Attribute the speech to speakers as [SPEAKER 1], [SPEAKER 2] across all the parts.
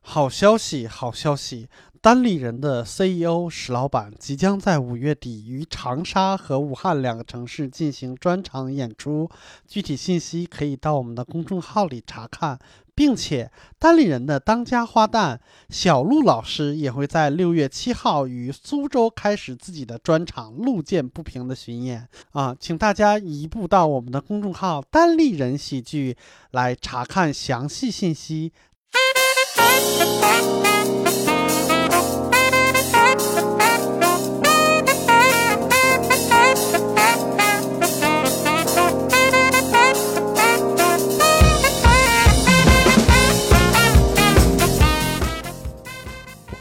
[SPEAKER 1] 好消息，好消息！单立人的 CEO 史老板即将在五月底于长沙和武汉两个城市进行专场演出，具体信息可以到我们的公众号里查看。并且，单立人的当家花旦小鹿老师也会在六月七号于苏州开始自己的专场《路见不平》的巡演啊，请大家移步到我们的公众号“单立人喜剧”来查看详细信息。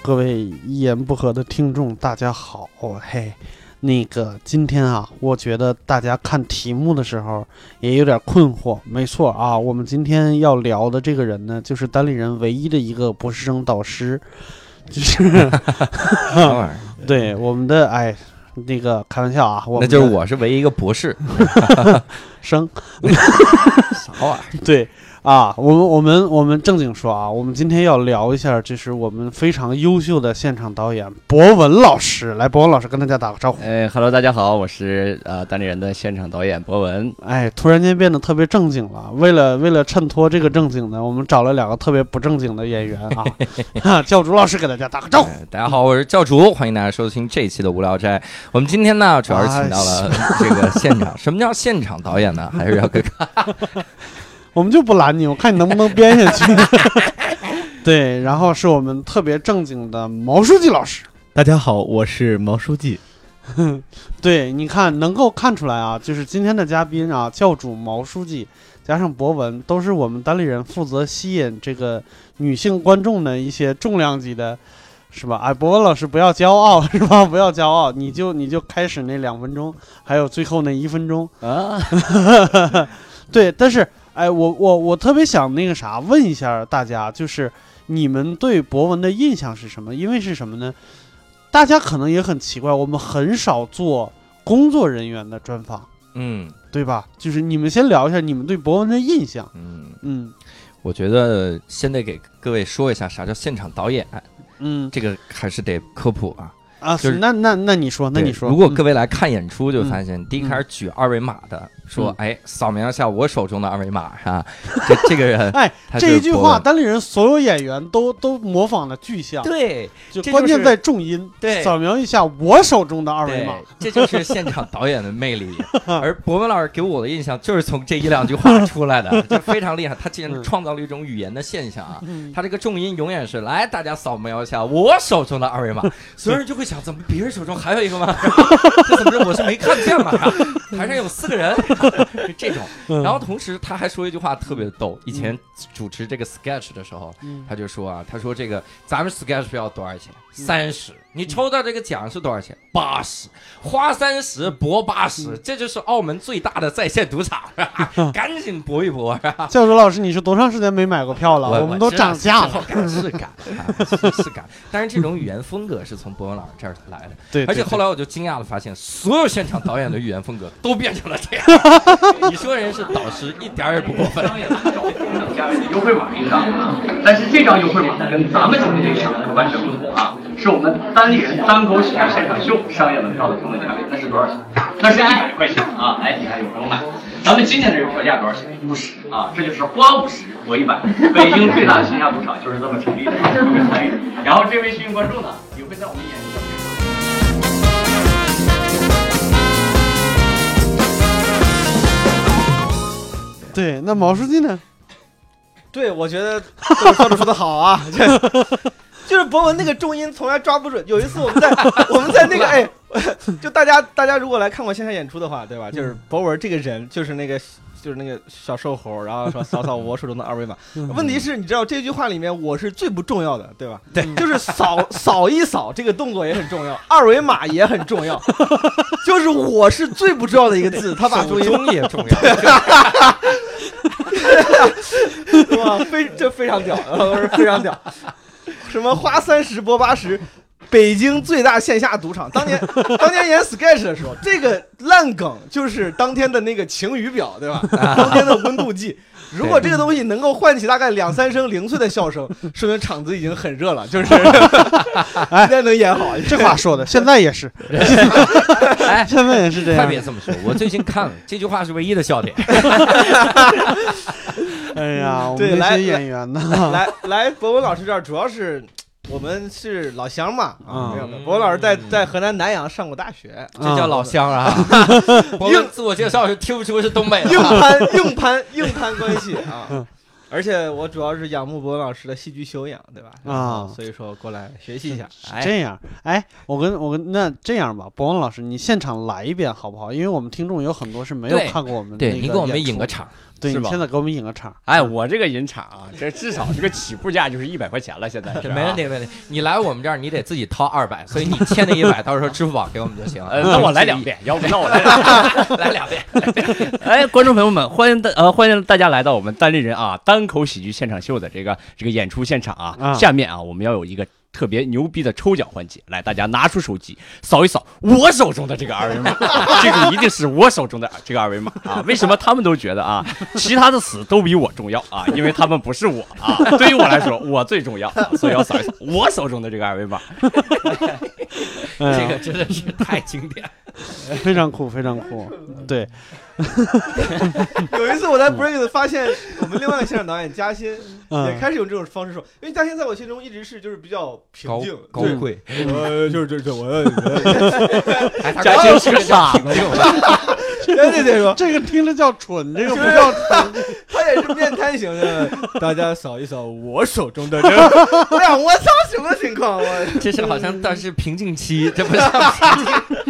[SPEAKER 1] 各位一言不合的听众，大家好，嘿，那个今天啊，我觉得大家看题目的时候也有点困惑。没错啊，我们今天要聊的这个人呢，就是单立人唯一的一个博士生导师，就是
[SPEAKER 2] 啊
[SPEAKER 3] 什么玩意儿
[SPEAKER 1] 对我们的哎，那个开玩笑啊，我
[SPEAKER 3] 那
[SPEAKER 1] 们
[SPEAKER 3] 就是
[SPEAKER 1] 的
[SPEAKER 3] 我是唯一一个博士，
[SPEAKER 1] 生
[SPEAKER 3] 啥玩意儿？
[SPEAKER 1] 对啊，我们我们我们正经说啊，我们今天要聊一下，这是我们非常优秀的现场导演博文老师，来，博文老师跟大家打个招呼。
[SPEAKER 2] 哎哈喽，大家好，我是呃单立人的现场导演博文。
[SPEAKER 1] 哎，突然间变得特别正经了。为了为了衬托这个正经呢，我们找了两个特别不正经的演员 啊。哈教主老师给大家打个招呼。
[SPEAKER 3] 哎大家好，我是教主，欢迎大家收听这一期的无聊斋。我们今天呢，主要是请到了
[SPEAKER 2] 啊
[SPEAKER 3] 这个现场。什么叫现场导演呢？还是 要跟
[SPEAKER 1] 我们就不拦你，我看你能不能编 下去。对，然后是我们特别正经的毛书记老师。
[SPEAKER 4] 大家好，我是毛书记。
[SPEAKER 1] 对，你看能够看出来啊，就是今天的嘉宾啊，教主毛书记加上博文，都是我们单立人负责吸引这个女性观众的一些重量级的，是吧？哎，博文老师不要骄傲， 是吧？不要骄傲，你就你就开始那两分钟，还有最后那一分钟，
[SPEAKER 2] 啊，
[SPEAKER 1] 对，但是哎，我我我特别想那个啥，问一下大家，就是你们对博文的印象是什么？因为是什么呢？大家可能也很奇怪，我们很少做工作人员的专访，
[SPEAKER 3] 嗯
[SPEAKER 1] 对吧？就是你们先聊一下你们对博文的印象。
[SPEAKER 3] 嗯，
[SPEAKER 1] 嗯
[SPEAKER 3] 我觉得先得给各位说一下啥叫现场导演，啊
[SPEAKER 1] 嗯
[SPEAKER 3] 这个还是得科普啊。
[SPEAKER 1] 啊，
[SPEAKER 3] 就是
[SPEAKER 1] 那那那你说，那
[SPEAKER 3] 对
[SPEAKER 1] 你说，
[SPEAKER 3] 如果
[SPEAKER 1] 嗯
[SPEAKER 3] 各位来看演出，就发现第一
[SPEAKER 1] 嗯
[SPEAKER 3] 开始举二维码的，说
[SPEAKER 1] 嗯
[SPEAKER 3] 哎，扫描一下我手中的二维码啊，这这个 人
[SPEAKER 1] 哎
[SPEAKER 3] 他就
[SPEAKER 1] 这
[SPEAKER 3] 是
[SPEAKER 1] 一句
[SPEAKER 3] 博
[SPEAKER 1] 话，
[SPEAKER 3] 文
[SPEAKER 1] 单立人所有演员都都模仿的巨像，
[SPEAKER 3] 对。
[SPEAKER 1] 就
[SPEAKER 3] 这
[SPEAKER 1] 关
[SPEAKER 3] 就
[SPEAKER 1] 键
[SPEAKER 3] 是
[SPEAKER 1] 在重音。
[SPEAKER 3] 对
[SPEAKER 1] 扫描一下我手中的二维
[SPEAKER 3] 对，
[SPEAKER 1] 码。
[SPEAKER 3] 这就是现场导演的魅力。 而博文老师给我的印象就是从这一两句话出来的，就非常厉害。他竟
[SPEAKER 1] 嗯
[SPEAKER 3] 然创造了一种语言的现象啊！
[SPEAKER 1] 嗯，
[SPEAKER 3] 他这个重音永远是来，大家扫描一下我手中的二维码，所有人就会想，怎么别人手中还有一个吗？ 这怎么着？我是没看见吗？台上有四个人， 就这种。
[SPEAKER 1] 嗯
[SPEAKER 3] 然后同时他还说一句话特别逗，以前主持这个 sketch 的时候，
[SPEAKER 1] 嗯
[SPEAKER 3] 他就说啊，他说这个咱们 sketch 票多少钱？三十。你抽到这个奖是多少钱？八十，花三十博八
[SPEAKER 1] 嗯
[SPEAKER 3] 十， 这就是澳门最大的在线 赌场， 赶紧搏一搏。啊
[SPEAKER 1] 教主老师，你是多长时间没买过票了？
[SPEAKER 3] 我
[SPEAKER 1] 们都涨价了。
[SPEAKER 3] 了，这是敢啊，是是敢。但是这种语言风格是从博文老师这儿来的，
[SPEAKER 1] 对，
[SPEAKER 3] 而
[SPEAKER 1] 对
[SPEAKER 3] 且后来我就惊讶的发现，所有现场导演的语言风格都变成 了这样。你说人是导师，一点儿也不过分。
[SPEAKER 5] 下面的优惠码一张，但是这张优惠码跟咱们今天这个有完全不同啊，是我们单立人单口喜剧现场秀商业门票的成本价格，那是多少钱？那是一百块钱啊！哎，你看有朋友买，咱们今天这个票价多少钱？五十啊，这就是花五十博一百。北京最大的线下赌场就是这么成立的，各位参与。然后这位幸运观众呢，也会在我们演出。
[SPEAKER 1] 对，那毛书记呢？
[SPEAKER 4] 对，我觉得教主说的好啊， 这就是博文那个重音从来抓不准。有一次我们在 我们在那个哎， 就大家大家如果来看过线下演出的话，对吧？就是博文这个人，就是那个就是那个小瘦猴，然后说扫扫我手中的二维码。问题是，你知道这句话里面我是最不重要的，对吧？
[SPEAKER 1] 对
[SPEAKER 4] 就是扫 扫一扫这个动作也很重要，二维码也很重要，就是我是最不重要的一个 字，他把重音
[SPEAKER 3] 中也重要。
[SPEAKER 4] 哇，非这非常屌，呃非常屌。什么花三十博八十，北京最大线下赌场。当年当年演 sketch 的时
[SPEAKER 1] 啊
[SPEAKER 4] 候，这个烂梗就是当天的那个晴雨表，对吧？当天的温度计，如果这个东西能够唤起大概两三声零碎的笑声，说明场子已经很热了，就是 应该能演好。
[SPEAKER 1] 哎这话说的，现在也是，
[SPEAKER 3] 哎，
[SPEAKER 1] 现在也是这
[SPEAKER 3] 快
[SPEAKER 1] 样。
[SPEAKER 3] 别这么说，我最近看了 这句话是唯一的笑点。
[SPEAKER 1] 哎呀，我
[SPEAKER 4] 对
[SPEAKER 1] 们那
[SPEAKER 4] 来
[SPEAKER 1] 些演员呢？
[SPEAKER 4] 来来，博文老师这儿主要是。我们是老乡嘛啊，
[SPEAKER 1] 嗯
[SPEAKER 4] 没有没有，博文老师在在河南南阳上过大学，
[SPEAKER 3] 这叫老乡啊！我们自我介绍就听不出是东北 的。
[SPEAKER 4] 硬攀硬攀硬攀关系啊！而且我主要是仰慕博文老师的戏剧修养，对吧？
[SPEAKER 1] 啊
[SPEAKER 4] 所以说过来学习一下。
[SPEAKER 1] 是这样，哎，我跟我跟那这样吧，博文老师，你现场来一遍好不好？因为我们听众有很多是没有
[SPEAKER 3] 对
[SPEAKER 1] 看过我们那
[SPEAKER 3] 对
[SPEAKER 1] 个
[SPEAKER 3] 你给我们
[SPEAKER 1] 演
[SPEAKER 3] 引
[SPEAKER 1] 出
[SPEAKER 3] 个，场，
[SPEAKER 1] 对
[SPEAKER 2] 是
[SPEAKER 1] 你
[SPEAKER 2] 吧
[SPEAKER 1] 现在给我们引个 场，
[SPEAKER 2] 哎，我这个引场啊，这至少这个起步价就是一百块钱了，现在是
[SPEAKER 3] 这
[SPEAKER 2] 啊
[SPEAKER 3] 没问。题，没问题。你来我们这儿，你得自己掏二百，所以你欠那一百，到时候支付宝给我们就行。
[SPEAKER 2] 呃，那我来两，遍，要不那我来两遍。
[SPEAKER 3] 来两遍。
[SPEAKER 2] 哎，观众朋友们，欢迎大呃欢迎大家来到我们单立人啊单口喜剧现场秀的这个这个演出现场啊。
[SPEAKER 1] 啊
[SPEAKER 2] 下面啊，我们要有一个特别牛逼的抽奖环节，来，大家拿出手机扫一扫我手中的这个二维 码，这个一定是我手中的这个二维码啊。为什么他们都觉得啊，其他的词都比我重要啊？因为他们不是我啊，对于我来说我最重要，所以要扫一扫我手中的这个二维码。
[SPEAKER 1] 哎
[SPEAKER 3] 这
[SPEAKER 1] 呀
[SPEAKER 3] 个真的是太经典了。
[SPEAKER 1] 非常酷，非常酷， 对，
[SPEAKER 4] 有一次我在 Breaks 发现我们另外一个现场导演嘉欣也
[SPEAKER 1] 嗯，
[SPEAKER 4] 开始用这种方式说，因为嘉欣在我心中一直是就是比较平静，
[SPEAKER 3] 高
[SPEAKER 4] 对
[SPEAKER 3] 贵，
[SPEAKER 4] 呃，就是就是我，
[SPEAKER 3] 哎他
[SPEAKER 2] 嘉欣是个傻子，
[SPEAKER 4] 对对对说，
[SPEAKER 1] 这个听着叫蠢，这个 不叫
[SPEAKER 4] 他也是面瘫型的，大家扫一扫我手中的这个，我想我操什么情况？ 我
[SPEAKER 3] 这是好像但是瓶颈期，这不是瓶颈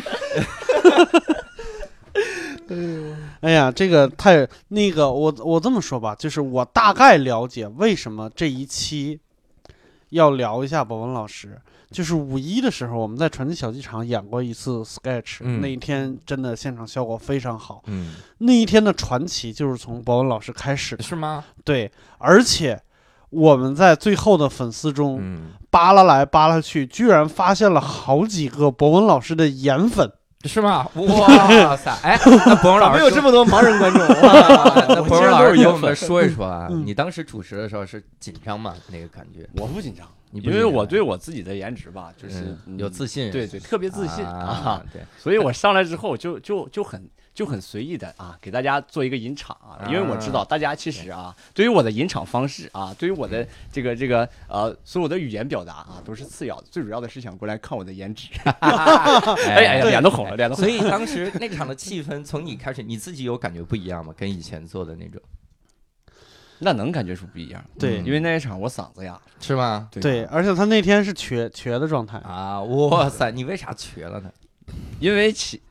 [SPEAKER 1] 哎呀，这个太那个，我我这么说吧，就是我大概了解为什么这一期要聊一下博文老师。就是五一的时候，我们在传奇小剧场演过一次 sketch，、
[SPEAKER 3] 嗯
[SPEAKER 1] 那一天真的现场效果非常好。
[SPEAKER 3] 嗯，
[SPEAKER 1] 那一天的传奇就是从博文老师开始的，
[SPEAKER 3] 是吗？
[SPEAKER 1] 对，而且我们在最后的粉丝中
[SPEAKER 3] 嗯，
[SPEAKER 1] 扒拉来扒拉去，居然发现了好几个博文老师的颜粉。
[SPEAKER 3] 是吗？哇塞！哎，那博文老
[SPEAKER 4] 没
[SPEAKER 3] 师
[SPEAKER 4] 有这么多盲人观众，
[SPEAKER 3] 哇那博文老师给我们说一说啊，
[SPEAKER 1] 嗯
[SPEAKER 3] 你当时主持的时候是紧张吗？那个感觉，
[SPEAKER 2] 我不紧张，
[SPEAKER 3] 你不
[SPEAKER 2] 因为我
[SPEAKER 3] 紧
[SPEAKER 2] 对我自己的颜值吧，就
[SPEAKER 3] 张
[SPEAKER 2] 是
[SPEAKER 3] 嗯有自信，
[SPEAKER 2] 对对，特别自信啊
[SPEAKER 3] 啊，，对，
[SPEAKER 2] 所以我上来之后就就就很就很随意的啊，给大家做一个引场啊，因为我知道大家其实啊，对于我的引场方式啊，对于我
[SPEAKER 3] 嗯
[SPEAKER 2] 的这个这个呃所有的语言表达啊，都是次要的，最主要的是想过来看我的颜值。哎呀哎呀，脸都红了，脸都
[SPEAKER 3] 所
[SPEAKER 2] 红了。
[SPEAKER 3] 以当时那场的气氛从你开始，你自己有感觉不一样吗？跟以前做的那种
[SPEAKER 2] 那能感觉出不一样，
[SPEAKER 1] 对、
[SPEAKER 2] 因为那一场我嗓子哑，
[SPEAKER 3] 是吗？
[SPEAKER 1] 对，而且他那天是瘸瘸的状态。
[SPEAKER 3] 啊，哇塞，你为啥瘸了呢？
[SPEAKER 2] 因为起。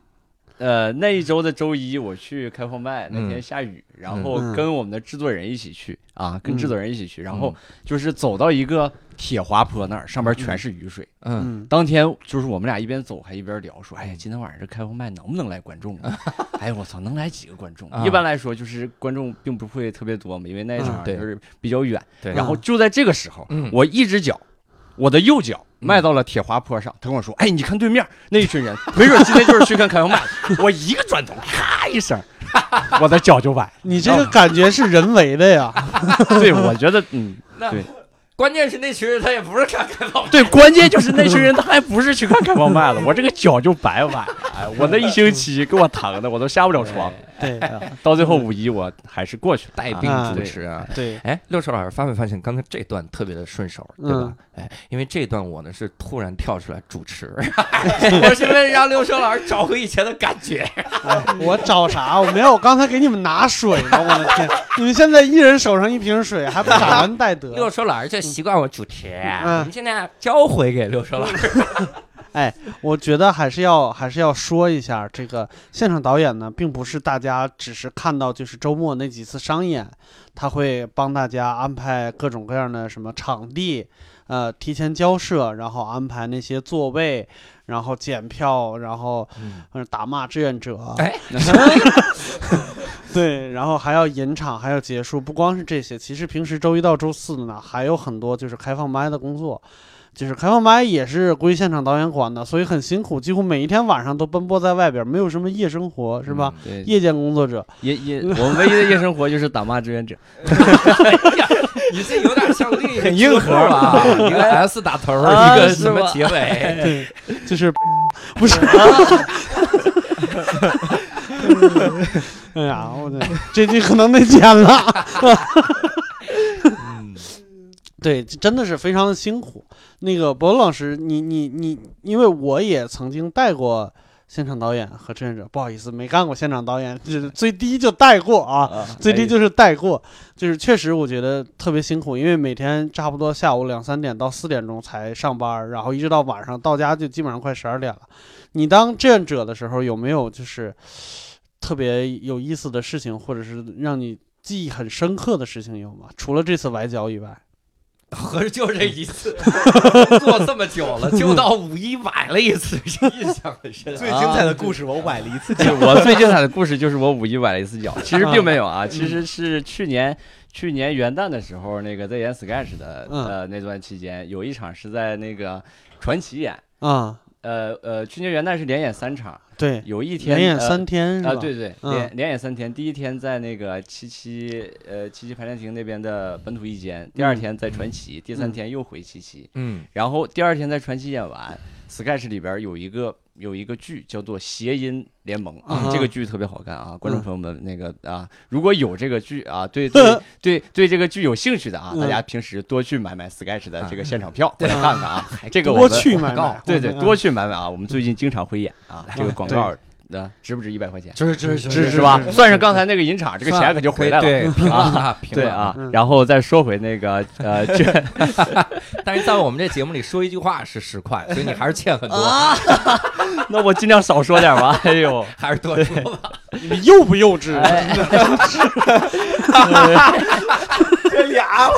[SPEAKER 2] 呃，那一周的周一我去开放麦，那
[SPEAKER 3] 嗯
[SPEAKER 2] 天下雨，然后
[SPEAKER 1] 嗯
[SPEAKER 2] 跟我们的制作人一起去啊，跟制作人一起去，然
[SPEAKER 3] 嗯
[SPEAKER 2] 后就是走到一个铁滑坡那儿，上边全是雨水。
[SPEAKER 3] 嗯，
[SPEAKER 1] 嗯，
[SPEAKER 2] 当天就是我们俩一边走还一边聊，说：“哎呀，今天晚上这开放麦能不能来观众啊？” 哎呀，我操，能来几个观众？
[SPEAKER 3] 啊
[SPEAKER 2] 一般来说就是观众并不会特别多嘛，因为那一
[SPEAKER 1] 嗯
[SPEAKER 2] 场
[SPEAKER 3] 对
[SPEAKER 2] 就是比较远。
[SPEAKER 3] 对
[SPEAKER 2] 然后就在这个时候
[SPEAKER 3] 嗯，
[SPEAKER 2] 我一只脚，我的右脚迈到了铁滑坡上，他跟我说：“哎，你看对面那一群 人，没准今天就是去看开放 麦。”我一个转头，咔一 声，我的脚就崴。
[SPEAKER 1] 你这个感觉是人为的呀。
[SPEAKER 2] 对，我觉得嗯。
[SPEAKER 3] 那
[SPEAKER 2] 对
[SPEAKER 3] 关键是那群人他也不是看开放，
[SPEAKER 2] 对，关键就是那群人，他还不是去看开放麦 了，我这个脚就白崴了，哎，我那一星期给我疼的，我都下不了 床。
[SPEAKER 1] 对
[SPEAKER 2] 到最后五一，我还是过去了，
[SPEAKER 3] 带
[SPEAKER 2] 啊
[SPEAKER 3] 病
[SPEAKER 1] 啊
[SPEAKER 3] 主持啊。
[SPEAKER 1] 对，
[SPEAKER 3] 哎，六叔老师发没发现刚才这段特别的顺手，对
[SPEAKER 1] 嗯
[SPEAKER 3] 吧？哎，因为这段我呢是突然跳出来主 持，我是为了让六叔老师找回以前的感觉。
[SPEAKER 1] 哎我找啥？我没有，我刚才给你们拿水呢。我的天，你们现在一人手上一瓶水，还不感恩戴
[SPEAKER 3] 六
[SPEAKER 1] 德？
[SPEAKER 3] 叔老师就习惯我主持，啊
[SPEAKER 1] 嗯
[SPEAKER 3] 我们现在交回给六叔老师。
[SPEAKER 1] 我觉得还是要还是要说一下，这个现场导演呢，并不是大家只是看到就是周末那几次商演，他会帮大家安排各种各样的什么场地，呃，提前交涉，然后安排那些座位，然后呃检票，然后嗯打骂志愿者。
[SPEAKER 3] 哎，
[SPEAKER 1] 对，然后还要引场，还要结束，不光是这些，其实平时周一到周四呢，还有很多就是开放麦的工作，就是开放麦也是归现场导演管的，所以很辛苦，几乎每一天晚上都奔波在外边，没有什么夜生活，是吧？
[SPEAKER 2] 对，
[SPEAKER 1] 夜间工作者，
[SPEAKER 2] 也也，我们唯一的夜生活就是打骂志愿者。
[SPEAKER 3] 你这有点像另一个
[SPEAKER 2] 很硬核
[SPEAKER 3] 了 啊，一个 S 打头，
[SPEAKER 2] 啊
[SPEAKER 3] 一个
[SPEAKER 2] 是
[SPEAKER 3] 什么
[SPEAKER 2] 吗
[SPEAKER 3] 结尾，
[SPEAKER 1] 对，就是 不是？哎呀，我这这句可能得剪了。嗯对，真的是非常的辛苦。那个博文老师，你你你，因为我也曾经带过现场导演和志愿者，不好意思，没干过现场导演，就是最低就带过啊。最低就是带过，就是确实我觉得特别辛苦，因为每天差不多下午两三点到四点钟才上班儿，然后一直到晚上到家就基本上快十二点了。你当志愿者的时候有没有就是特别有意思的事情，或者是让你记忆很深刻的事情有吗？除了这次崴脚以外，
[SPEAKER 3] 合着就这一 次，做这么久了，就到五一崴了一次，这印象很深。
[SPEAKER 4] 最精彩的故事，我崴了一次
[SPEAKER 2] 对我最精彩的故事就是我五一崴了一次脚，其实并没有 啊，其
[SPEAKER 1] 嗯
[SPEAKER 2] 实是去年去年元旦的时候，那个在演 sketch 的
[SPEAKER 1] 嗯
[SPEAKER 2] 呃那段期间，有一场是在那个传奇演，
[SPEAKER 1] 啊、
[SPEAKER 2] 呃呃，去年元旦是连演三场，
[SPEAKER 1] 对，
[SPEAKER 2] 有一天
[SPEAKER 1] 哎连演
[SPEAKER 2] 呃
[SPEAKER 1] 三天是吧？
[SPEAKER 2] 啊，对对，
[SPEAKER 1] 嗯
[SPEAKER 2] 连连演三天，第一天在那个七七呃七七排练厅那边的本土一间，第二
[SPEAKER 1] 嗯
[SPEAKER 2] 天在传奇，第三天又回七七，
[SPEAKER 3] 嗯，
[SPEAKER 2] 然后第二天在传奇演完，sketch 里边有一个有一个剧叫做《谐音联盟》
[SPEAKER 1] 啊哈
[SPEAKER 2] 这个剧特别好看啊，观众
[SPEAKER 1] 嗯
[SPEAKER 2] 朋友们，那个啊，如果有这个剧啊，对对对对这个剧有兴趣的啊，
[SPEAKER 1] 嗯
[SPEAKER 2] 大家平时多去买买 sketch 的这个现场票过来看 看啊，这个我
[SPEAKER 1] 多
[SPEAKER 2] 们
[SPEAKER 1] 去买买
[SPEAKER 3] 广告，
[SPEAKER 2] 对对
[SPEAKER 1] 嗯
[SPEAKER 2] 多去买买啊，我们最近经常会演啊，这个广告的值不值一百块钱？
[SPEAKER 3] 就是就是
[SPEAKER 2] 是是吧？算是刚才那个银场，这个钱可就回来了。
[SPEAKER 3] 对，平了
[SPEAKER 2] 啊，
[SPEAKER 3] 啊，平
[SPEAKER 2] 对
[SPEAKER 3] 了。
[SPEAKER 2] 啊
[SPEAKER 1] 嗯，
[SPEAKER 2] 然后再说回那个呃，这
[SPEAKER 3] 但是在我们这节目里说一句话是十块，所以你还是欠很多，
[SPEAKER 2] 那我尽量少说点吧。哎呦，
[SPEAKER 3] 还是多说 吧。
[SPEAKER 1] 你们幼不幼稚？啊
[SPEAKER 2] 哎
[SPEAKER 4] 这俩，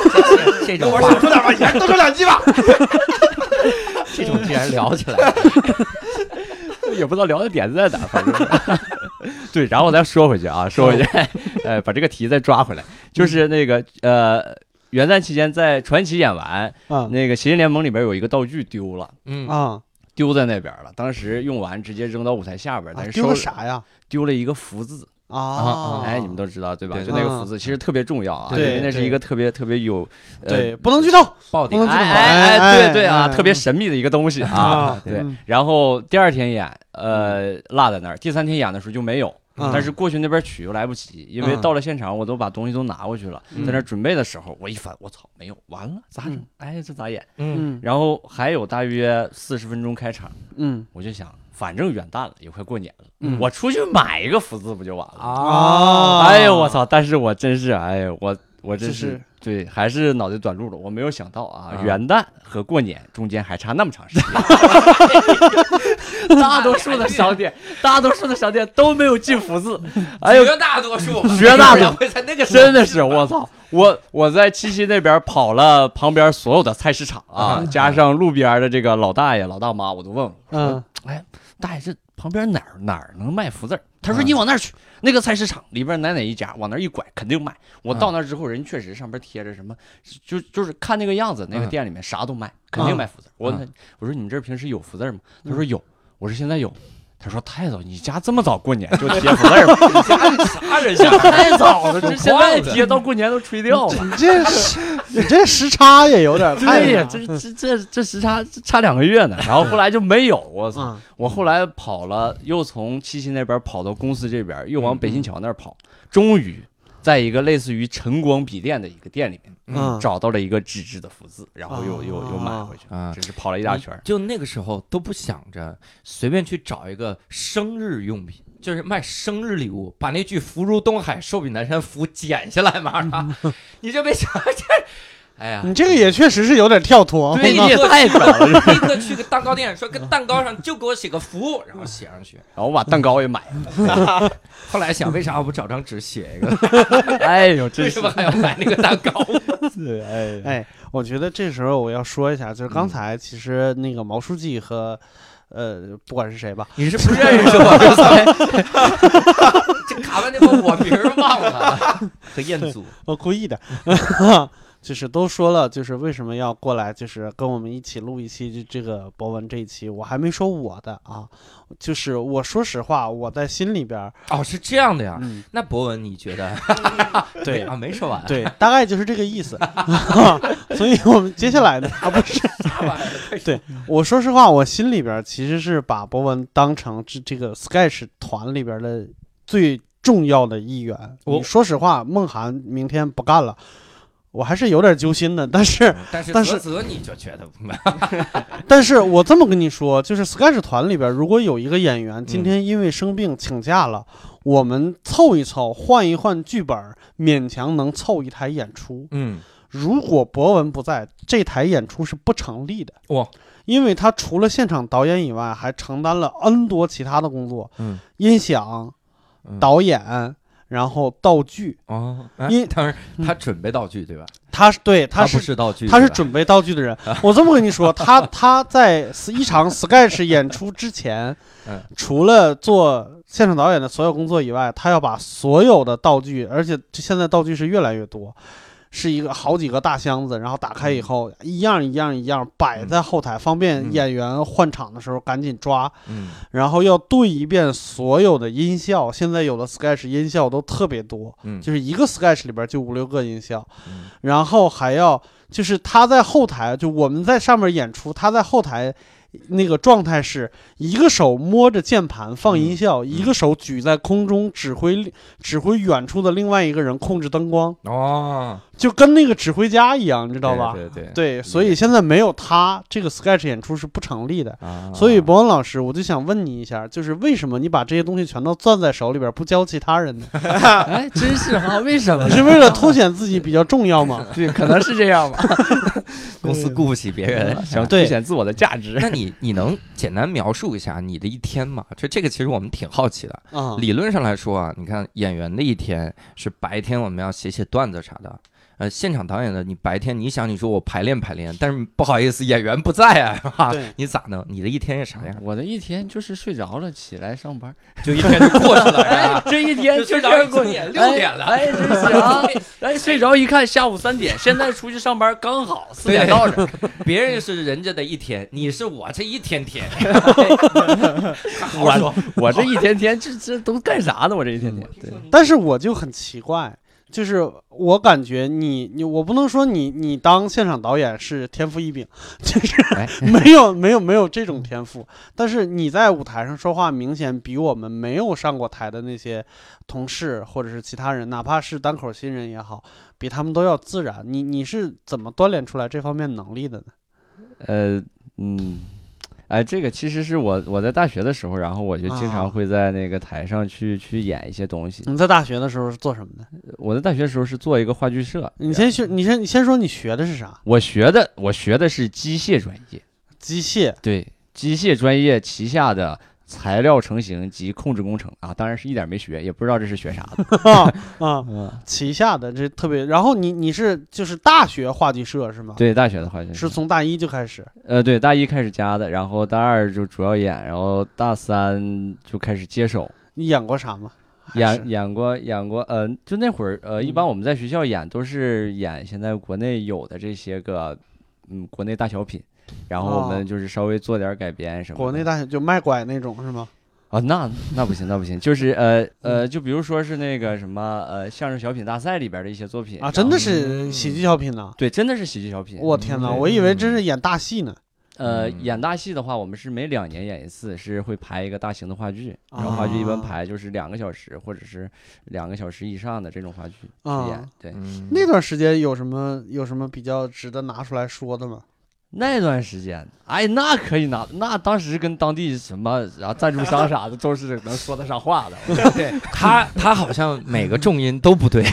[SPEAKER 3] 这种
[SPEAKER 4] 我
[SPEAKER 3] 话
[SPEAKER 4] 少说点吧，以前多说两句 吧。
[SPEAKER 3] 这种竟然聊起 来，
[SPEAKER 2] 也不知道聊的点子在哪儿，反正是。 对，然后再说回去啊，说回去，呃，把这个题再抓回来，就是那个呃，元旦期间在传奇演完，
[SPEAKER 1] 啊
[SPEAKER 2] 那个《谐音联盟》里边有一个道具丢了，
[SPEAKER 3] 嗯
[SPEAKER 1] 啊，
[SPEAKER 2] 丢在那边了，当时用完直接扔到舞台下边，但是
[SPEAKER 1] 啊丢
[SPEAKER 2] 收
[SPEAKER 1] 个
[SPEAKER 2] 了
[SPEAKER 1] 啥呀？
[SPEAKER 2] 丢了一个福字，
[SPEAKER 1] 啊，
[SPEAKER 2] 哎，你们都知道对吧？
[SPEAKER 3] 对
[SPEAKER 2] 就那个
[SPEAKER 1] 啊
[SPEAKER 2] 福字，其实特别重要啊，因
[SPEAKER 1] 对
[SPEAKER 2] 为那是
[SPEAKER 1] 对
[SPEAKER 2] 一个特别特别有，呃
[SPEAKER 1] 对，不能剧透
[SPEAKER 3] 爆
[SPEAKER 1] 不
[SPEAKER 3] 点
[SPEAKER 1] 能。剧透
[SPEAKER 2] 哎
[SPEAKER 1] 哎
[SPEAKER 2] 对对啊，
[SPEAKER 1] 哎
[SPEAKER 2] 特别神秘的一个东西啊。
[SPEAKER 1] 啊，
[SPEAKER 2] 对
[SPEAKER 1] 嗯，
[SPEAKER 2] 然后第二天演，呃，落在那儿；第三天演的时候就没有，
[SPEAKER 1] 嗯
[SPEAKER 2] 但是过去那边取又来不及，因为
[SPEAKER 1] 嗯
[SPEAKER 2] 到了现场我都把东西都拿过去了，
[SPEAKER 3] 嗯
[SPEAKER 2] 在那儿准备的时候，我一翻，我操，没有，完了，咋整
[SPEAKER 1] 嗯？
[SPEAKER 2] 哎，这咋演？
[SPEAKER 3] 嗯，
[SPEAKER 1] 嗯
[SPEAKER 2] 然后还有大约四十分钟开场，
[SPEAKER 1] 嗯
[SPEAKER 2] 我就想，反正元旦了，也快过年了，
[SPEAKER 1] 嗯
[SPEAKER 2] 我出去买一个福字不就完了？
[SPEAKER 1] 啊
[SPEAKER 2] 哎呦我！操！但是我真是，哎呦我我真
[SPEAKER 1] 就是是
[SPEAKER 2] 对，还是脑袋短路了。我没有想到啊，
[SPEAKER 3] 啊
[SPEAKER 2] 元旦和过年中间还差那么 长时间。大多数的 商店，大多数的商店都没有进福字。哎呦，
[SPEAKER 3] 绝大多数吧，
[SPEAKER 2] 绝大多数
[SPEAKER 3] 然后在那个时候
[SPEAKER 2] 真的是我操！我我在七七那边跑了旁边所有的菜市场啊，加上路边的这个老大爷老大妈，我都问问，
[SPEAKER 1] 嗯
[SPEAKER 2] 大爷，这旁边哪儿哪儿能卖福字儿？他说你往那儿去，那个菜市场里边哪哪一家，往那儿一拐肯定卖。我到那儿之后，人确实上边贴着什么，就就是看那个样子，那个
[SPEAKER 3] 嗯
[SPEAKER 2] 店里面啥都卖，肯定卖福字儿。我
[SPEAKER 3] 嗯
[SPEAKER 2] 问他我说你们这儿平时有福字儿吗？他说有。我说现在有。他说太早，你家这么早过年就 贴福字儿吗？
[SPEAKER 3] 啥人
[SPEAKER 2] 这
[SPEAKER 3] 家？
[SPEAKER 2] 太 早了，这现在
[SPEAKER 3] 有框子
[SPEAKER 2] 贴到过年都吹掉了。
[SPEAKER 1] 你这时你这时差也有点太
[SPEAKER 2] 对呀，
[SPEAKER 1] 长
[SPEAKER 2] 这这这这时差差两个月呢，然后后来就没有，我操！
[SPEAKER 1] 啊
[SPEAKER 2] 我后来跑了，又从七七那边跑到公司这边，又往北新桥那儿跑，终于在一个类似于晨光笔店的一个店里
[SPEAKER 1] 嗯
[SPEAKER 2] 面、找到了一个纸质的福字，然后又、
[SPEAKER 1] 啊
[SPEAKER 2] 又又买回去，
[SPEAKER 3] 啊
[SPEAKER 2] 只是跑了一大圈儿。
[SPEAKER 3] 就那个时候都不想着随便去找一个生日用品，就是卖生日礼物，把那句“福如东海，寿比南山”福剪下来，马上
[SPEAKER 2] 嗯
[SPEAKER 3] 你就别想这，哎呀，
[SPEAKER 1] 你这个也确实是有点跳脱。
[SPEAKER 2] 对
[SPEAKER 1] 我
[SPEAKER 2] 你也
[SPEAKER 1] 靠
[SPEAKER 2] 太早了，
[SPEAKER 3] 立刻 去个蛋糕店，说跟蛋糕上就给我写个福，然后写上去。
[SPEAKER 2] 然后我把蛋糕也买了。
[SPEAKER 3] 后来想，为啥我不找张纸写一个？
[SPEAKER 2] 哎呦，
[SPEAKER 3] 为
[SPEAKER 2] 真
[SPEAKER 3] 什
[SPEAKER 2] 是
[SPEAKER 3] 么还要买那个蛋 糕？
[SPEAKER 2] 是哎
[SPEAKER 1] 哎，我觉得这时候我要说一下，就是刚才其实那个毛书记和呃，不管是谁吧，
[SPEAKER 3] 你是不认识 我刚才？这卡完那会儿我名儿忘了，和彦祖。
[SPEAKER 1] 我呃故意的， 就是都说了，就是为什么要过来，就是跟我们一起录一期这这个博文这一期，我还没说我的啊，就是我说实话，我在心里边儿，
[SPEAKER 3] 哦，是这样的呀。
[SPEAKER 1] 嗯，
[SPEAKER 3] 那博文，你觉得？
[SPEAKER 1] 对
[SPEAKER 3] 啊，没说完。
[SPEAKER 1] 对，大概就是这个意思， 所以我们接下来呢，啊，不是，
[SPEAKER 3] 啥玩意儿
[SPEAKER 1] 对 我说实话，我心里边儿其实是把博文当成这这个 Sketch 团里边儿的最重要的一员。
[SPEAKER 3] 哦
[SPEAKER 1] 我说实话，梦涵明天不干了，我还是有点揪心的。但是，
[SPEAKER 3] 但是
[SPEAKER 1] 但
[SPEAKER 3] 泽
[SPEAKER 1] 是
[SPEAKER 3] 泽你就觉得不满
[SPEAKER 1] 但是我这么跟你说，就是 Sketch 团里边儿如果有一个演员今天因为生病请假了，我们凑一凑，换一换剧本儿，勉强能凑一台演出。
[SPEAKER 3] 嗯，
[SPEAKER 1] 如果博文不在，这台演出是不成立的。
[SPEAKER 3] 哇！
[SPEAKER 1] 因为他除了现场导演以外，还承担了 N 多其他的工作，
[SPEAKER 3] 嗯，
[SPEAKER 1] 音响、
[SPEAKER 3] 嗯
[SPEAKER 1] 导演，然后道具。
[SPEAKER 3] 哦，哎
[SPEAKER 1] 因
[SPEAKER 3] 当然他准备道具对吧？
[SPEAKER 1] 他是对，他
[SPEAKER 3] 不
[SPEAKER 1] 是
[SPEAKER 3] 是道具，
[SPEAKER 1] 他是
[SPEAKER 3] 对吧
[SPEAKER 1] 准备道具 的人。我这么跟你说，他他在一场 sketch 演出之前
[SPEAKER 3] 嗯，
[SPEAKER 1] 除了做现场导演的所有工作以外，他要把所有的道具，而且这现在道具是越来越多。是一个好几个大箱子，然后打开以后，一样一样一样摆在后台，方便
[SPEAKER 3] 嗯
[SPEAKER 1] 演员换场的时候赶紧抓。
[SPEAKER 3] 嗯
[SPEAKER 1] 然后要对一遍所有的音效，现在有的 sketch 音效都特别多，
[SPEAKER 3] 嗯
[SPEAKER 1] 就是一个 sketch 里边就五六个音效，
[SPEAKER 3] 嗯
[SPEAKER 1] 然后还要就是他在后台，就我们在上面演出，他在后台那个状态是一个手摸着键盘放音
[SPEAKER 3] 嗯
[SPEAKER 1] 效，一个手举在空中指挥指挥远处的另外一个人控制灯光，
[SPEAKER 3] 哦，
[SPEAKER 1] 就跟那个指挥家一样，你知道吧？
[SPEAKER 3] 对对对
[SPEAKER 1] 对，所以现在没有他，这个 sketch 演出是不成立的。
[SPEAKER 3] 啊，
[SPEAKER 1] 所 以，博文老师，我就想问你一下，就是为什么你把这些东西全都攥在手里边，不教其他人呢？
[SPEAKER 2] 哎，真是哈，为什 么
[SPEAKER 1] 你是为了凸显自己比较重要吗？
[SPEAKER 2] 对，可能是这样吧，
[SPEAKER 3] 公司顾不起别 人。
[SPEAKER 2] 想凸
[SPEAKER 1] 对
[SPEAKER 2] 显自我的价值。
[SPEAKER 3] 那你你能简单描述一下你的一天吗？就这个，其实我们挺好奇的。
[SPEAKER 1] 啊、
[SPEAKER 3] 理论上来说啊，你看演员的一天是白天我们要写写段子啥的，呃，现场导演的你白天你想你说我排练排练，但是不好意思演员不在啊， 是吧
[SPEAKER 1] 对？
[SPEAKER 3] 你咋弄？你的一天是啥样？
[SPEAKER 2] 我的一天就是睡着了，起来上班，。
[SPEAKER 3] 就一天就过去了呀
[SPEAKER 2] 这一天
[SPEAKER 3] 就
[SPEAKER 2] 就
[SPEAKER 3] 睡
[SPEAKER 2] 这
[SPEAKER 3] 着
[SPEAKER 2] 样
[SPEAKER 3] 一睁
[SPEAKER 2] 过去，
[SPEAKER 3] 眼六点了
[SPEAKER 2] 哎，哎真是啊！ 哎，睡着一看下午三点，现在出去上班刚好四点 到这儿，
[SPEAKER 3] 别人是人家的一天，你是我这一天 天。好
[SPEAKER 2] 我嗯
[SPEAKER 3] 说，
[SPEAKER 2] 我这一天天这这都干啥呢？我这一天天，对，
[SPEAKER 1] 但是我就很奇怪，就是我感觉你你我不能说你你当现场导演是天赋异禀，就是
[SPEAKER 3] 哎
[SPEAKER 1] 没有没有没有这种天赋，但是你在舞台上说话，明显比我们没有上过台的那些同事或者是其他人，哪怕是单口新人也好，比他们都要自然。你你是怎么锻炼出来这方面能力的呢？
[SPEAKER 2] 呃，嗯，哎，这个其实是我我在大学的时候，然后我就经
[SPEAKER 1] 啊
[SPEAKER 2] 常会在那个台上去去演一些东西。
[SPEAKER 1] 你在大学的时候是做什么的？
[SPEAKER 2] 我在大学的时候是做一个话剧社，
[SPEAKER 1] 你先
[SPEAKER 2] 啊
[SPEAKER 1] 学，你先你先说你学的是啥？
[SPEAKER 2] 我学的我学的是机械专业，
[SPEAKER 1] 机械
[SPEAKER 2] 对，机械专业旗下的。材料成型及控制工程啊，当然是一点没学，也不知道这是学啥的。
[SPEAKER 1] 啊，
[SPEAKER 2] 嗯，
[SPEAKER 1] 旗下的这特别。然后你你是就是大学话剧社是吗？，
[SPEAKER 2] 对，大学的话剧
[SPEAKER 1] 是从大一就开始。
[SPEAKER 2] 呃，对，大一开始加的，然后大二就主要演，然后大三就开始接手，
[SPEAKER 1] 你演过啥吗？还
[SPEAKER 2] 演
[SPEAKER 1] 是
[SPEAKER 2] 演过演过，呃，就那会儿，呃，一般
[SPEAKER 1] 嗯
[SPEAKER 2] 我们在学校演都是演现在国内有的这些个，嗯，国内大小品，然后我
[SPEAKER 1] 哦
[SPEAKER 2] 们就是稍微做点改编什么的。
[SPEAKER 1] 国内大学就卖拐那种是吗？
[SPEAKER 2] 啊，那那不行，那不行，就是呃呃，就比如说是那个什么呃相声小品大赛里边的一哦些作品
[SPEAKER 1] 啊，真的
[SPEAKER 2] 然后
[SPEAKER 1] 是喜剧小品呐！
[SPEAKER 2] 对，真的是喜剧小品。
[SPEAKER 1] 我天哪，
[SPEAKER 3] 嗯
[SPEAKER 1] 我以为真是演大戏呢。
[SPEAKER 2] 呃，
[SPEAKER 3] 嗯
[SPEAKER 2] 演大戏的话，我们是每两年演一次，是会排一个大型的话剧，然后话剧一般
[SPEAKER 1] 啊
[SPEAKER 2] 排就是两个小时或者是两个小时以上的这种话剧
[SPEAKER 1] 啊
[SPEAKER 2] 去演。对，
[SPEAKER 3] 嗯
[SPEAKER 1] 那段时间有什么有什么比较值得拿出来说的 吗？
[SPEAKER 2] 那段时间，哎，那可以拿，那当时跟当地什么然后赞助商啥的都是能说得上话的。
[SPEAKER 3] 对他，他好像每个重音都不 对。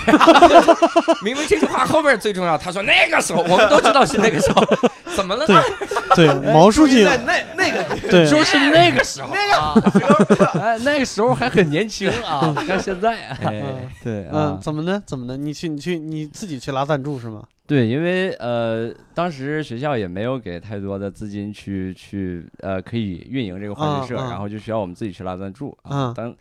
[SPEAKER 3] 明明这句话后面最重要，他说那个时候，我们都知道是那个时候，怎么了？
[SPEAKER 1] 对对，
[SPEAKER 2] 哎
[SPEAKER 1] 毛书记
[SPEAKER 4] 在那那个
[SPEAKER 1] 对
[SPEAKER 2] 就是那个时候啊，哎，那个时候还很年轻啊，不像现在。
[SPEAKER 3] 哎
[SPEAKER 1] 嗯
[SPEAKER 2] 对啊
[SPEAKER 1] 嗯，，怎么呢？怎么呢？你去你去你自己去拉赞助是吗？
[SPEAKER 2] 对，因为呃，当时学校也没有给太多的资金去去呃可以运营这个话剧社，
[SPEAKER 1] 啊啊
[SPEAKER 2] 然后就需要我们自己去拉赞助
[SPEAKER 1] 啊
[SPEAKER 2] 当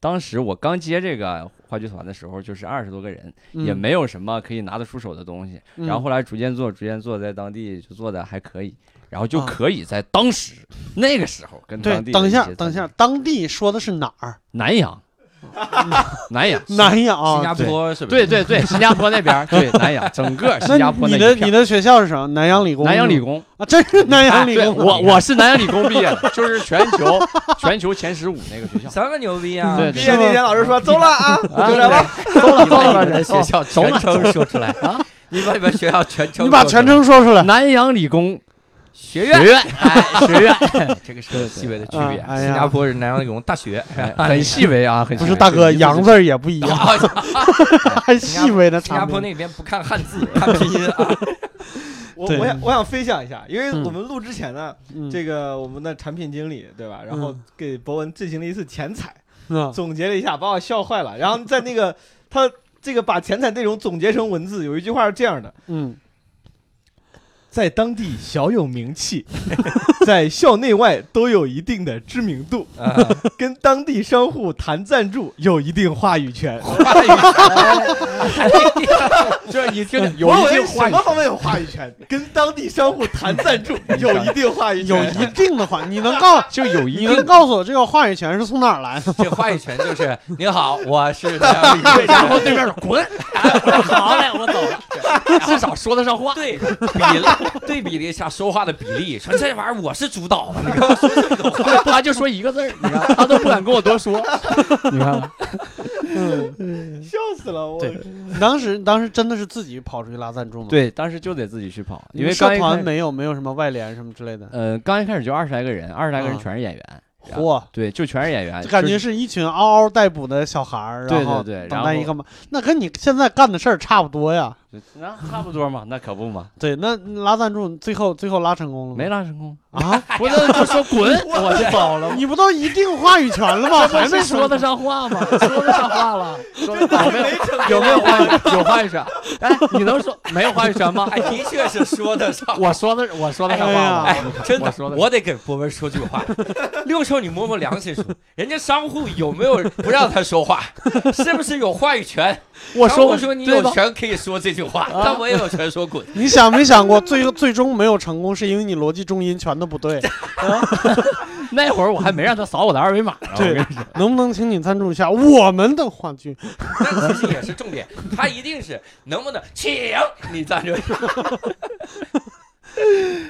[SPEAKER 2] 当时我刚接这个话剧团的时候，就是二十多个人，
[SPEAKER 1] 嗯
[SPEAKER 2] 也没有什么可以拿得出手的东西。
[SPEAKER 1] 嗯
[SPEAKER 2] 然后后来逐渐做，逐渐做，在当地就做的还可以，然后就
[SPEAKER 1] 啊
[SPEAKER 2] 可以在当时、那个时候跟
[SPEAKER 1] 对
[SPEAKER 2] 当，地
[SPEAKER 1] 等一
[SPEAKER 2] 的
[SPEAKER 1] 下
[SPEAKER 2] 些，
[SPEAKER 1] 等一
[SPEAKER 2] 赞
[SPEAKER 1] 下，
[SPEAKER 2] 助，
[SPEAKER 1] 当地说的是哪儿？
[SPEAKER 2] 南洋，南洋，
[SPEAKER 1] 南洋
[SPEAKER 3] 新加
[SPEAKER 1] 啊。
[SPEAKER 3] 坡是不
[SPEAKER 2] 对
[SPEAKER 3] 是？
[SPEAKER 2] 对对，新加坡那边儿，对南洋，整个新加
[SPEAKER 1] 那
[SPEAKER 2] 坡
[SPEAKER 1] 你
[SPEAKER 2] 那
[SPEAKER 1] 的
[SPEAKER 2] 一片
[SPEAKER 1] 你的学校是什么？南洋理工。
[SPEAKER 2] 南洋理
[SPEAKER 1] 工
[SPEAKER 2] 工。
[SPEAKER 1] 啊，真是南洋理
[SPEAKER 2] 哎对
[SPEAKER 1] 工。
[SPEAKER 2] 我我是南洋理工毕业的， 就是全球全球前十五那个学校。
[SPEAKER 3] 咱们牛
[SPEAKER 1] 哎
[SPEAKER 3] 逼啊！
[SPEAKER 2] 对
[SPEAKER 4] 毕业那天老师说走了啊，
[SPEAKER 3] 啊
[SPEAKER 4] 就这吧。
[SPEAKER 3] 走了走了，你的学校全称说出来啊！你把你们学校全称，
[SPEAKER 1] 你把全称说出来。
[SPEAKER 2] 南洋理工
[SPEAKER 3] 学院
[SPEAKER 2] 学院
[SPEAKER 3] 哎学院，这个是细微的区别
[SPEAKER 1] 啊。哎呀
[SPEAKER 3] 新加坡是南洋理工大学，
[SPEAKER 2] 很细微啊，很细
[SPEAKER 1] 不
[SPEAKER 2] 微
[SPEAKER 1] 是大哥，洋字儿也不一样，
[SPEAKER 3] 啊
[SPEAKER 1] 还细微的
[SPEAKER 3] 新
[SPEAKER 1] 差
[SPEAKER 3] 加
[SPEAKER 1] 别
[SPEAKER 3] 坡。那边不看汉 字，看拼音啊。
[SPEAKER 4] 我
[SPEAKER 1] 对
[SPEAKER 4] 我想我想分享一下，因为
[SPEAKER 1] 嗯
[SPEAKER 4] 我们录之前呢，
[SPEAKER 1] 嗯
[SPEAKER 4] 这个我们的产品经理对吧，然后
[SPEAKER 1] 嗯
[SPEAKER 4] 给博文进行了一次前采，
[SPEAKER 1] 啊
[SPEAKER 4] 总结了一下，把我笑坏了。然后在那个 他这个把前采内容总结成文字，有一句话是这样的：
[SPEAKER 1] 嗯，
[SPEAKER 4] 在当地小有名 气，在校内外都有一定的知名度，
[SPEAKER 3] 啊
[SPEAKER 4] 跟当地商户谈赞助有一定话语权。
[SPEAKER 3] 话语权，这你听着有
[SPEAKER 4] 博
[SPEAKER 3] 一
[SPEAKER 4] 文
[SPEAKER 3] 定话
[SPEAKER 4] 什
[SPEAKER 3] 语
[SPEAKER 4] 么方面有话语权？ 跟当地商户谈赞助有一定话语
[SPEAKER 1] 有
[SPEAKER 4] 权。
[SPEAKER 1] 一定的话，你能告
[SPEAKER 2] 就有
[SPEAKER 1] 你
[SPEAKER 2] 一
[SPEAKER 1] 能
[SPEAKER 2] 个
[SPEAKER 1] 告诉我这个话语权是从哪儿来的？
[SPEAKER 3] 这话语权就是 你好，我是南洋理 工，然后对面说滚，好嘞，我走了。
[SPEAKER 2] 至少说得上话。
[SPEAKER 3] 对比了对比了一下说话的比例，说这玩意儿我是主导的，你看我说这种话，
[SPEAKER 2] 他就说一个字儿，你看他都不敢跟我多说。 你看，
[SPEAKER 4] 笑死了我！
[SPEAKER 1] 对你当时当时真的是自己跑出去拉赞助吗？，
[SPEAKER 2] 对，当时就得自己去跑，
[SPEAKER 1] 因
[SPEAKER 2] 因
[SPEAKER 1] 为
[SPEAKER 2] 为
[SPEAKER 1] 社
[SPEAKER 2] 刚一
[SPEAKER 1] 团
[SPEAKER 2] 开始，
[SPEAKER 1] 没有没有什么外联什么之类的。
[SPEAKER 2] 呃，刚一开始就二十来个人，二十来个人
[SPEAKER 1] 啊
[SPEAKER 2] 全是演员，然后
[SPEAKER 1] 嚯！
[SPEAKER 2] 对，就全是演员，
[SPEAKER 1] 就感
[SPEAKER 2] 就
[SPEAKER 1] 觉
[SPEAKER 2] 是
[SPEAKER 1] 哎是一群嗷嗷待哺的小孩儿，
[SPEAKER 2] 对
[SPEAKER 1] 然后
[SPEAKER 2] 对对
[SPEAKER 1] 等
[SPEAKER 2] 然
[SPEAKER 1] 待
[SPEAKER 2] 后
[SPEAKER 1] 一个嘛，那跟你现在干的事儿差不多呀。
[SPEAKER 2] 那差不多嘛，那可不嘛，
[SPEAKER 1] 对，那拉赞助最后最后拉成功了吗？
[SPEAKER 2] 没拉成功，
[SPEAKER 1] 啊！
[SPEAKER 2] 不是就说滚，哎我就走了。
[SPEAKER 1] 你不都一定话语权了吗？哦 还没
[SPEAKER 2] 是说
[SPEAKER 1] 的
[SPEAKER 2] 得上话 吗？说得上话 了，说得上话没有
[SPEAKER 3] 成
[SPEAKER 2] 有没有话语有话语权？哎，你能说没有话语权吗？哎
[SPEAKER 3] 还哎的确是说得上。
[SPEAKER 2] 我说的我说得上话
[SPEAKER 1] 哎
[SPEAKER 2] 吗？
[SPEAKER 3] 真的
[SPEAKER 2] 我说，的
[SPEAKER 3] 我得给博文说句话。六兽，你摸摸良心说，人家商户有没有不让他说话？是不是有话语权？
[SPEAKER 2] 我
[SPEAKER 3] 商
[SPEAKER 2] 说
[SPEAKER 3] 户
[SPEAKER 2] 我
[SPEAKER 3] 说啊你
[SPEAKER 2] 对
[SPEAKER 3] 有
[SPEAKER 2] 吧？
[SPEAKER 3] 权可以说这句话，但我也有权说滚。
[SPEAKER 1] 你想没想过，最后最终没有成功，是因为你逻辑重音全都不 对。
[SPEAKER 2] 那会儿我还没让他扫我的二维码呢。我
[SPEAKER 1] 对
[SPEAKER 2] 跟你 说，
[SPEAKER 1] 能不能请你赞助一下我们的话剧？
[SPEAKER 3] 那其实也是重点，他一定是能不能请你站着。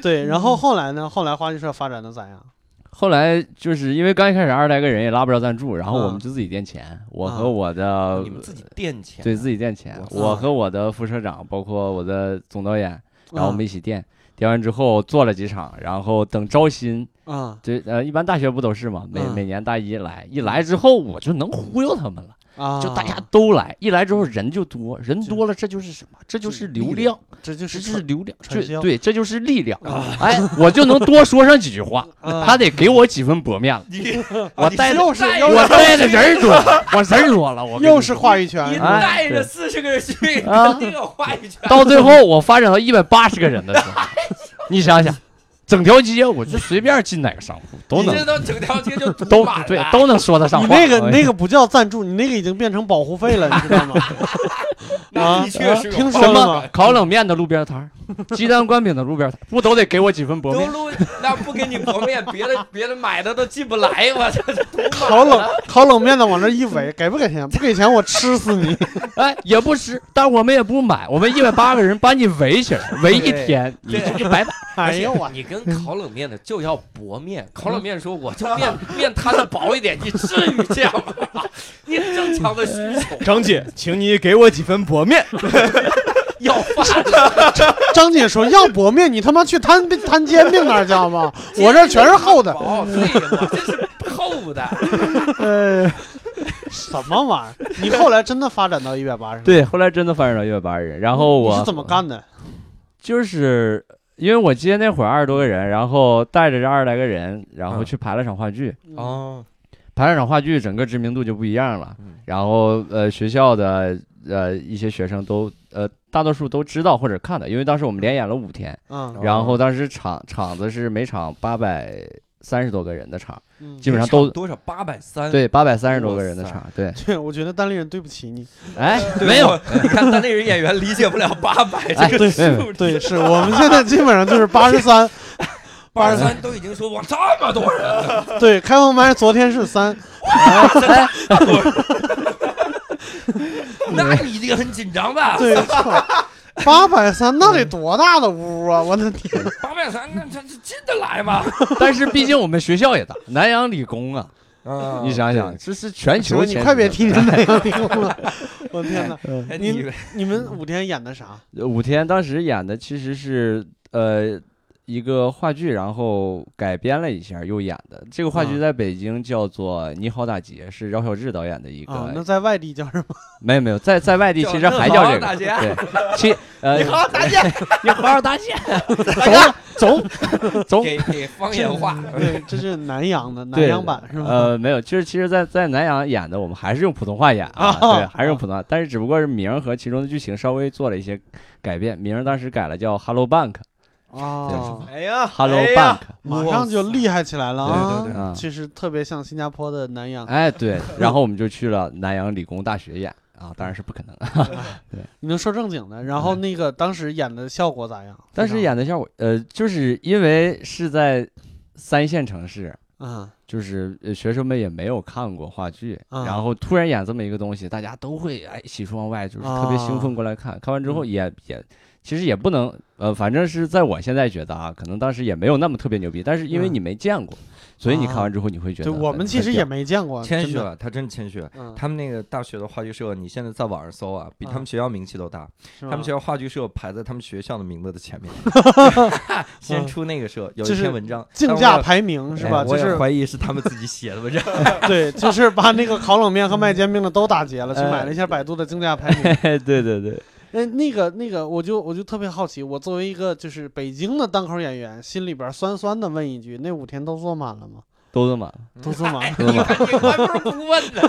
[SPEAKER 1] 对，然后后来呢？后来话剧社发展的咋样？
[SPEAKER 2] 后来就是因为刚一开始二十来个人也拉不着赞助，然后
[SPEAKER 1] 嗯
[SPEAKER 2] 我们就自己垫钱，我
[SPEAKER 1] 嗯
[SPEAKER 2] 和我的
[SPEAKER 3] 哦你们自己垫钱，啊
[SPEAKER 2] 对自己垫钱，
[SPEAKER 1] 哇
[SPEAKER 2] 我和我的副社长，包括我的总导演，然后我们一起垫。垫完之后做了几场，然后等招新，
[SPEAKER 1] 啊
[SPEAKER 2] 对，呃，一般大学不都是嘛？每
[SPEAKER 1] 嗯
[SPEAKER 2] 每年大一来，一来之后我就能忽悠他们了，
[SPEAKER 1] 啊！
[SPEAKER 2] 就大家都来，一来之后人就多，人多了这就是什么？这就是流量，
[SPEAKER 1] 这就
[SPEAKER 2] 这
[SPEAKER 1] 是
[SPEAKER 2] 就是流量，
[SPEAKER 1] 传销
[SPEAKER 2] 这对，这就是力量
[SPEAKER 1] 啊。
[SPEAKER 2] 哎，我就能多说上几句话，
[SPEAKER 1] 啊
[SPEAKER 2] 他得给我几分薄面了。
[SPEAKER 3] 你
[SPEAKER 2] 我
[SPEAKER 1] 你
[SPEAKER 2] 带的
[SPEAKER 1] 又是又
[SPEAKER 2] 我
[SPEAKER 1] 是
[SPEAKER 2] 带的人儿多，我人儿多了，我跟你
[SPEAKER 1] 又是
[SPEAKER 2] 说
[SPEAKER 1] 话语
[SPEAKER 3] 你
[SPEAKER 1] 权，
[SPEAKER 2] 哎
[SPEAKER 3] 带着
[SPEAKER 2] 对
[SPEAKER 3] 四十个人去，
[SPEAKER 2] 啊
[SPEAKER 3] 肯定有话语权。
[SPEAKER 2] 到最后我发展到一百八十个人的时 候，你想想，整条街我就随便进哪个商户都
[SPEAKER 3] 你
[SPEAKER 2] 能
[SPEAKER 3] 这都整条街就堵
[SPEAKER 2] 都
[SPEAKER 3] 满了
[SPEAKER 2] 对都能说得上
[SPEAKER 1] 你
[SPEAKER 2] 话。
[SPEAKER 1] 那个
[SPEAKER 2] 我跟
[SPEAKER 1] 你那 个不叫赞助，你那个已经变成保护费了，你知道吗？啊
[SPEAKER 3] 那的
[SPEAKER 2] 啊
[SPEAKER 3] 确是 有
[SPEAKER 1] 听说
[SPEAKER 2] 什
[SPEAKER 1] 了
[SPEAKER 2] 么
[SPEAKER 1] 吗？
[SPEAKER 2] 烤冷面的路边摊 儿，鸡蛋灌饼的路边摊儿，不都得给我几分薄
[SPEAKER 3] 都
[SPEAKER 2] 面？
[SPEAKER 3] 录那不给你薄面，别的别的买的都进不来，我操，这堵满
[SPEAKER 1] 烤冷
[SPEAKER 3] 了。
[SPEAKER 1] 烤冷面的往这一围，给不给钱？不给钱我吃死你！
[SPEAKER 2] 哎，也不吃，但我们也不买，我们一百八个人把你围起来，围一天，你
[SPEAKER 3] 对
[SPEAKER 2] 这就白摆。
[SPEAKER 1] 哎呦我，
[SPEAKER 3] 你跟烤冷面的就要薄面，烤冷面说我就面 面摊的薄一点，你至于这样 吗？你正常的需求
[SPEAKER 4] 张姐，请你给我几分薄面。
[SPEAKER 3] 要饭，
[SPEAKER 1] 张姐说要薄面，你他妈去摊摊煎饼那儿去好吗？我这全是厚的，
[SPEAKER 3] 薄对，我这是厚的。
[SPEAKER 1] 呃，什么玩意儿？你后来真的发展到一百八十？，
[SPEAKER 2] 对，后来真的发展到一百八十人，然后我
[SPEAKER 1] 你是怎么？干的？
[SPEAKER 2] 就是因为我接那会儿二十多个人，然后带着这二十来个人，然
[SPEAKER 1] 嗯
[SPEAKER 2] 后去排了场话剧，
[SPEAKER 3] 哦，
[SPEAKER 2] 排了场话剧，整个知名度就不一样了
[SPEAKER 3] 嗯。
[SPEAKER 2] 然后呃，学校的呃一些学生都呃大多数都知道或者看的，因为当时我们连演了五天，
[SPEAKER 1] 嗯
[SPEAKER 2] 然后当时场场子是每场八百三十多个人的场，
[SPEAKER 1] 嗯，
[SPEAKER 2] 基本上都
[SPEAKER 3] 多少八百三，
[SPEAKER 2] 对八百三十多个人的
[SPEAKER 3] 哇塞
[SPEAKER 2] 场，对，
[SPEAKER 1] 对，我觉得单立人对不起你。
[SPEAKER 2] 哎，
[SPEAKER 3] 对，
[SPEAKER 2] 没有，
[SPEAKER 3] 我 你看咱那人演员理解不了八百
[SPEAKER 2] 哎
[SPEAKER 3] 这个
[SPEAKER 2] 对
[SPEAKER 3] 数，
[SPEAKER 1] 对，是我们现在基本上就是八十 三，
[SPEAKER 3] 八十三都已经说哇这么多人，
[SPEAKER 1] 对，开放麦昨天是 三，
[SPEAKER 3] 哎 那你一定很紧张吧？
[SPEAKER 1] 对，八百三那得多大的屋啊！我的天，
[SPEAKER 3] 八百三那这这进得来吗？
[SPEAKER 2] 但是毕竟我们学校也大，南洋理工啊，
[SPEAKER 3] 啊
[SPEAKER 2] 你想想，这是全球
[SPEAKER 1] 你
[SPEAKER 2] 前
[SPEAKER 1] 快别
[SPEAKER 2] 十
[SPEAKER 1] 提你那个地方了，我的天哪！
[SPEAKER 3] 你
[SPEAKER 1] 你你们五天演的啥？啊
[SPEAKER 2] 名五天呃当时演的其实是呃一个话剧，然后改编了一下又演的。这个话剧
[SPEAKER 1] 啊
[SPEAKER 2] 在北京叫做《你好，大姐》，是饶晓志导演的一个。
[SPEAKER 1] 啊，那在外地叫什么？
[SPEAKER 2] 没有没有，在在外地其实还叫这个。对，其呃，
[SPEAKER 4] 你好，大姐，
[SPEAKER 2] 你好，大姐，
[SPEAKER 1] 走，
[SPEAKER 2] 走。
[SPEAKER 3] 给给方言化，
[SPEAKER 1] 对，这是南阳的南
[SPEAKER 2] 对
[SPEAKER 1] 阳版是吧？
[SPEAKER 2] 呃，没有，就是其实在，在南洋演的，我们还是用普通话演啊，对，还是用普通话，但是只不过是名儿和其中的剧情稍微做了一些改变。名儿当时改了叫 Hello Bank，Hello
[SPEAKER 1] 哦，
[SPEAKER 4] 哎呀
[SPEAKER 2] Bank，
[SPEAKER 1] 马上就厉害起来了啊！
[SPEAKER 3] 对对
[SPEAKER 2] 对
[SPEAKER 1] 其实特别像新加坡的南洋。
[SPEAKER 2] 哎，对，然后我们就去了南洋理工大学演啊，当然是不可能的。
[SPEAKER 1] 你能说正经的？然后那个当时演的效果咋样？
[SPEAKER 2] 当时演的效果，呃，就是因为是在三线城市，
[SPEAKER 1] 嗯
[SPEAKER 2] 就是呃学生们也没有看过话剧，
[SPEAKER 1] 啊
[SPEAKER 2] 然后突然演这么一个东西，大家都会哎喜出望外，就是特别兴
[SPEAKER 1] 啊
[SPEAKER 2] 奋过来看。看完之后
[SPEAKER 1] 嗯
[SPEAKER 2] 也、也其实也不能呃，反正是在我现在觉得啊，可能当时也没有那么特别牛逼，但是因为
[SPEAKER 1] 嗯
[SPEAKER 2] 你没见过，所以你看
[SPEAKER 1] 啊
[SPEAKER 2] 完之后你会觉得
[SPEAKER 1] 对，
[SPEAKER 2] 很，
[SPEAKER 1] 我们其
[SPEAKER 2] 很
[SPEAKER 1] 实
[SPEAKER 2] 屌
[SPEAKER 1] 也没见过，
[SPEAKER 3] 谦
[SPEAKER 1] 真
[SPEAKER 3] 虚
[SPEAKER 1] 的。
[SPEAKER 3] 了，他真谦虚了。
[SPEAKER 1] 嗯，
[SPEAKER 3] 他们那个大学的话剧社，你现在在网上搜啊，比他
[SPEAKER 1] 啊
[SPEAKER 3] 们学校名气都大。
[SPEAKER 1] 是
[SPEAKER 3] 他们
[SPEAKER 1] 吧
[SPEAKER 3] 学校话剧社排在他们学校的名字的 前面，
[SPEAKER 1] 嗯
[SPEAKER 3] 先出那个社有
[SPEAKER 1] 就
[SPEAKER 3] 一
[SPEAKER 1] 是
[SPEAKER 3] 篇文章，
[SPEAKER 1] 竞
[SPEAKER 3] 但
[SPEAKER 1] 价
[SPEAKER 3] 我也
[SPEAKER 1] 排名是
[SPEAKER 3] 哎
[SPEAKER 1] 吧？就
[SPEAKER 3] 我也
[SPEAKER 1] 是
[SPEAKER 3] 怀疑是他们自己写的文章。
[SPEAKER 1] 对，就是把那个烤冷面和卖煎饼的都打劫了，去买了一下百度的竞价排名。
[SPEAKER 2] 哎，对对对，
[SPEAKER 1] 哎，那个那个，我就我就特别好奇，我作为一个就是北京的单口演员，心里边酸酸的问一句：那五天都坐满了吗？
[SPEAKER 2] 都这么
[SPEAKER 1] 都坐 满了。
[SPEAKER 3] 你看你还不如不问 呢，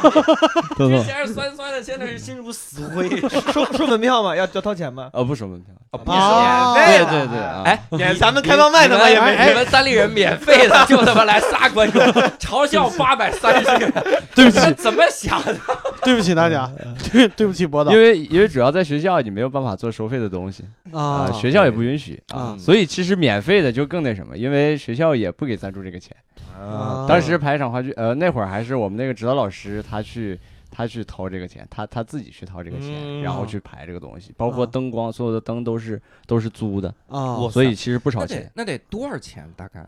[SPEAKER 2] 都这
[SPEAKER 3] 之
[SPEAKER 2] 么
[SPEAKER 3] 前是酸酸的，现在是心如死灰。
[SPEAKER 4] 收收门票吗？要要掏钱吗？
[SPEAKER 2] 呃不收门票，
[SPEAKER 3] 啊
[SPEAKER 1] 不啊
[SPEAKER 4] 免费
[SPEAKER 2] 对
[SPEAKER 4] 的
[SPEAKER 2] 对对啊，
[SPEAKER 3] 哎，
[SPEAKER 4] 免咱们开放麦他妈也没
[SPEAKER 3] 你们三里人免费 的，就他妈来仨观 众，嘲笑八百三十个 人，
[SPEAKER 1] 对不
[SPEAKER 3] 你们
[SPEAKER 1] 起，
[SPEAKER 3] 怎么想的？
[SPEAKER 1] 对不起大家，
[SPEAKER 2] 嗯
[SPEAKER 1] 对对不起博导
[SPEAKER 2] 因为因为主要在学校你没有办法做收费的东西
[SPEAKER 1] 啊，
[SPEAKER 2] 学校也不允许啊，
[SPEAKER 1] 啊
[SPEAKER 2] 所以其实免费的就更那什么，因为学校也不给赞助这个钱。
[SPEAKER 1] 啊
[SPEAKER 2] 当时排一场话剧，呃，那会儿还是我们那个指导老师，他去他去掏这个钱，他他自己去掏这个钱，
[SPEAKER 3] 嗯
[SPEAKER 2] 然后去排这个东西，包括
[SPEAKER 1] 啊
[SPEAKER 2] 灯光，所有的灯都是都是租的，
[SPEAKER 1] 啊，
[SPEAKER 3] 我
[SPEAKER 2] 所以其实不少
[SPEAKER 3] 那
[SPEAKER 2] 钱
[SPEAKER 3] 得。那得多少钱？大概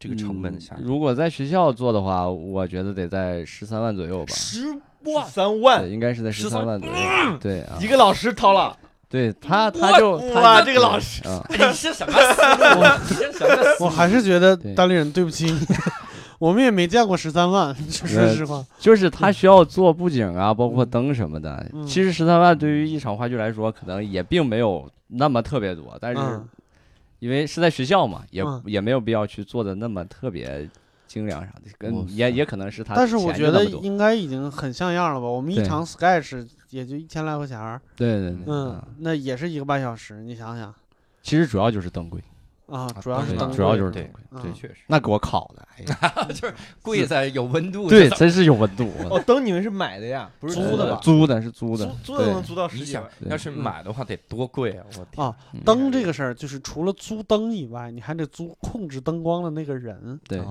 [SPEAKER 3] 这个成本下
[SPEAKER 2] 嗯，如果在学校做的话，我觉得得在十三万左右吧，
[SPEAKER 3] 十
[SPEAKER 4] 哇，
[SPEAKER 3] 万
[SPEAKER 4] 三万
[SPEAKER 2] 对，应该是在十
[SPEAKER 3] 13
[SPEAKER 2] 三
[SPEAKER 3] 万
[SPEAKER 2] 万左右。对啊
[SPEAKER 4] 一，个老师掏了，
[SPEAKER 2] 对他他就他
[SPEAKER 4] 哇，
[SPEAKER 2] 就
[SPEAKER 4] 这个老师
[SPEAKER 2] 啊，
[SPEAKER 3] 哎你是什么思路？啊你是什么思
[SPEAKER 1] 我还是觉得
[SPEAKER 2] 对
[SPEAKER 1] 单立人对不起你， 我们也没见过十三万，说实话，
[SPEAKER 2] 就是他需要做布景啊，包括灯什么的。
[SPEAKER 1] 嗯
[SPEAKER 2] 其实十三万对于一场话剧来说，可能也并没有那么特别多，但是
[SPEAKER 1] 嗯
[SPEAKER 2] 因为是在学校嘛，也
[SPEAKER 1] 嗯
[SPEAKER 2] 也没有必要去做的那么特别精良啥的，
[SPEAKER 3] 哇
[SPEAKER 2] 跟
[SPEAKER 3] 塞
[SPEAKER 2] 也也可能是他。
[SPEAKER 1] 但是我觉得应该已经很像样了吧？我们一
[SPEAKER 2] 对
[SPEAKER 1] 场 sketch 也就一千来块钱儿，
[SPEAKER 2] 对对对，
[SPEAKER 1] 嗯
[SPEAKER 2] 啊，
[SPEAKER 1] 那也是一个半小时，你想想
[SPEAKER 2] 其实主要就是灯贵，
[SPEAKER 1] 啊，
[SPEAKER 3] 啊
[SPEAKER 1] 主要
[SPEAKER 3] 当
[SPEAKER 1] 是
[SPEAKER 3] 然
[SPEAKER 1] 灯贵，
[SPEAKER 2] 对，主要就是
[SPEAKER 3] 对
[SPEAKER 2] 灯贵，
[SPEAKER 1] 啊
[SPEAKER 2] 对，
[SPEAKER 3] 确实，
[SPEAKER 2] 那给我烤的，哎呀，
[SPEAKER 3] 就是贵在有温度。
[SPEAKER 2] 对，真是有温度。
[SPEAKER 4] 哦，灯你们是买的呀，不是
[SPEAKER 1] 租的吧
[SPEAKER 2] 租的是租的
[SPEAKER 4] 租，租的
[SPEAKER 2] 对
[SPEAKER 4] 能租到十
[SPEAKER 3] 你
[SPEAKER 4] 几
[SPEAKER 3] 想
[SPEAKER 4] 万，
[SPEAKER 2] 对
[SPEAKER 3] 要是买的话得多贵啊！我天，
[SPEAKER 1] 啊，
[SPEAKER 2] 嗯
[SPEAKER 1] 灯这个事儿，就是除了租灯以外，你还得租控制灯光的那个人。
[SPEAKER 2] 对，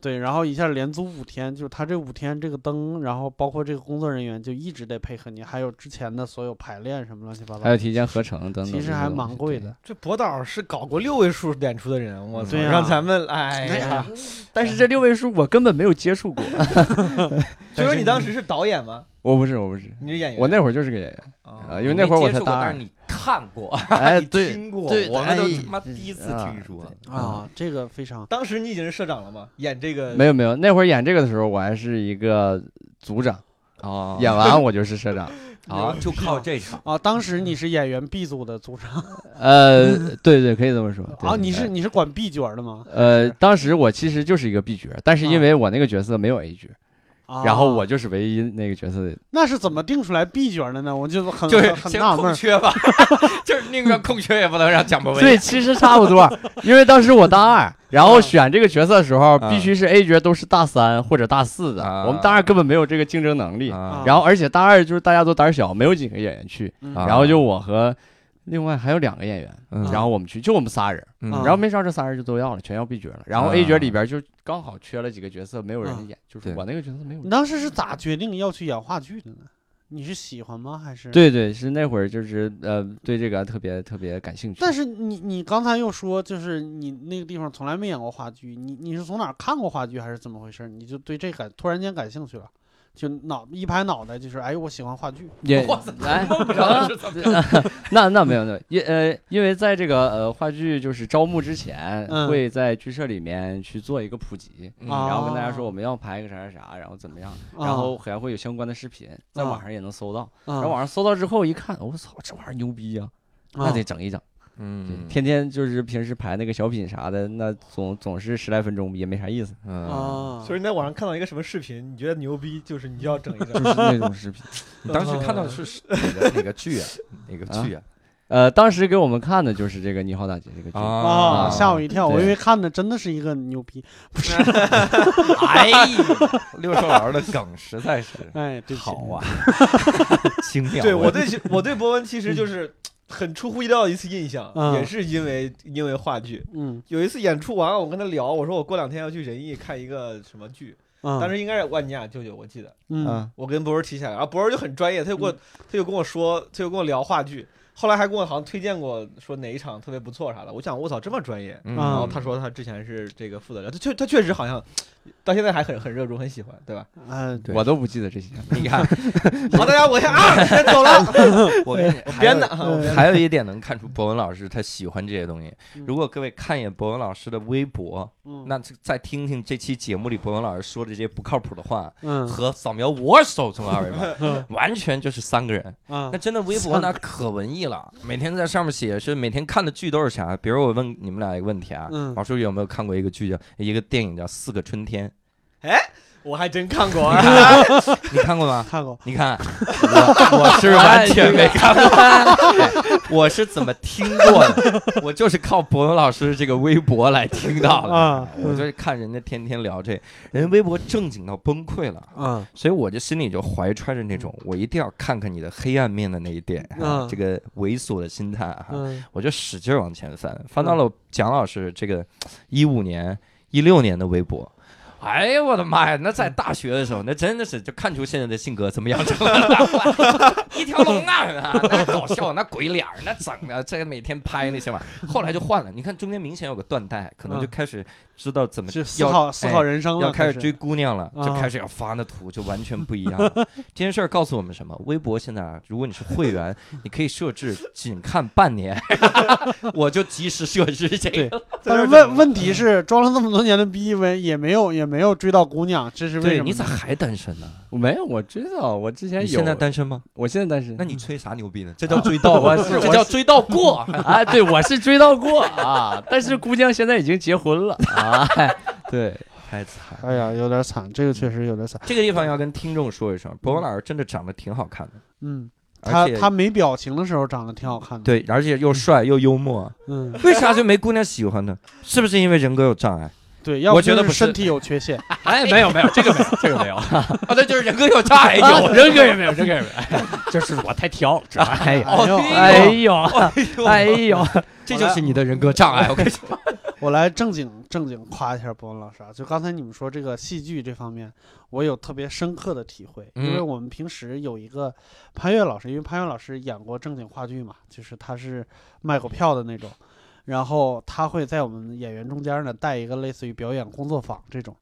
[SPEAKER 1] 对，然后一下连租五天，就是他这五天这个灯，然后包括这个工作人员就一直得配合你，还有之前的所有排练什么乱七八
[SPEAKER 2] 还有
[SPEAKER 1] 糟，
[SPEAKER 2] 提前合成等等这些
[SPEAKER 1] 其
[SPEAKER 2] 东西，
[SPEAKER 1] 实还蛮贵
[SPEAKER 2] 对
[SPEAKER 1] 的。。
[SPEAKER 4] 这博导是搞过六位数演出的人，我操，
[SPEAKER 1] 对呀
[SPEAKER 4] 让咱们哎
[SPEAKER 1] 哎
[SPEAKER 4] 呀，
[SPEAKER 2] 但是这六位数我根本没有接触过，
[SPEAKER 4] 所以说你当时是导演吗？
[SPEAKER 2] 我不是，我不是，
[SPEAKER 4] 你是演员？
[SPEAKER 2] 我那会儿就是个演员
[SPEAKER 4] 呃
[SPEAKER 2] 啊，因为那会儿我
[SPEAKER 3] 没接
[SPEAKER 2] 才
[SPEAKER 3] 触
[SPEAKER 2] 大
[SPEAKER 3] 过但
[SPEAKER 2] 二
[SPEAKER 3] 是。你看 过，
[SPEAKER 2] 哎，
[SPEAKER 3] 你
[SPEAKER 2] 对，
[SPEAKER 3] 听过，
[SPEAKER 2] 对
[SPEAKER 3] 我们都
[SPEAKER 2] 哎哦
[SPEAKER 3] 他妈第一次听说。
[SPEAKER 1] 啊，这个非常
[SPEAKER 4] 当时你已经是社长了吗？演这个
[SPEAKER 2] 没有没有，那会儿演这个的时候，我还是一个组长，
[SPEAKER 3] 哦
[SPEAKER 2] 演完我就是 社长。
[SPEAKER 3] 啊，就靠这 场，
[SPEAKER 1] 啊！当时你是演员 B 组的组长
[SPEAKER 2] 呃，对对，可以 这么说。对
[SPEAKER 1] 啊，你是
[SPEAKER 2] 对
[SPEAKER 1] 你是管 B 角的吗？
[SPEAKER 2] 呃，当时我其实就是一个 B 角，但是因为我那个角色没有 A 角，
[SPEAKER 1] 啊
[SPEAKER 2] 然后我就是唯一那个角色，
[SPEAKER 1] 那是怎么定出来 B 角的呢？我就很
[SPEAKER 3] 就是
[SPEAKER 1] 很
[SPEAKER 3] 先
[SPEAKER 1] 纳闷
[SPEAKER 3] 空
[SPEAKER 1] 儿。
[SPEAKER 3] 缺吧， 就是宁愿空缺也不能让蒋博
[SPEAKER 1] 哦
[SPEAKER 3] 文。
[SPEAKER 2] 对，，其实差不 多，因为当时我大二，然后选这个角色的时候，
[SPEAKER 1] 哦
[SPEAKER 3] 嗯
[SPEAKER 2] 必须是 A 角都是大三或者大四的，
[SPEAKER 3] 啊
[SPEAKER 2] 我们大二根本没有这个竞争能
[SPEAKER 1] 哦
[SPEAKER 2] 力。
[SPEAKER 3] 啊
[SPEAKER 2] 然后，而且大二就是大家都胆小，没有几个演员去，
[SPEAKER 1] 嗯
[SPEAKER 3] 啊
[SPEAKER 2] 然后就我和另外还有两个演员，
[SPEAKER 3] 嗯
[SPEAKER 1] 哦
[SPEAKER 2] 然后我们去，就我们仨人，
[SPEAKER 3] 嗯
[SPEAKER 1] 啊
[SPEAKER 2] 然后没招，这仨人就都要了，全要 B 角了。然后
[SPEAKER 3] 啊
[SPEAKER 2] A 角里边就刚好缺了几个角色，没有人演，就是
[SPEAKER 3] 对
[SPEAKER 2] 我那个角色没有人。
[SPEAKER 1] 你当时是咋决定要去演话剧的呢？你是喜欢吗？还是？
[SPEAKER 2] 对对，是那会儿就是呃，对这个特别特别感兴趣。
[SPEAKER 1] 但是你你刚才又说，就是你那个地方从来没演过话剧，你你是从哪儿看过话剧还是怎么回事？你就对这感突然间感兴趣了，就脑一拍脑袋就是，哎，我喜欢话剧。
[SPEAKER 2] 也
[SPEAKER 3] 我操
[SPEAKER 2] 来
[SPEAKER 3] 梦 着是怎么着
[SPEAKER 2] 哎那那没有没有，因呃，因为在这个呃话剧就是招募之前，
[SPEAKER 1] 嗯
[SPEAKER 2] 会在剧社里面去做一个普及，
[SPEAKER 3] 嗯
[SPEAKER 1] 啊
[SPEAKER 2] 然后跟大家说我们要拍个啥啥啥，然后怎么样，
[SPEAKER 1] 啊
[SPEAKER 2] 然后还会有相关的视频，在
[SPEAKER 1] 哦
[SPEAKER 2] 网上也能搜到。
[SPEAKER 1] 啊
[SPEAKER 2] 然后网上搜到之后一看，我操，这玩意儿牛逼呀，
[SPEAKER 1] 哦
[SPEAKER 2] 那得整一整。对
[SPEAKER 3] 嗯，
[SPEAKER 2] 天天就是平时排那个小品啥的，那总总是十来分钟也没啥意思，
[SPEAKER 3] 嗯，
[SPEAKER 1] 啊，
[SPEAKER 4] 所以你在网上看到一个什么视频，你觉得牛逼，就是你就要整一
[SPEAKER 2] 就
[SPEAKER 4] 整。
[SPEAKER 2] 是那种视频。
[SPEAKER 3] 你当时看到的是哪个哪个剧啊？哪个剧啊？
[SPEAKER 2] 呃，当时给我们看的就是这个《你好，大姐》这个剧。
[SPEAKER 1] 啊，
[SPEAKER 2] 啊
[SPEAKER 1] 吓我一跳，我
[SPEAKER 2] 对
[SPEAKER 1] 以为看的真的是一个牛 逼。
[SPEAKER 3] 哎呀，六兽老师的梗实在是
[SPEAKER 1] 哎，对不起
[SPEAKER 3] 好 啊，精妙。
[SPEAKER 4] 对我对其我对博文其实就是很出乎意料的一次印象，
[SPEAKER 1] 嗯
[SPEAKER 4] 也是因为因为话剧。
[SPEAKER 1] 嗯
[SPEAKER 4] 有一次演出完，我跟他聊，我说我过两天要去仁义看一个什么剧，
[SPEAKER 1] 嗯，
[SPEAKER 4] 当时应该是《万尼亚舅舅》，我记得。
[SPEAKER 1] 嗯
[SPEAKER 2] 嗯，
[SPEAKER 4] 我跟博文提起来，然后博文就很专业，他就
[SPEAKER 3] 嗯
[SPEAKER 4] 跟我、他就跟我说，他就跟我聊话剧，后来还跟我好像推荐过说哪一场特别不错啥的。我想我操这么专业，
[SPEAKER 3] 嗯，
[SPEAKER 4] 然后
[SPEAKER 1] 啊
[SPEAKER 4] 他说他之前是这个负责人，他确他确实好像到现在还很很热衷，很喜欢，对吧？
[SPEAKER 3] 嗯
[SPEAKER 1] 哎，
[SPEAKER 2] 我都不记得这些。
[SPEAKER 3] 你看，
[SPEAKER 4] 好，大家我先啊先 走了，
[SPEAKER 3] 我跟你还有
[SPEAKER 4] 编的啊， 我编的
[SPEAKER 3] 还有一点能看出博文老师他喜欢这些东西
[SPEAKER 1] 嗯。
[SPEAKER 3] 如果各位看一眼博文老师的微博，
[SPEAKER 1] 嗯
[SPEAKER 3] 那这再听听这期节目里博文老师说的这些不靠谱的话，
[SPEAKER 1] 嗯
[SPEAKER 3] 和扫描我手中的二 维码，完全就是三个人。
[SPEAKER 1] 啊
[SPEAKER 3] 那真的微博那可文艺了，每天在上面写是每天看的剧都是啥？比如我问你们俩一个问题啊
[SPEAKER 1] 嗯，
[SPEAKER 3] 王叔有没有看过一个剧叫一个电影叫《四个 春天
[SPEAKER 4] 我还真看 过啊。》？
[SPEAKER 3] 你看过吗？
[SPEAKER 1] 看过，
[SPEAKER 3] 你看，我我是完全没看过，哎 我是怎么听过的？我就是靠博文老师这个微博来听到的。
[SPEAKER 1] 啊嗯
[SPEAKER 3] 我就是看人家天天聊这，人家微博正经到崩溃了，
[SPEAKER 1] 嗯
[SPEAKER 3] 所以我就心里就怀揣着那种我一定要看看你的黑暗面的那一点，哈
[SPEAKER 1] 嗯
[SPEAKER 3] 这个猥琐的心态哈，
[SPEAKER 1] 嗯
[SPEAKER 3] 我就使劲往前翻，翻到了蒋老师这个一五年、一六年的微博。哎呀，我的妈呀！那在大学的时 候，那真的是就看出现在的性格怎么养成了， 一条龙啊， 啊那搞笑，那鬼脸儿，那整的，这每天拍那些玩意儿。后来就换了，你看中间明显有个断代，可能就
[SPEAKER 1] 嗯
[SPEAKER 3] 开始知道怎么
[SPEAKER 1] 就思
[SPEAKER 3] 要
[SPEAKER 1] 考思
[SPEAKER 3] 哎
[SPEAKER 1] 考人生了，
[SPEAKER 3] 要开始追姑娘了，
[SPEAKER 1] 啊
[SPEAKER 3] 就开始要发那图，就完全不一 样了。这件事儿告诉我们什么？微博现在啊，如果你是会员，你可以设置仅看半年， 我就及时设置这
[SPEAKER 1] 对
[SPEAKER 3] 个。
[SPEAKER 1] 但是问问题是，装了这么多年的逼问，也没有也没有追到姑娘，这是为
[SPEAKER 3] 对
[SPEAKER 1] 什么
[SPEAKER 3] 你咋
[SPEAKER 1] 呢？
[SPEAKER 3] 还单身呢？
[SPEAKER 2] 我没有，我知道，我之前
[SPEAKER 3] 你
[SPEAKER 2] 有。嗯
[SPEAKER 3] 现在单身吗？
[SPEAKER 2] 我现在单身。
[SPEAKER 3] 那你吹啥牛逼呢？这叫追 到，
[SPEAKER 2] 到我是
[SPEAKER 3] 这
[SPEAKER 2] 我
[SPEAKER 3] 叫追到 过。
[SPEAKER 2] 啊，对，我是追到过啊，但是姑娘现在已经结婚了啊。哎对，
[SPEAKER 3] 太惨！
[SPEAKER 1] 哎呀，有点惨，这个确实有点惨。
[SPEAKER 3] 这个地方要跟听众说一声，博文老师真的长得挺好看的，
[SPEAKER 1] 嗯，他
[SPEAKER 3] 而且
[SPEAKER 1] 他没表情的时候长得挺好看的。，
[SPEAKER 3] 对，而且又帅又幽默，
[SPEAKER 1] 嗯，
[SPEAKER 3] 为啥就没姑娘喜欢呢？是不是因为人格有障 碍？
[SPEAKER 1] 对，要
[SPEAKER 3] 我
[SPEAKER 1] 不
[SPEAKER 3] 觉得
[SPEAKER 1] 就
[SPEAKER 3] 不
[SPEAKER 1] 是
[SPEAKER 3] 是
[SPEAKER 1] 身体有缺陷。
[SPEAKER 2] 哎，没有没有，这个没有，这个没有，
[SPEAKER 3] 啊，对，就是人格有 障碍
[SPEAKER 2] 有
[SPEAKER 3] 有。
[SPEAKER 2] 人格也没有，人格也没有，就是我太挑，主要哎呦
[SPEAKER 1] 哎呦，
[SPEAKER 2] 哎呦哎呦，
[SPEAKER 3] 哦这就是你的人格障碍。 我跟你说，
[SPEAKER 1] 我来正经正经夸一下博文老师啊！就刚才你们说这个戏剧这方面，我有特别深刻的体会，因为
[SPEAKER 3] 嗯
[SPEAKER 1] 我们平时有一个潘越老师，因为潘越老师演过正经话剧嘛，就是他是卖过票的那种，然后他会在我们演员中间呢带一个类似于表演工作坊这种。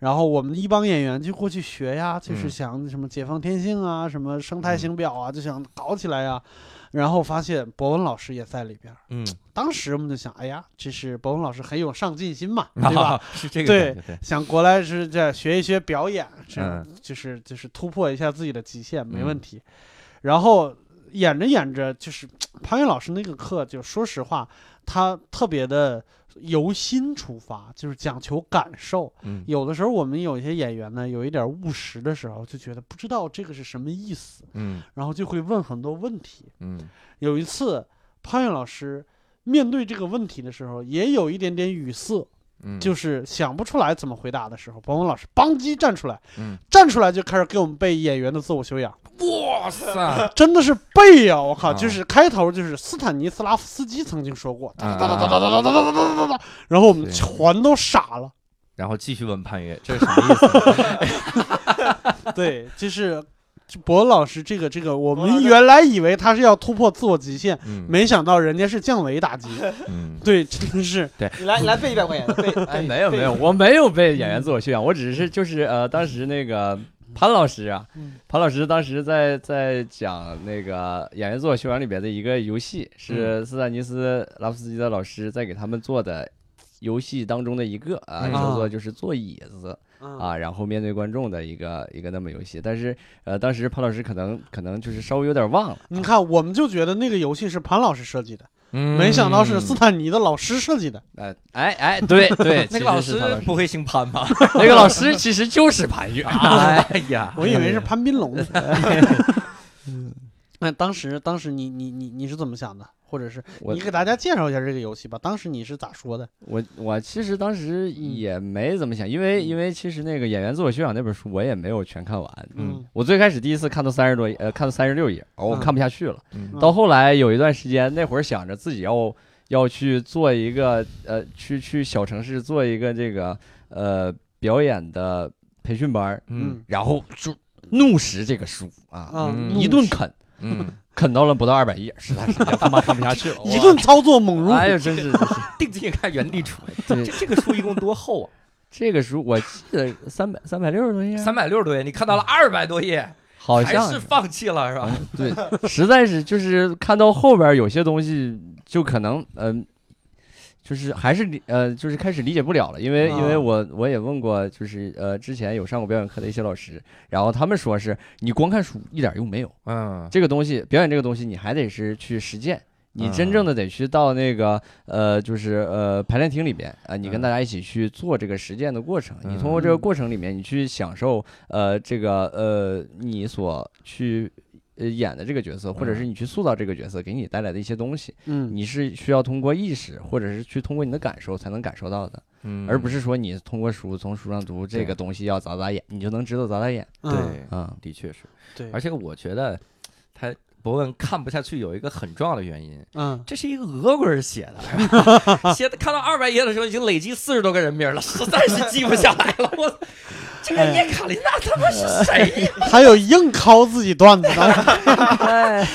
[SPEAKER 1] 然后我们一帮演员就过去学呀，就是
[SPEAKER 3] 嗯
[SPEAKER 1] 想什么解放天性啊，什么生态
[SPEAKER 3] 嗯
[SPEAKER 1] 型表啊，就想搞起来呀。然后发现博文老师也在里边，
[SPEAKER 3] 嗯，
[SPEAKER 1] 当时我们就想，哎呀，这是博文老师很有上进心 嘛，
[SPEAKER 3] 对
[SPEAKER 1] 对吧？？
[SPEAKER 3] 是这个
[SPEAKER 1] 对
[SPEAKER 3] 感觉对，
[SPEAKER 1] 想过来是这学一学表演，这样
[SPEAKER 3] 嗯
[SPEAKER 1] 就是就是突破一下自己的极限，没问题。然后演着演着，就是潘越老师那个课，就说实话，他特别的由心出发，就是讲求感受。
[SPEAKER 3] 嗯
[SPEAKER 1] 有的时候我们有一些演员呢，有一点务实的时候，就觉得不知道这个是什么意思，
[SPEAKER 3] 嗯
[SPEAKER 1] 然后就会问很多问题。
[SPEAKER 3] 嗯
[SPEAKER 1] 有一次，潘越老师面对这个问题的时候，也有一点点语塞，
[SPEAKER 3] 嗯，
[SPEAKER 1] 就是想不出来怎么回答的时候，彭文老师邦叽站出来，
[SPEAKER 3] 嗯
[SPEAKER 1] 站出来就开始给我们背演员的自我修养，
[SPEAKER 3] 哇塞，
[SPEAKER 1] 真的是背呀、我靠，
[SPEAKER 3] 啊
[SPEAKER 1] 就是开头就是斯坦尼斯拉夫斯基曾经说过，
[SPEAKER 3] 啊
[SPEAKER 1] 哒哒哒哒哒哒哒哒哒哒哒，然后我们
[SPEAKER 3] 是
[SPEAKER 1] 全都傻了。
[SPEAKER 3] 然后继续问潘越，这是什么意思？
[SPEAKER 1] 对，就是就博老师这个这个，我
[SPEAKER 4] 博老
[SPEAKER 1] 们
[SPEAKER 4] 师
[SPEAKER 1] 原来以为他是要突破自我极限，
[SPEAKER 3] 嗯
[SPEAKER 1] 没想到人家是降维打 击。
[SPEAKER 3] 嗯，
[SPEAKER 1] 对，真的是
[SPEAKER 4] 你来，你来背一百块钱的，背
[SPEAKER 2] 哎，
[SPEAKER 4] 哎
[SPEAKER 2] 没有没有，，我没有被演员自我修养，啊我只是就是呃，当时那个潘老师啊
[SPEAKER 1] 嗯，
[SPEAKER 2] 潘老师当时在在讲那个演员自我修养里边的一个游戏，是斯坦尼斯拉夫斯基的老师在给他们做的游戏当中的一个啊，
[SPEAKER 3] 嗯
[SPEAKER 2] 叫做就是坐椅子。
[SPEAKER 1] 啊，
[SPEAKER 2] 啊，然后面对观众的一个一个那么游戏，但是呃，当时潘老师可能可能就是稍微有点忘了，
[SPEAKER 1] 你看，我们就觉得那个游戏是潘老师设计的，
[SPEAKER 3] 嗯
[SPEAKER 1] 没想到是斯坦尼的老师设计的。
[SPEAKER 2] 呃，哎哎，对对，
[SPEAKER 3] 那
[SPEAKER 2] 其
[SPEAKER 3] 个老
[SPEAKER 2] 实
[SPEAKER 3] 师
[SPEAKER 4] 嗯
[SPEAKER 2] 是潘老师
[SPEAKER 3] 不会姓潘吧？
[SPEAKER 2] 那个老师其实就是潘越，
[SPEAKER 3] 哎呀，
[SPEAKER 1] 我以为是潘斌 龙呢。那当时，当时你你你你是怎么想的？或者是
[SPEAKER 2] 我
[SPEAKER 1] 你给大家介绍一下这个游戏吧？当时你是咋说的？
[SPEAKER 2] 我我其实当时
[SPEAKER 3] 嗯
[SPEAKER 2] 也没怎么想，因为因为其实那个演员自我修养那本书我也没有全看完，
[SPEAKER 1] 嗯
[SPEAKER 2] 我最开始第一次看到三十多页，呃，看到三十六页，我
[SPEAKER 1] 嗯
[SPEAKER 2] 看不下去了。
[SPEAKER 3] 啊嗯
[SPEAKER 2] 到后来有一段时间，那会儿想着自己要要去做一个呃，去去小城市做一个这个呃表演的培训班儿，
[SPEAKER 3] 嗯
[SPEAKER 2] 然后就怒食这个书啊，
[SPEAKER 1] 啊，
[SPEAKER 3] 嗯
[SPEAKER 1] 怒，
[SPEAKER 2] 一顿啃，
[SPEAKER 3] 嗯，
[SPEAKER 2] 啃到了不到二百页，实在 是他妈看不下去了
[SPEAKER 1] 一顿操作猛如
[SPEAKER 2] 哇，
[SPEAKER 1] 虎。
[SPEAKER 2] 哎呀，真是真是。
[SPEAKER 3] 定睛一看原地杵，
[SPEAKER 2] 对
[SPEAKER 3] 这这个书一共多厚啊？
[SPEAKER 2] 这个书我记得三百三百六十多页，
[SPEAKER 3] 三百六十多页，你看到了二百多页，
[SPEAKER 2] 啊好
[SPEAKER 3] 还
[SPEAKER 2] 像
[SPEAKER 3] 是放弃了是吧？
[SPEAKER 2] 对，实在是就是看到后边有些东西就可能嗯、就是还是理呃就是开始理解不了了，因为因为
[SPEAKER 1] 啊
[SPEAKER 2] 我我也问过就是呃之前有上过表演课的一些老师，然后他们说是你光看书一点用没有，
[SPEAKER 3] 嗯
[SPEAKER 2] 这个东西表演这个东西你还得是去实践。你真正的得去到那个呃，就是呃排练厅里边啊、你跟
[SPEAKER 3] 嗯
[SPEAKER 2] 大家一起去做这个实践的过程。你通
[SPEAKER 3] 嗯
[SPEAKER 2] 过这个过程里面，你去享受呃这个呃你所去呃演的这个角
[SPEAKER 3] 嗯
[SPEAKER 2] 色，或者是你去塑造这个角色给你带来的一些东西，
[SPEAKER 1] 嗯，
[SPEAKER 2] 你是需要通过意识或者是去通过你的感受才能感受到的，
[SPEAKER 3] 嗯
[SPEAKER 2] 而不是说你通过书从书上读这个东西要咋咋演，你就能知道咋咋演
[SPEAKER 1] 嗯，
[SPEAKER 3] 对，
[SPEAKER 2] 啊。
[SPEAKER 3] 的确是，
[SPEAKER 1] 对，
[SPEAKER 3] 而且我觉得他博文看不下去有一个很重要的原因，
[SPEAKER 1] 嗯，
[SPEAKER 3] 这是一个俄国人写的， 写的看到二百页的时候已经累积四十多个人名了，实在是记不下来了。我这个叶卡琳娜他妈是谁呀？
[SPEAKER 1] 还有硬敲自己段子的，
[SPEAKER 2] 哎， 哦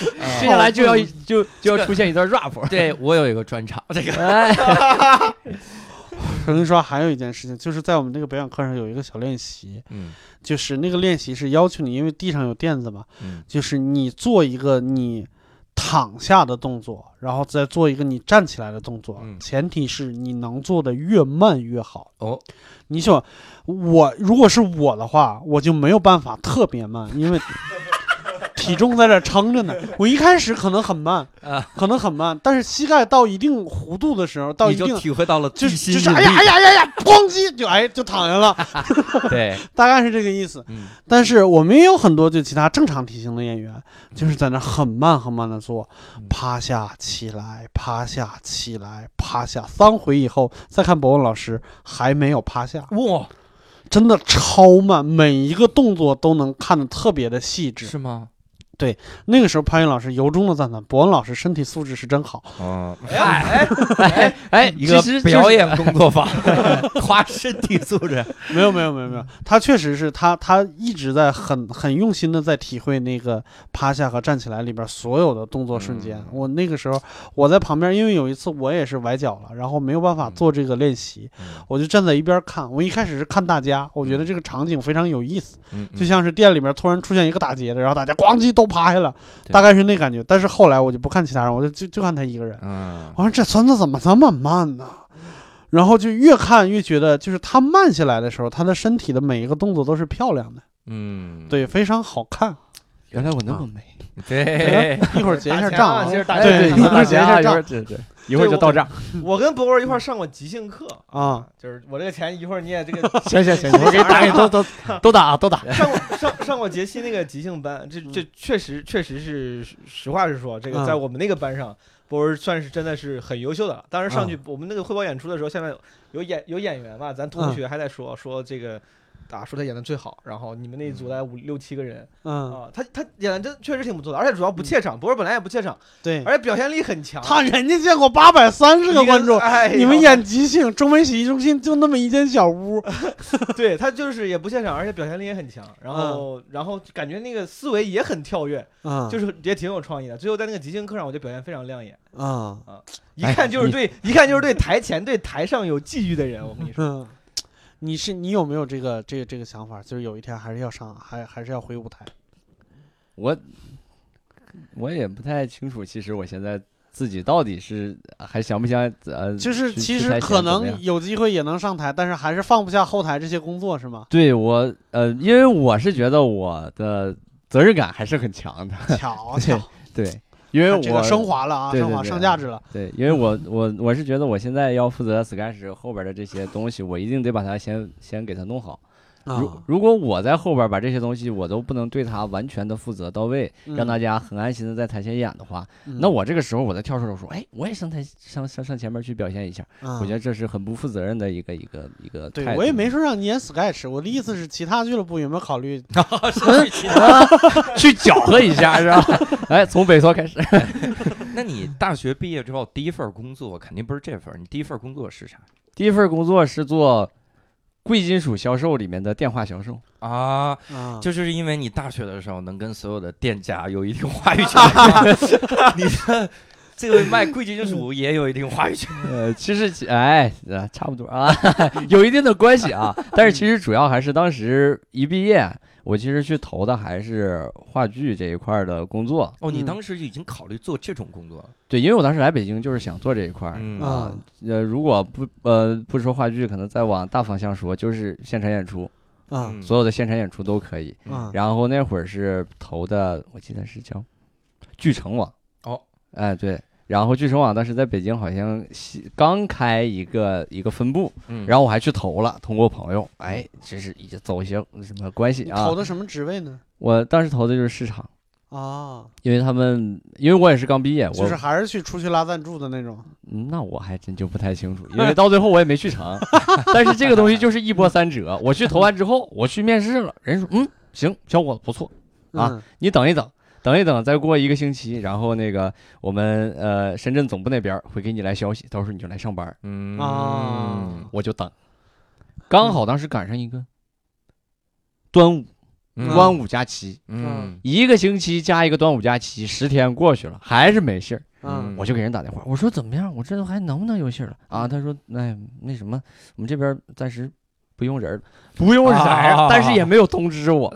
[SPEAKER 2] 接下来就要就就要出现一段 rap。
[SPEAKER 3] 哎对我有一个专场，这个
[SPEAKER 2] 哎，
[SPEAKER 1] 我 跟你说，还有一件事情，就是在我们这个表演课上有一个小练习，
[SPEAKER 3] 嗯
[SPEAKER 1] 就是那个练习是要求你，因为地上有垫子嘛，
[SPEAKER 3] 嗯
[SPEAKER 1] 就是你做一个你躺下的动作，然后再做一个你站起来的动作，
[SPEAKER 3] 嗯
[SPEAKER 1] 前提是你能做的越慢越好。
[SPEAKER 3] 哦，
[SPEAKER 1] 你想，我如果是我的话，我就没有办法特别慢，因 为体重在这撑着呢。我一开始可能很慢
[SPEAKER 3] 啊，
[SPEAKER 1] 可能很慢，但是膝盖到一定弧度的时候，到
[SPEAKER 3] 你
[SPEAKER 1] 一定
[SPEAKER 3] 就体会到了
[SPEAKER 1] 就
[SPEAKER 3] 地
[SPEAKER 1] 是
[SPEAKER 3] 心
[SPEAKER 1] 就
[SPEAKER 3] 引
[SPEAKER 1] 是哎呀
[SPEAKER 3] 力，
[SPEAKER 1] 哎呀哎呀呀，咣叽就哎就躺下了，
[SPEAKER 3] 对，
[SPEAKER 1] 大概是这个意思。
[SPEAKER 3] 嗯
[SPEAKER 1] 但是我们也有很多就其他正常体型的演员，就是在那很慢很慢的做
[SPEAKER 3] 嗯，
[SPEAKER 1] 趴下起来，趴下起来，趴下三回以后，再看博文老师还没有趴下，
[SPEAKER 3] 哇，
[SPEAKER 1] 真的超慢，每一个动作都能看得特别的细致。
[SPEAKER 3] 是吗？
[SPEAKER 1] 那个时候潘云老师由衷的赞叹博文老师身体素质是真好，
[SPEAKER 3] 嗯，
[SPEAKER 4] 哎，
[SPEAKER 2] 哎哎，
[SPEAKER 3] 一个
[SPEAKER 2] 其实就是
[SPEAKER 3] 表演工作 坊，夸身体素 质，
[SPEAKER 1] 没有没有没有没有，他确实是他他一直在很很用心的在体会那个趴下和站起来里边所有的动作瞬间。
[SPEAKER 3] 嗯
[SPEAKER 1] 我那个时候我在旁边，因为有一次我也是崴脚了，然后没有办法做这个练习，
[SPEAKER 3] 嗯
[SPEAKER 1] 我就站在一边看。我一开始是看大家，我觉得这个场景非常有意思，
[SPEAKER 3] 嗯
[SPEAKER 1] 就像是店里面突然出现一个打劫的，然后大家咣叽都趴下了，
[SPEAKER 3] 对
[SPEAKER 1] 大概是那感觉。但是后来我就不看其他人，我就就就看他一个人。
[SPEAKER 3] 嗯
[SPEAKER 1] 我说这孙子怎么这么慢呢？然后就越看越觉得，就是他慢下来的时候，他的身体的每一个动作都是漂亮的，
[SPEAKER 3] 嗯，
[SPEAKER 1] 对，非常好看。
[SPEAKER 4] 原来我那么美。
[SPEAKER 3] 对，
[SPEAKER 1] 一会儿结一下
[SPEAKER 4] 打
[SPEAKER 1] 账
[SPEAKER 4] 钱啊
[SPEAKER 1] 啊，
[SPEAKER 4] 接着打
[SPEAKER 1] 对，
[SPEAKER 4] 钱
[SPEAKER 1] 一会儿结一下
[SPEAKER 2] 一会
[SPEAKER 1] 账
[SPEAKER 2] 儿对对，一会儿就到账。
[SPEAKER 4] 我跟博文一块儿上过即兴课，
[SPEAKER 1] 啊。
[SPEAKER 4] 就是我这个钱一会儿你也这个
[SPEAKER 2] 行行行，我给你打，都都都打啊，都打。
[SPEAKER 4] 上过上上过杰西那个即兴班，这这确实确实是实话实说，这个
[SPEAKER 1] 嗯
[SPEAKER 4] 在我们那个班上，博文算是真的是很优秀的了。当时
[SPEAKER 1] 嗯
[SPEAKER 4] 上去我们那个汇报演出的时候，下面有演有演员嘛，咱
[SPEAKER 1] 嗯
[SPEAKER 4] 同学还在说说这个。啊，说他演的最好，然后你们那一组大概五六七个人
[SPEAKER 1] 嗯，
[SPEAKER 4] 啊，他他演的真确实挺不错的，而且主要不怯场，博文本来也不怯场，
[SPEAKER 1] 对，
[SPEAKER 4] 而且表现力很强。
[SPEAKER 1] 嗯他人家见过八百三十个观众，
[SPEAKER 4] 哎呀
[SPEAKER 1] 你们演即兴，中美洗浴中心就那么一间小屋，
[SPEAKER 4] 对他就是也不怯场，而且表现力也很强，然后、然后感觉那个思维也很跳跃，
[SPEAKER 1] 啊，
[SPEAKER 4] 就是是也挺有创意的。最后在那个即兴课上，我就表现非常亮眼，
[SPEAKER 1] 啊，
[SPEAKER 4] 一
[SPEAKER 2] 哎
[SPEAKER 4] 看就是
[SPEAKER 2] 你
[SPEAKER 4] 对，一看就是对台前对台上有际遇的人。我跟你 说，
[SPEAKER 1] 嗯，你是你有没有这个这个这个想法？就是有一天还是要上，还还是要回舞台？
[SPEAKER 2] 我我也不太清楚，其实我现在自己到底是还想不想呃，
[SPEAKER 1] 就是
[SPEAKER 2] 去
[SPEAKER 1] 其
[SPEAKER 2] 去
[SPEAKER 1] 实
[SPEAKER 2] 台前
[SPEAKER 1] 可
[SPEAKER 2] 怎么
[SPEAKER 1] 能
[SPEAKER 2] 样？
[SPEAKER 1] 有机会也能上台，但是还是放不下后台这些工作，是吗
[SPEAKER 2] 对我呃，因为我是觉得我的责任感还是很强的，
[SPEAKER 1] 巧啊巧，
[SPEAKER 2] 对，因为我
[SPEAKER 1] 这个升华了啊，
[SPEAKER 2] 对对
[SPEAKER 1] 升华
[SPEAKER 2] 对
[SPEAKER 1] 上价值了。
[SPEAKER 2] 对，因为我我我是觉得我现在要负责 Sketch 后边的这些东西，我一定得把它先先给它弄好。如
[SPEAKER 1] 啊
[SPEAKER 2] 如果我在后边把这些东西我都不能对它完全的负责到位，让大家很安心的在台前演的话，
[SPEAKER 1] 嗯
[SPEAKER 2] 那我这个时候我再跳出来说，哎，我也上台上上上前面去表现一下，
[SPEAKER 1] 啊
[SPEAKER 2] 我觉得嗯这是很不负责任的一个一个一个态
[SPEAKER 1] 对
[SPEAKER 2] 度。
[SPEAKER 1] 我也没说让你演 Sketch，我的意思是其他俱乐部有没有考虑？
[SPEAKER 3] 哦 是其他
[SPEAKER 2] 去搅和一下是吧？ 哎，从北托开始，
[SPEAKER 3] 那你大学毕业之后第一份工作肯定不是这份儿，你第一份工作是啥
[SPEAKER 2] 第一份工作是做贵金属销售里面的电话销售。
[SPEAKER 3] 啊？
[SPEAKER 1] 啊，
[SPEAKER 3] 就是因为你大学的时候能跟所有的店家有一定话 语权，你的这位卖贵金属也有一定话语权。
[SPEAKER 2] 呃，其实其哎，呃差不多啊， 有一定的关系啊。但是其实主要还是当时一毕业，我其实去投的还是话剧这一块儿的工作。
[SPEAKER 3] 哦，你
[SPEAKER 1] 嗯
[SPEAKER 3] 当时就已经考虑做这种工作了？
[SPEAKER 2] 对，因为我当时来北京就是想做这一块儿。
[SPEAKER 3] 嗯
[SPEAKER 1] 啊
[SPEAKER 2] 啊，呃，如果不呃不说话剧，可能再往大方向说，就是现场演出，
[SPEAKER 3] 嗯
[SPEAKER 1] 啊
[SPEAKER 2] 所有的现场演出都可以。
[SPEAKER 1] 啊
[SPEAKER 2] 然后那会儿是投的，我记得是叫聚成网。
[SPEAKER 3] 哦，
[SPEAKER 2] 哎对，然后聚成网当时在北京好像西刚开一个一个分部，
[SPEAKER 3] 嗯
[SPEAKER 2] 然后我还去投了，通过朋友，哎，这是已经走一些什么关系
[SPEAKER 1] 嗯你
[SPEAKER 2] 啊
[SPEAKER 1] 投？的什么职位呢？
[SPEAKER 2] 我当时投的就是市场，
[SPEAKER 1] 啊，
[SPEAKER 2] 因为他们，因为我也是刚毕业，我、
[SPEAKER 1] 就是还是去出去拉赞助的那种。
[SPEAKER 2] 嗯那我还真就不太清楚，因为到最后我也没去 成。但是这个东西就是一波三折，我去投完之后，我去面试了，人说嗯行，小伙子不错，啊
[SPEAKER 1] 嗯，
[SPEAKER 2] 你等一等，等一等，再过一个星期，然后那个我们呃深圳总部那边会给你来消息，到时候你就来上班，
[SPEAKER 3] 嗯
[SPEAKER 1] 啊
[SPEAKER 2] 我就等。刚好当时赶上一个端午，
[SPEAKER 1] 嗯
[SPEAKER 2] 端午假期，
[SPEAKER 3] 嗯
[SPEAKER 2] 一个星期加一个端午假期，十天过去了，还是没信儿，
[SPEAKER 1] 嗯
[SPEAKER 2] 我就给人打电话，我说怎么样，我这都还能不能有信儿了啊？他说，哎，那什么，我们这边暂时。不用人儿了，不用人儿，
[SPEAKER 3] 啊
[SPEAKER 2] 但是也没有通知 我，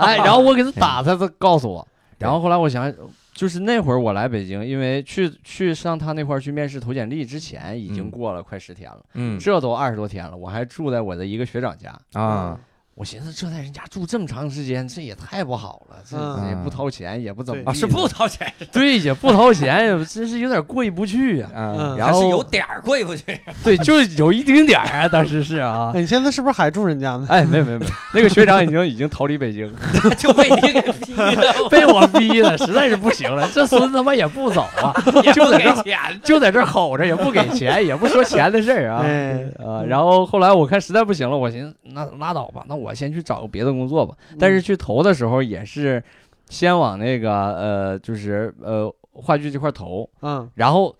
[SPEAKER 2] 哎，然后我给他打，他他告诉我，然后后来我想，就是那会儿我来北京，因为去去上他那块儿去面试投简历之前，已经
[SPEAKER 3] 嗯
[SPEAKER 2] 过了快十天了，
[SPEAKER 3] 嗯
[SPEAKER 2] 这都二十多天了，我还住在我的一个学长家，
[SPEAKER 3] 啊，
[SPEAKER 2] 我寻思这在人家住这么长时间，这也太不好了，这
[SPEAKER 1] 嗯
[SPEAKER 2] 也不掏钱，也不怎么
[SPEAKER 1] 对
[SPEAKER 3] 啊
[SPEAKER 2] 地
[SPEAKER 3] 是不掏钱
[SPEAKER 2] 对，也不掏钱，也真是有点过意不去呀、
[SPEAKER 1] 嗯
[SPEAKER 3] 啊
[SPEAKER 2] 然后
[SPEAKER 3] 还是有点儿过意不去。
[SPEAKER 2] 对，就是有一丁点儿啊，当时是啊。
[SPEAKER 1] 哎，你现在是不是还住人家呢？
[SPEAKER 2] 哎，没有没有没有，那个学长已经已经逃离北京，
[SPEAKER 3] 就被你给逼的，
[SPEAKER 2] 被我逼的实在是不行了。这孙子他妈也不走啊，
[SPEAKER 3] 也
[SPEAKER 2] 就
[SPEAKER 3] 不
[SPEAKER 2] 在
[SPEAKER 3] 给
[SPEAKER 2] 这
[SPEAKER 3] 钱。
[SPEAKER 2] 就在这儿吼着，也不给钱，也不说钱的事儿啊。
[SPEAKER 1] 哎，
[SPEAKER 2] 啊，然后后来我看实在不行了，我寻思那拉倒吧，那我先去找个别的工作吧。但是去投的时候也是先往那个呃，就是呃话剧这块投，
[SPEAKER 1] 嗯
[SPEAKER 2] 然后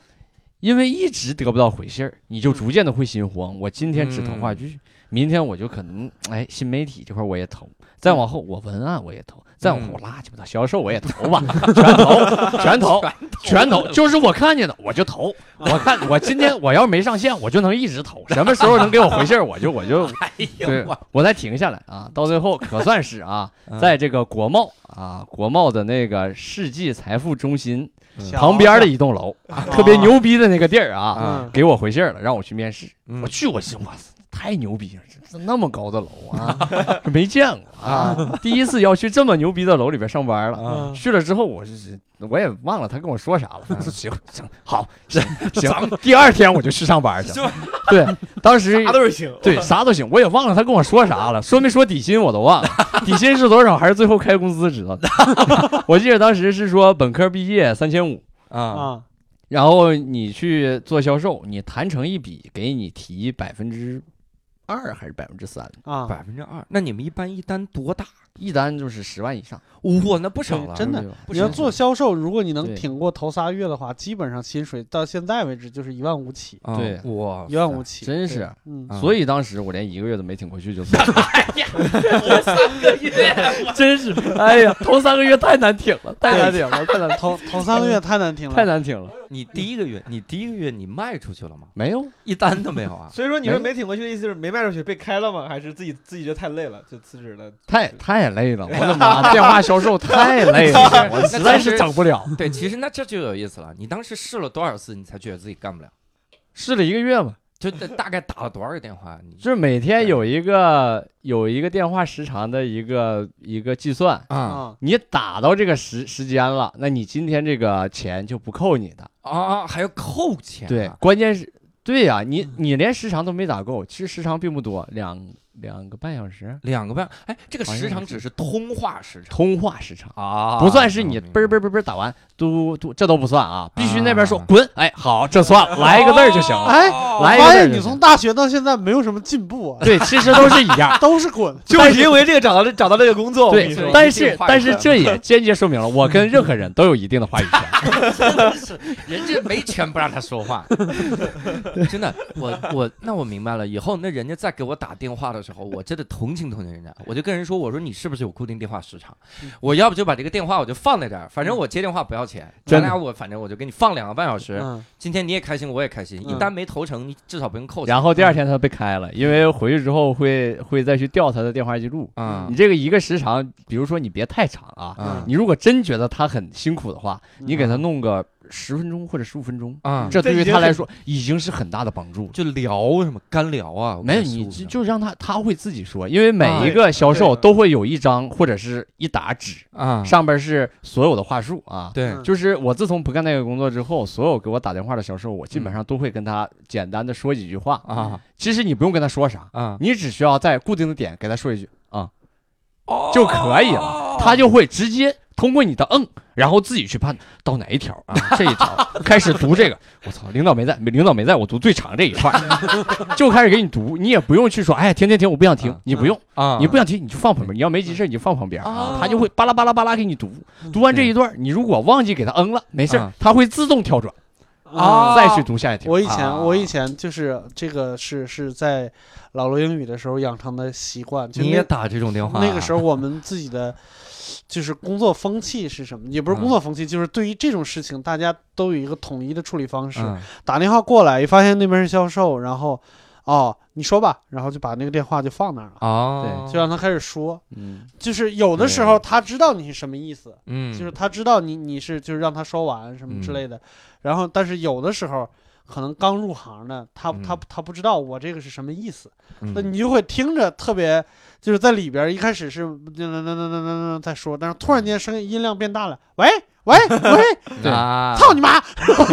[SPEAKER 2] 因为一直得不到回信儿，你
[SPEAKER 3] 嗯
[SPEAKER 2] 就逐渐的会心慌。我今天只投话剧，明天我就可能哎新媒体这块我也投，再往后我文案我也投，再往后
[SPEAKER 3] 嗯
[SPEAKER 2] 我拉鸡巴的销售我也投吧， 全投 全投全投，就是我看见的我就投。我看我今天我要没上线，我就能一直 投，什么时候能给我回信儿我就我就
[SPEAKER 3] 哎
[SPEAKER 2] 对
[SPEAKER 3] 呦我，
[SPEAKER 2] 我再停下来啊，到最后可算是啊
[SPEAKER 3] 嗯，
[SPEAKER 2] 在这个国贸啊，国贸的那个世纪财富中心
[SPEAKER 3] 嗯
[SPEAKER 2] 旁边的一栋楼，特别牛逼的那个地儿啊，
[SPEAKER 1] 啊嗯
[SPEAKER 2] 给我回信儿了，让我去面试。
[SPEAKER 3] 嗯
[SPEAKER 2] 我去，我心我太牛逼了，这这那么高的楼 啊，没见过啊，第一次要去这么牛逼的楼里边上班了。
[SPEAKER 1] 啊
[SPEAKER 2] 去了之后，我是我也忘了他跟我说啥了。反正 行行好行行，第二天我就去上班去
[SPEAKER 3] 是
[SPEAKER 2] 了。对，当时
[SPEAKER 4] 啥都是行。
[SPEAKER 2] 对， 啥都行，我也忘了他跟我说啥 了，说没说底薪我都忘了，底薪是多少还是最后开工资知道的。 我记得当时是说本科毕业三千五，
[SPEAKER 3] 啊，
[SPEAKER 1] 啊
[SPEAKER 2] 然后你去做销售，你谈成一笔，给你提百分之二还是百分之三，
[SPEAKER 1] 啊！
[SPEAKER 3] 百分之二。那你们一般一单多大？
[SPEAKER 2] 一单就是十万以上，
[SPEAKER 3] 哇，那不少啊
[SPEAKER 1] 对
[SPEAKER 3] 了，
[SPEAKER 1] 真的
[SPEAKER 2] 对吧
[SPEAKER 3] 不
[SPEAKER 1] 你
[SPEAKER 3] 少
[SPEAKER 1] 要
[SPEAKER 3] 了
[SPEAKER 1] 做销售，如果你能
[SPEAKER 2] 对
[SPEAKER 1] 挺过头仨月的话，基本上薪水到现在为止就是一万五起，
[SPEAKER 3] 啊
[SPEAKER 2] 对
[SPEAKER 3] 哇，
[SPEAKER 1] 一万五起，
[SPEAKER 2] 真
[SPEAKER 1] 对
[SPEAKER 2] 是。
[SPEAKER 1] 嗯，
[SPEAKER 3] 啊
[SPEAKER 2] 所以当时我连一个月都没挺过去就走了，
[SPEAKER 3] 三个月，
[SPEAKER 2] 真是，哎呀，头三个月太难挺了，太难挺了，太难
[SPEAKER 1] 头头三个月太难听了，
[SPEAKER 2] 太难挺了，
[SPEAKER 3] 你第一个月，你第一个月你卖出去了吗？
[SPEAKER 2] 没有，
[SPEAKER 3] 一单都没有啊？
[SPEAKER 4] 所以说，你说没挺过去的意思就是没卖出去，被开了吗？还是自己自己觉得太累了就辞职了？
[SPEAKER 2] 太太累了，我的妈，电话销售太累了，我实在是整不了。
[SPEAKER 3] 对，其实那这就有意思了。你当时试了多少次，你才觉得自己干不了？
[SPEAKER 2] 试了一个月嘛，
[SPEAKER 3] 就大大概打了多少个电话？你
[SPEAKER 2] 就是每天有一个有一个电话时长的一个一个计算，
[SPEAKER 3] 啊
[SPEAKER 1] 啊！
[SPEAKER 2] 你打到这个时时间了，那你今天这个钱就不扣你的。
[SPEAKER 3] 啊啊，还要扣钱、啊？嗯
[SPEAKER 2] 对，关键是，对呀、你你连时长都没打够，其实时长并不多，两两个半小时，
[SPEAKER 3] 两个半。哎，这个
[SPEAKER 2] 好像
[SPEAKER 3] 时长
[SPEAKER 2] 是
[SPEAKER 3] 只是通话时长
[SPEAKER 2] 通话时长。
[SPEAKER 3] 啊
[SPEAKER 2] 不算是你
[SPEAKER 3] 明
[SPEAKER 2] 嘣
[SPEAKER 3] 白
[SPEAKER 2] 儿嘣儿嘣儿嘣儿打完嘟嘟，这都不算啊！必须那边说
[SPEAKER 3] 啊
[SPEAKER 2] 滚，哎，好，这算了，来一个字儿就行了。
[SPEAKER 1] 哎
[SPEAKER 3] 哦
[SPEAKER 2] 来一个
[SPEAKER 1] 发
[SPEAKER 2] 字儿
[SPEAKER 1] 现
[SPEAKER 2] 就
[SPEAKER 1] 你
[SPEAKER 2] 行
[SPEAKER 1] 从大学到现在没有什么进步 啊，
[SPEAKER 2] 对，其实都是一 样，
[SPEAKER 1] 都是滚。
[SPEAKER 4] 就是因为这个找到这找到这个工作，我跟你
[SPEAKER 3] 是
[SPEAKER 2] 对，
[SPEAKER 4] 说，
[SPEAKER 2] 但
[SPEAKER 3] 一
[SPEAKER 2] 是
[SPEAKER 3] 定话语
[SPEAKER 2] 但是
[SPEAKER 3] 权
[SPEAKER 2] 这也间接说明了我跟任何人都有一定的话语权。
[SPEAKER 3] 人家没权不让他说话，真的，我我那我明白了，以后那人家再给我打电话的时候，我真的同情同情人家，我就跟人说，我说你是不是有固定电话时长
[SPEAKER 1] 嗯？
[SPEAKER 3] 我要不就把这个电话我就放在这儿，反正我接电话不要钱，咱
[SPEAKER 2] 嗯真的
[SPEAKER 3] 俩我反正我就给你放两个半小时，
[SPEAKER 1] 嗯
[SPEAKER 3] 今天你也开心，我也开心，
[SPEAKER 1] 嗯
[SPEAKER 3] 一单没投成，你至 少不嗯用扣钱。
[SPEAKER 2] 然后第二天他被开了，因为回去之后会会再去调他的电话记录。
[SPEAKER 3] 啊
[SPEAKER 2] 你这个一个时长，比如说你别太长啊，
[SPEAKER 3] 啊
[SPEAKER 2] 你如果真觉得他很辛苦的话，
[SPEAKER 1] 嗯
[SPEAKER 2] 你给他弄个十分钟或者十五分钟，
[SPEAKER 3] 啊，
[SPEAKER 2] 这对
[SPEAKER 4] 这
[SPEAKER 2] 于
[SPEAKER 4] 已经
[SPEAKER 2] 他
[SPEAKER 4] 很
[SPEAKER 2] 来说已经是很大的帮助了。
[SPEAKER 3] 就聊什么干聊啊？我
[SPEAKER 2] 没有
[SPEAKER 3] 跟
[SPEAKER 2] 你
[SPEAKER 3] 说
[SPEAKER 2] 就就让他他会自己说，因为每一
[SPEAKER 4] 对
[SPEAKER 2] 个销售
[SPEAKER 4] 对
[SPEAKER 2] 都会有一张或者是一沓纸，
[SPEAKER 3] 啊，
[SPEAKER 2] 上边是所有的话术啊。
[SPEAKER 3] 对
[SPEAKER 1] 嗯
[SPEAKER 2] 就是我自从不干那个工作之后，所有给我打电话的销售，我基本上都会跟他简单的说几句话。
[SPEAKER 3] 啊
[SPEAKER 2] 其实你不用跟他说啥，
[SPEAKER 3] 啊
[SPEAKER 2] 你只需要在固定的点给他说一句啊、
[SPEAKER 4] 哦
[SPEAKER 2] 就可以了，他就会直接通过你的嗯，然后自己去判断到哪一条啊，这一条开始读这个，我操，领导没在，领导没在我读最长这一块儿， 就开始给你读，你也不用去说，哎，停停停，我不想听
[SPEAKER 3] 嗯，
[SPEAKER 2] 你不用。
[SPEAKER 3] 啊，
[SPEAKER 2] 你不想听，你就放旁边。你要没急事，你就放旁
[SPEAKER 4] 哦
[SPEAKER 2] 边
[SPEAKER 3] 啊
[SPEAKER 2] 啊，他就会巴拉巴拉巴拉给你读。
[SPEAKER 4] 嗯
[SPEAKER 2] 读完这一段，你如果忘记给他嗯了，没事
[SPEAKER 3] 啊
[SPEAKER 2] 儿，他会自动跳转
[SPEAKER 4] 哦
[SPEAKER 3] 啊
[SPEAKER 2] 再去读下一条。
[SPEAKER 1] 我以前、
[SPEAKER 3] 啊
[SPEAKER 1] 我以前就是这个是是在老罗英语的时候养成的习惯，就
[SPEAKER 3] 你
[SPEAKER 1] 那
[SPEAKER 3] 也打这种电话啊，
[SPEAKER 1] 那个时候我们自己的就是工作风气是什么？也不是工作风气，就是对于这种事情，大家都有一个统一的处理方式。
[SPEAKER 3] 嗯
[SPEAKER 1] 打电话过来，一发现那边是销售，然后哦，你说吧，然后就把那个电话就放那儿了，
[SPEAKER 3] 啊，
[SPEAKER 4] 哦
[SPEAKER 1] 就让他开始说。
[SPEAKER 2] 嗯，
[SPEAKER 1] 就是有的时候他知道你是什么意思，
[SPEAKER 3] 嗯，
[SPEAKER 1] 就是他知道你你是就是让他说完什
[SPEAKER 4] 嗯
[SPEAKER 1] 么之类的，然后但是有的时候可能刚入行的他他
[SPEAKER 3] 嗯
[SPEAKER 1] 他不知道我这个是什么意思，
[SPEAKER 3] 嗯
[SPEAKER 1] 那你就会听着特别就是在里边儿一开始是那那那那那那在说，但是突然间声音音量变大了，喂喂 喂，
[SPEAKER 2] 对
[SPEAKER 3] 啊，
[SPEAKER 1] 操你妈！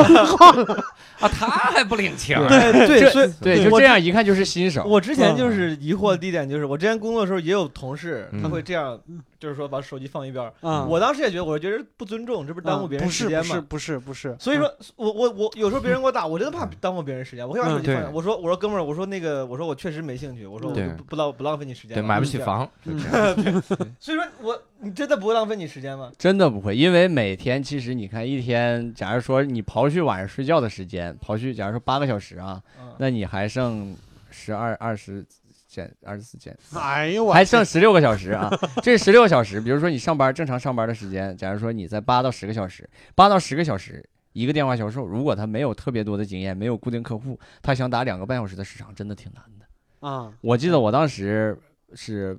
[SPEAKER 3] 啊，他还不领情，
[SPEAKER 4] 哎对对，所以
[SPEAKER 2] 对，就
[SPEAKER 4] 我
[SPEAKER 2] 这样一看就是新手。
[SPEAKER 4] 我之前就是疑惑的一点就是，我之前工作的时候也有同事
[SPEAKER 3] 嗯
[SPEAKER 4] 他会这样，就是说把手机放一边儿。
[SPEAKER 1] 嗯，
[SPEAKER 4] 我当时也觉得，我觉得不尊重，这不是耽误
[SPEAKER 1] 嗯
[SPEAKER 4] 别人时间
[SPEAKER 1] 不是
[SPEAKER 4] 吗？
[SPEAKER 1] 不是不是不是，
[SPEAKER 4] 所以说，我我我有时候别人给我打，我真的怕耽误别人时间，我会把手
[SPEAKER 3] 嗯
[SPEAKER 4] 机
[SPEAKER 3] 对
[SPEAKER 4] 放下。我说我说哥们儿，我说那个我说我确实没兴趣，我说我就
[SPEAKER 3] 对
[SPEAKER 4] 不不浪不浪费你时间
[SPEAKER 3] 对，
[SPEAKER 4] 了，
[SPEAKER 3] 买不起
[SPEAKER 4] 这样。
[SPEAKER 3] 房，
[SPEAKER 1] 嗯
[SPEAKER 4] 所以说我你真的不会浪费你时间吗？
[SPEAKER 2] 真的不会，因为每天其实你看一天，假如说你刨去晚上睡觉的时间，刨去假如说八个小时啊，
[SPEAKER 4] 嗯，
[SPEAKER 2] 那你还剩十二二十减二十四减
[SPEAKER 1] 哎呦我
[SPEAKER 2] 还剩十六个小时啊！这十六个小时，比如说你上班正常上班的时间，假如说你在八到十个小时，八到十个小时一个电话销售，如果他没有特别多的经验，没有固定客户，他想打两个半小时的市场，真的挺难的。
[SPEAKER 1] 啊
[SPEAKER 2] 我记得我当时是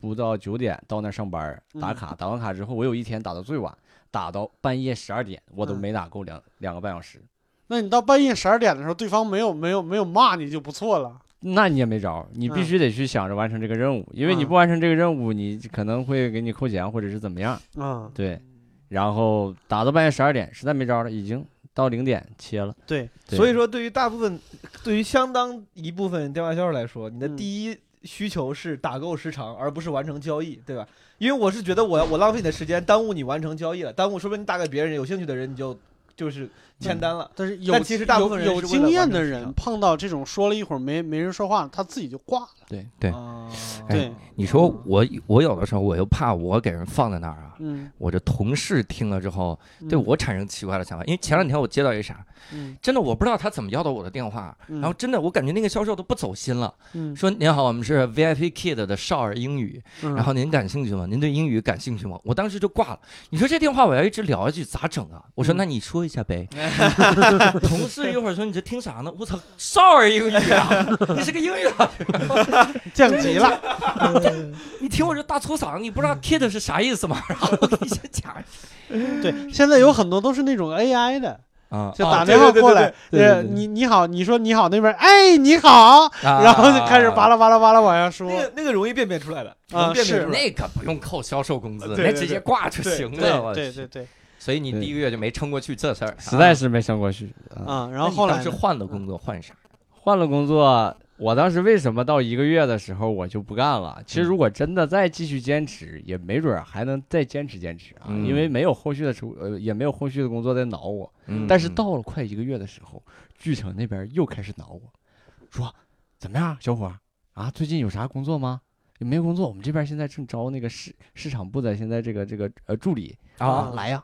[SPEAKER 2] 不到九点到那儿上班
[SPEAKER 1] 嗯
[SPEAKER 2] 打卡，打完卡之后，我有一天打到最晚，打到半夜十二点，我都
[SPEAKER 1] 嗯
[SPEAKER 2] 没打够两两个半小时。
[SPEAKER 1] 那你到半夜十二点的时候，对方没有没有没有骂你就不错了。
[SPEAKER 2] 那你也没招儿，你必须得去想着完成这个任务，因为你
[SPEAKER 1] 嗯
[SPEAKER 2] 不完成这个任务，你可能会给你扣钱或者是怎么样。
[SPEAKER 4] 啊
[SPEAKER 1] 嗯，
[SPEAKER 2] 对，然后打到半夜十二点，实在没招儿了，已经到零点切了。
[SPEAKER 1] 对，
[SPEAKER 2] 对
[SPEAKER 4] 所以说，对于大部分，对于相当一部分电话销售来说，你的
[SPEAKER 1] 嗯
[SPEAKER 4] 第一需求是打够时长，而不是完成交易，对吧？因为我是觉得我我浪费你的时间，耽误你完成交易了，耽误说不定你打给别人有兴趣的人，你就就是
[SPEAKER 3] 嗯
[SPEAKER 4] 签单了。
[SPEAKER 1] 但是有
[SPEAKER 4] 但其实大部分人
[SPEAKER 1] 有有
[SPEAKER 4] 是为了
[SPEAKER 1] 经验
[SPEAKER 4] 完成
[SPEAKER 1] 的
[SPEAKER 4] 市
[SPEAKER 1] 人
[SPEAKER 4] 场
[SPEAKER 1] 碰到这种说了一会儿没没人说话，他自己就挂了。
[SPEAKER 2] 对，
[SPEAKER 3] 对
[SPEAKER 4] 啊
[SPEAKER 1] 对，
[SPEAKER 3] 你说我我有的时候我又怕我给人放在那儿啊，
[SPEAKER 1] 嗯，
[SPEAKER 3] 我这同事听了之后
[SPEAKER 1] 嗯
[SPEAKER 3] 对，我产生奇怪的想法，因为前两天我接到一啥，
[SPEAKER 1] 嗯
[SPEAKER 3] 真的我不知道他怎么要到我的电话，
[SPEAKER 1] 嗯
[SPEAKER 3] 然后真的我感觉那个销售都不走心了，
[SPEAKER 1] 嗯，
[SPEAKER 3] 说您好，我们是 VIP Kid 的少儿英语，
[SPEAKER 1] 嗯
[SPEAKER 3] 然后您感兴趣吗？您对英语感兴趣吗？我当时就挂了。你说这电话我要一直聊下去咋整啊？我说
[SPEAKER 1] 嗯
[SPEAKER 3] 那你说一 下呗。同事一会儿说你这听啥呢？我操，少儿英语 啊！你是个英语老师，
[SPEAKER 1] 降级了，
[SPEAKER 3] 你听我这大粗嗓，你不知
[SPEAKER 1] 嗯
[SPEAKER 3] 道 Kid 是啥意思吗？ 然后我给你先讲一下
[SPEAKER 4] 嗯
[SPEAKER 1] 对，现在有很多都是那种 AI 的，
[SPEAKER 3] 啊
[SPEAKER 1] 就
[SPEAKER 3] 啊
[SPEAKER 1] 打
[SPEAKER 4] 对
[SPEAKER 1] 电话
[SPEAKER 4] 对对
[SPEAKER 1] 过
[SPEAKER 4] 对
[SPEAKER 1] 来，
[SPEAKER 2] 对对
[SPEAKER 1] 呃，
[SPEAKER 2] 对
[SPEAKER 1] 你你好，你说你好，那边哎你好，
[SPEAKER 3] 啊
[SPEAKER 1] 然后就开始巴拉巴拉巴拉往下说
[SPEAKER 4] 那，个那个容易辨别出来的
[SPEAKER 1] 啊
[SPEAKER 4] 能辨别
[SPEAKER 1] 是
[SPEAKER 4] 出来。
[SPEAKER 3] 那个不用扣销售工资，
[SPEAKER 4] 对对
[SPEAKER 3] 那
[SPEAKER 4] 对
[SPEAKER 3] 直接挂就行了。
[SPEAKER 1] 对
[SPEAKER 3] 我
[SPEAKER 1] 对哎对对，
[SPEAKER 3] 所以你第一个月就没撑过去这事儿，啊
[SPEAKER 2] 实在
[SPEAKER 3] 是。
[SPEAKER 2] 是没撑过去。啊
[SPEAKER 1] 啊，然后后来
[SPEAKER 3] 是
[SPEAKER 1] 呢
[SPEAKER 3] 换了工作，换啥？
[SPEAKER 2] 换了工作，我当时为什么到一个月的时候我就不干了？
[SPEAKER 3] 嗯
[SPEAKER 2] 其实如果真的再继续坚持，也没准儿还能再坚持坚持啊，
[SPEAKER 3] 嗯
[SPEAKER 2] 因为没有后续的出呃，也没有后续的工作在挠我。
[SPEAKER 3] 嗯
[SPEAKER 2] 但是到了快一个月的时候，剧场那边又开始挠我，说怎么样，小伙儿啊，最近有啥工作吗？有没有工作？我们这边现在正招那个市市场部的现在这个这个呃助理
[SPEAKER 3] 嗯
[SPEAKER 1] 啊
[SPEAKER 2] 来呀、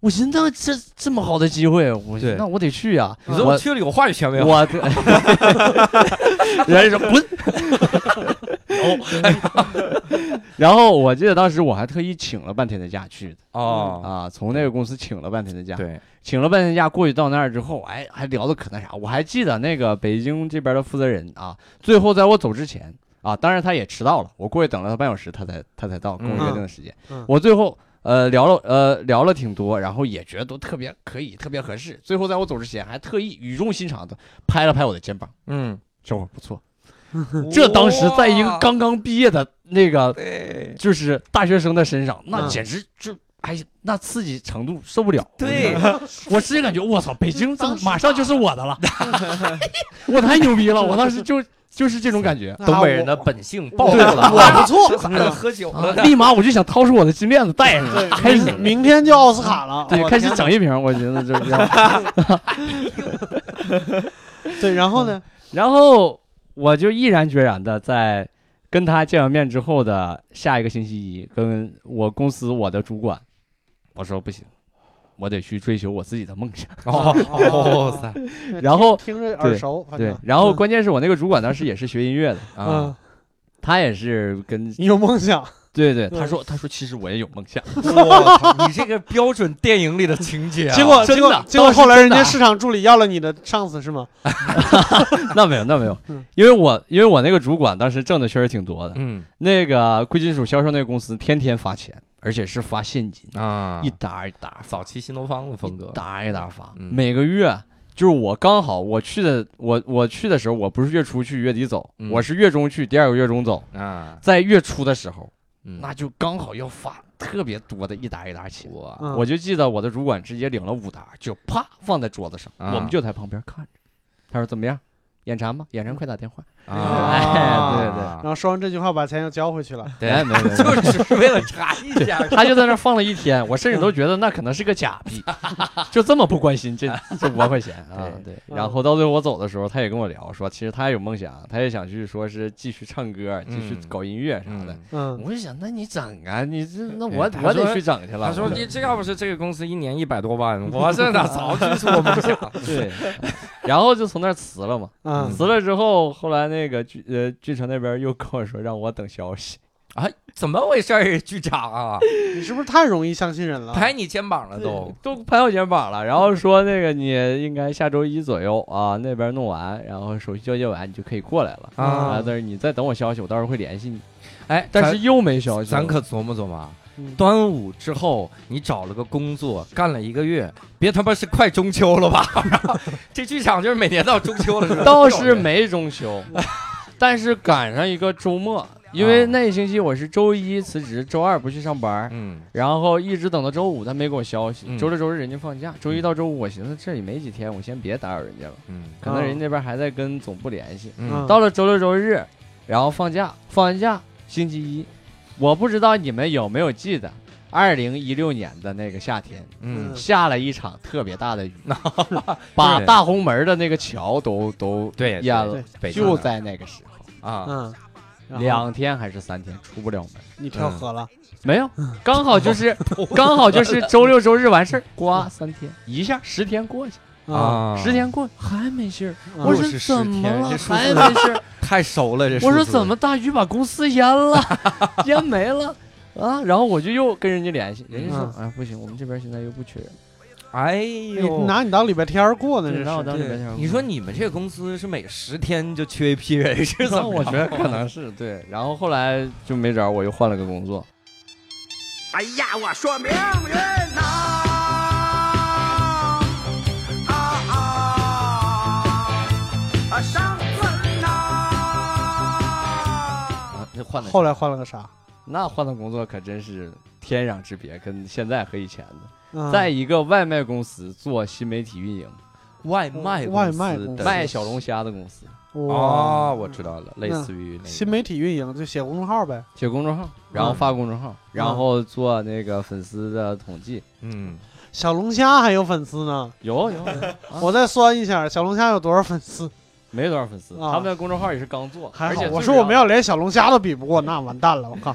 [SPEAKER 2] 我寻思那这这么好的机会，我寻
[SPEAKER 3] 对
[SPEAKER 2] 思那我得去呀、
[SPEAKER 3] 你说
[SPEAKER 2] 我
[SPEAKER 3] 我去了有话语权没有？
[SPEAKER 2] 我的，人家说滚。
[SPEAKER 3] 哦
[SPEAKER 2] 然后我记得当时我还特意请了半天的假去的
[SPEAKER 1] 嗯
[SPEAKER 3] 哦，
[SPEAKER 2] 啊，从那个公司请了半天的假，
[SPEAKER 3] 对，
[SPEAKER 2] 请了半天假过去到那儿之后，哎，还聊的可那啥，我还记得那个北京这边的负责人啊，最后在我走之前啊，当然他也迟到了，我过去等了他半小时，他才他才到，跟我约定的时间，
[SPEAKER 1] 嗯
[SPEAKER 2] 我最后。呃，聊了呃聊了挺多，然后也觉得都特别可以，特别合适。最后在我走之前，还特意语重心长的拍了拍我的肩膀。
[SPEAKER 3] 嗯，
[SPEAKER 2] 小伙儿 不错。这当时在一个刚刚毕业的那个
[SPEAKER 3] 对
[SPEAKER 2] 就是大学生的身上，那
[SPEAKER 1] 嗯
[SPEAKER 2] 简直就哎呀，那刺激程度受不了。
[SPEAKER 3] 对，
[SPEAKER 2] 我直接感觉我操，北京这马上就是我的了， 我太牛逼了！我当时就就是这种感觉，
[SPEAKER 1] 啊
[SPEAKER 3] 东北人
[SPEAKER 1] 我
[SPEAKER 3] 的本性暴露
[SPEAKER 1] 对
[SPEAKER 3] 了，
[SPEAKER 1] 我不 错，
[SPEAKER 3] 咋喝酒了？
[SPEAKER 2] 啊立马我就想掏出我的金链子戴
[SPEAKER 1] 对
[SPEAKER 2] 上，开始
[SPEAKER 1] 明明天就奥斯卡了，
[SPEAKER 2] 对
[SPEAKER 1] 我
[SPEAKER 2] 开始
[SPEAKER 1] 天
[SPEAKER 2] 整一瓶，我觉得就是这样。
[SPEAKER 1] 对，然后呢，
[SPEAKER 2] 然后我就毅然决然的在跟他见完面之后的下一个星期一，跟我公司我的主管我说不行，我得去追求我自己的梦想。
[SPEAKER 3] 哦，哇塞，
[SPEAKER 2] 然后
[SPEAKER 1] 听着耳熟，反
[SPEAKER 2] 对
[SPEAKER 1] 正，
[SPEAKER 2] 然后关键是我那个主管当时也是学音乐的，
[SPEAKER 1] 嗯
[SPEAKER 3] 啊，，
[SPEAKER 2] 他也是跟
[SPEAKER 1] 你有梦想，
[SPEAKER 2] 对对，
[SPEAKER 1] 嗯
[SPEAKER 2] 他说他说其实我也有梦想，
[SPEAKER 3] 我操你这个标准电影里的情节啊，
[SPEAKER 1] 结果
[SPEAKER 2] 真
[SPEAKER 1] 结果
[SPEAKER 2] 的
[SPEAKER 1] 结果
[SPEAKER 2] 当时
[SPEAKER 1] 后来人
[SPEAKER 2] 真的
[SPEAKER 1] 家
[SPEAKER 2] 啊
[SPEAKER 1] 市场助理要了你的上司是吗？
[SPEAKER 2] 那没有那没有
[SPEAKER 1] 嗯，
[SPEAKER 2] 因为我因为我那个主管当时挣的确实挺多的，
[SPEAKER 3] 嗯
[SPEAKER 2] 那个贵金属销售那个公司天天发钱，而且是发现金，
[SPEAKER 3] 啊
[SPEAKER 2] 一，沓一沓
[SPEAKER 3] 早期新东方的风格
[SPEAKER 2] 一，沓一沓发，
[SPEAKER 3] 嗯
[SPEAKER 2] 每个月就是我刚好我去的，我我去的时候，我不是月初去，月底走，
[SPEAKER 3] 嗯
[SPEAKER 2] 我是月中去，第二个月中走，
[SPEAKER 3] 啊，
[SPEAKER 2] 在月初的时候，
[SPEAKER 3] 嗯
[SPEAKER 2] 那就刚好要发特别多的一沓一沓钱。
[SPEAKER 3] 啊我
[SPEAKER 1] 嗯
[SPEAKER 2] 我就记得我的主管直接领了五沓，就啪放在桌子上，
[SPEAKER 3] 啊
[SPEAKER 2] 我们就在旁边看着。他说怎么样？眼馋吗？眼馋快打电话。
[SPEAKER 3] 哎
[SPEAKER 1] 然后说完这句话，把钱又交回去 了。
[SPEAKER 3] 啊对
[SPEAKER 2] 哎没有没有没有
[SPEAKER 3] 就只是为了查一下，
[SPEAKER 2] 他就在那儿放了一天，我甚至都觉得那可能是个假 币，就这么不关 心这这五万块钱啊。对，然后到最后我走的时候，他也跟我聊说，其实他也有梦想，他也想去说是继续唱歌，继续
[SPEAKER 3] 嗯
[SPEAKER 2] 搞音乐啥的。
[SPEAKER 3] 嗯
[SPEAKER 1] 嗯，
[SPEAKER 2] 我就想，那你整啊，你这那
[SPEAKER 3] 对
[SPEAKER 2] 我
[SPEAKER 3] 他
[SPEAKER 2] 我得
[SPEAKER 3] 说
[SPEAKER 2] 去整去了。
[SPEAKER 3] 他说
[SPEAKER 2] 我
[SPEAKER 3] 你这要不是这个公司一年一百多万，我这哪早 就说我梦想了。
[SPEAKER 2] 对，然后就从那儿辞了嘛。
[SPEAKER 1] 嗯，
[SPEAKER 2] 辞了之后，后来那个剧呃剧城那边又跟我说让我等消息，
[SPEAKER 3] 啊，怎么回事儿？局长啊，
[SPEAKER 1] 你是不是太容易相信人了？
[SPEAKER 3] 拍你肩膀了都
[SPEAKER 2] 都。都拍我肩膀了，然后说那个你应该下周一左右啊那边弄完，然后手续交接完你就可以过来了
[SPEAKER 3] 啊
[SPEAKER 2] 但是你再等我消息，我到时候会联系你。
[SPEAKER 3] 哎，
[SPEAKER 2] 但是又没消息了，
[SPEAKER 3] 咱可琢磨琢磨啊，
[SPEAKER 1] 嗯
[SPEAKER 3] 端午之后你找了个工作，干了一个月，别他妈是快中秋了吧？ 这剧场就是每年到中秋了是吧？
[SPEAKER 2] 倒是没中 秋，但是赶上一个周末，因为那一星期我是周一辞职，周二不去上班，
[SPEAKER 3] 嗯，
[SPEAKER 2] 然后一直等到周五，他没给我消息。
[SPEAKER 3] 嗯
[SPEAKER 2] 周六周日人家放假，周一到周五我寻思这也没几天，我先别打扰人家了，
[SPEAKER 3] 嗯
[SPEAKER 2] 可能人家那边还在跟总部联系。
[SPEAKER 3] 嗯
[SPEAKER 2] 到了周六周日，然后放假，放完假星期一，我不知道你们有没有记得，二零一六年的那个夏天，
[SPEAKER 3] 嗯，
[SPEAKER 2] 下了一场特别大的雨， 把大红门的那个桥都都
[SPEAKER 3] 对
[SPEAKER 2] 淹
[SPEAKER 1] 对
[SPEAKER 2] 了，
[SPEAKER 3] 北京
[SPEAKER 2] 就
[SPEAKER 3] 的
[SPEAKER 2] 在那个时候，
[SPEAKER 3] 啊，
[SPEAKER 1] 嗯，然后
[SPEAKER 2] 两天还是三天出不了门，
[SPEAKER 1] 你跳河了，
[SPEAKER 2] 没有，刚 好就是刚好就是周六周日完事儿，刮三天，一下十天过去，
[SPEAKER 1] 啊，
[SPEAKER 2] 十天过去还没信儿，
[SPEAKER 1] 啊
[SPEAKER 2] 我
[SPEAKER 3] 又
[SPEAKER 2] 说
[SPEAKER 3] 是十
[SPEAKER 2] 怎么
[SPEAKER 3] 天
[SPEAKER 2] 了
[SPEAKER 3] 这数字
[SPEAKER 2] 还没信儿，
[SPEAKER 3] 太熟了这数字。
[SPEAKER 2] 我说怎么大鱼把公司淹了， 淹没了。啊，然后我就又跟人家联系，人家说，啊、不行，我们这边现在又不缺人，
[SPEAKER 3] 哎
[SPEAKER 1] 你
[SPEAKER 3] 呦，
[SPEAKER 1] 拿你当礼拜天儿过呢，这
[SPEAKER 2] 对拿我
[SPEAKER 1] 是
[SPEAKER 2] 当礼拜天
[SPEAKER 3] 对
[SPEAKER 2] 儿，
[SPEAKER 3] 你说你们这个公司是每十天就缺一批人是怎
[SPEAKER 2] 那
[SPEAKER 3] 么着？
[SPEAKER 2] 我觉得可能是对，然后后来就没招儿，我又换了个工作。
[SPEAKER 6] 哎呀，我说命运呐、啊啊啊，上坟呐、
[SPEAKER 2] 啊，那换了
[SPEAKER 1] 后来换了个啥？
[SPEAKER 2] 那换的工作可真是天壤之别，跟现在和以前的，
[SPEAKER 1] 嗯
[SPEAKER 2] 在一个外卖公司做新媒体运营，
[SPEAKER 3] 外卖公司
[SPEAKER 1] 外卖公
[SPEAKER 3] 的
[SPEAKER 1] 司
[SPEAKER 2] 卖小龙虾的公司，
[SPEAKER 1] 哇，
[SPEAKER 3] 哦，我知道了，类
[SPEAKER 2] 嗯
[SPEAKER 3] 似于那个
[SPEAKER 1] 新媒体运营就写公众号呗，
[SPEAKER 2] 写公众号，然后发公众号，然后做那个粉丝的统计。
[SPEAKER 3] 嗯，
[SPEAKER 1] 小龙虾还有粉丝呢，
[SPEAKER 2] 有有，有啊
[SPEAKER 1] 我再算一下，小龙虾有多少粉丝？
[SPEAKER 2] 没多少粉丝，
[SPEAKER 1] 啊
[SPEAKER 2] 他们的公众号也是刚做，
[SPEAKER 1] 还
[SPEAKER 2] 而
[SPEAKER 1] 好
[SPEAKER 2] 且，
[SPEAKER 1] 我说
[SPEAKER 2] 最主
[SPEAKER 1] 我
[SPEAKER 2] 要
[SPEAKER 1] 们，要连小龙虾都比不过，那完蛋了，我靠！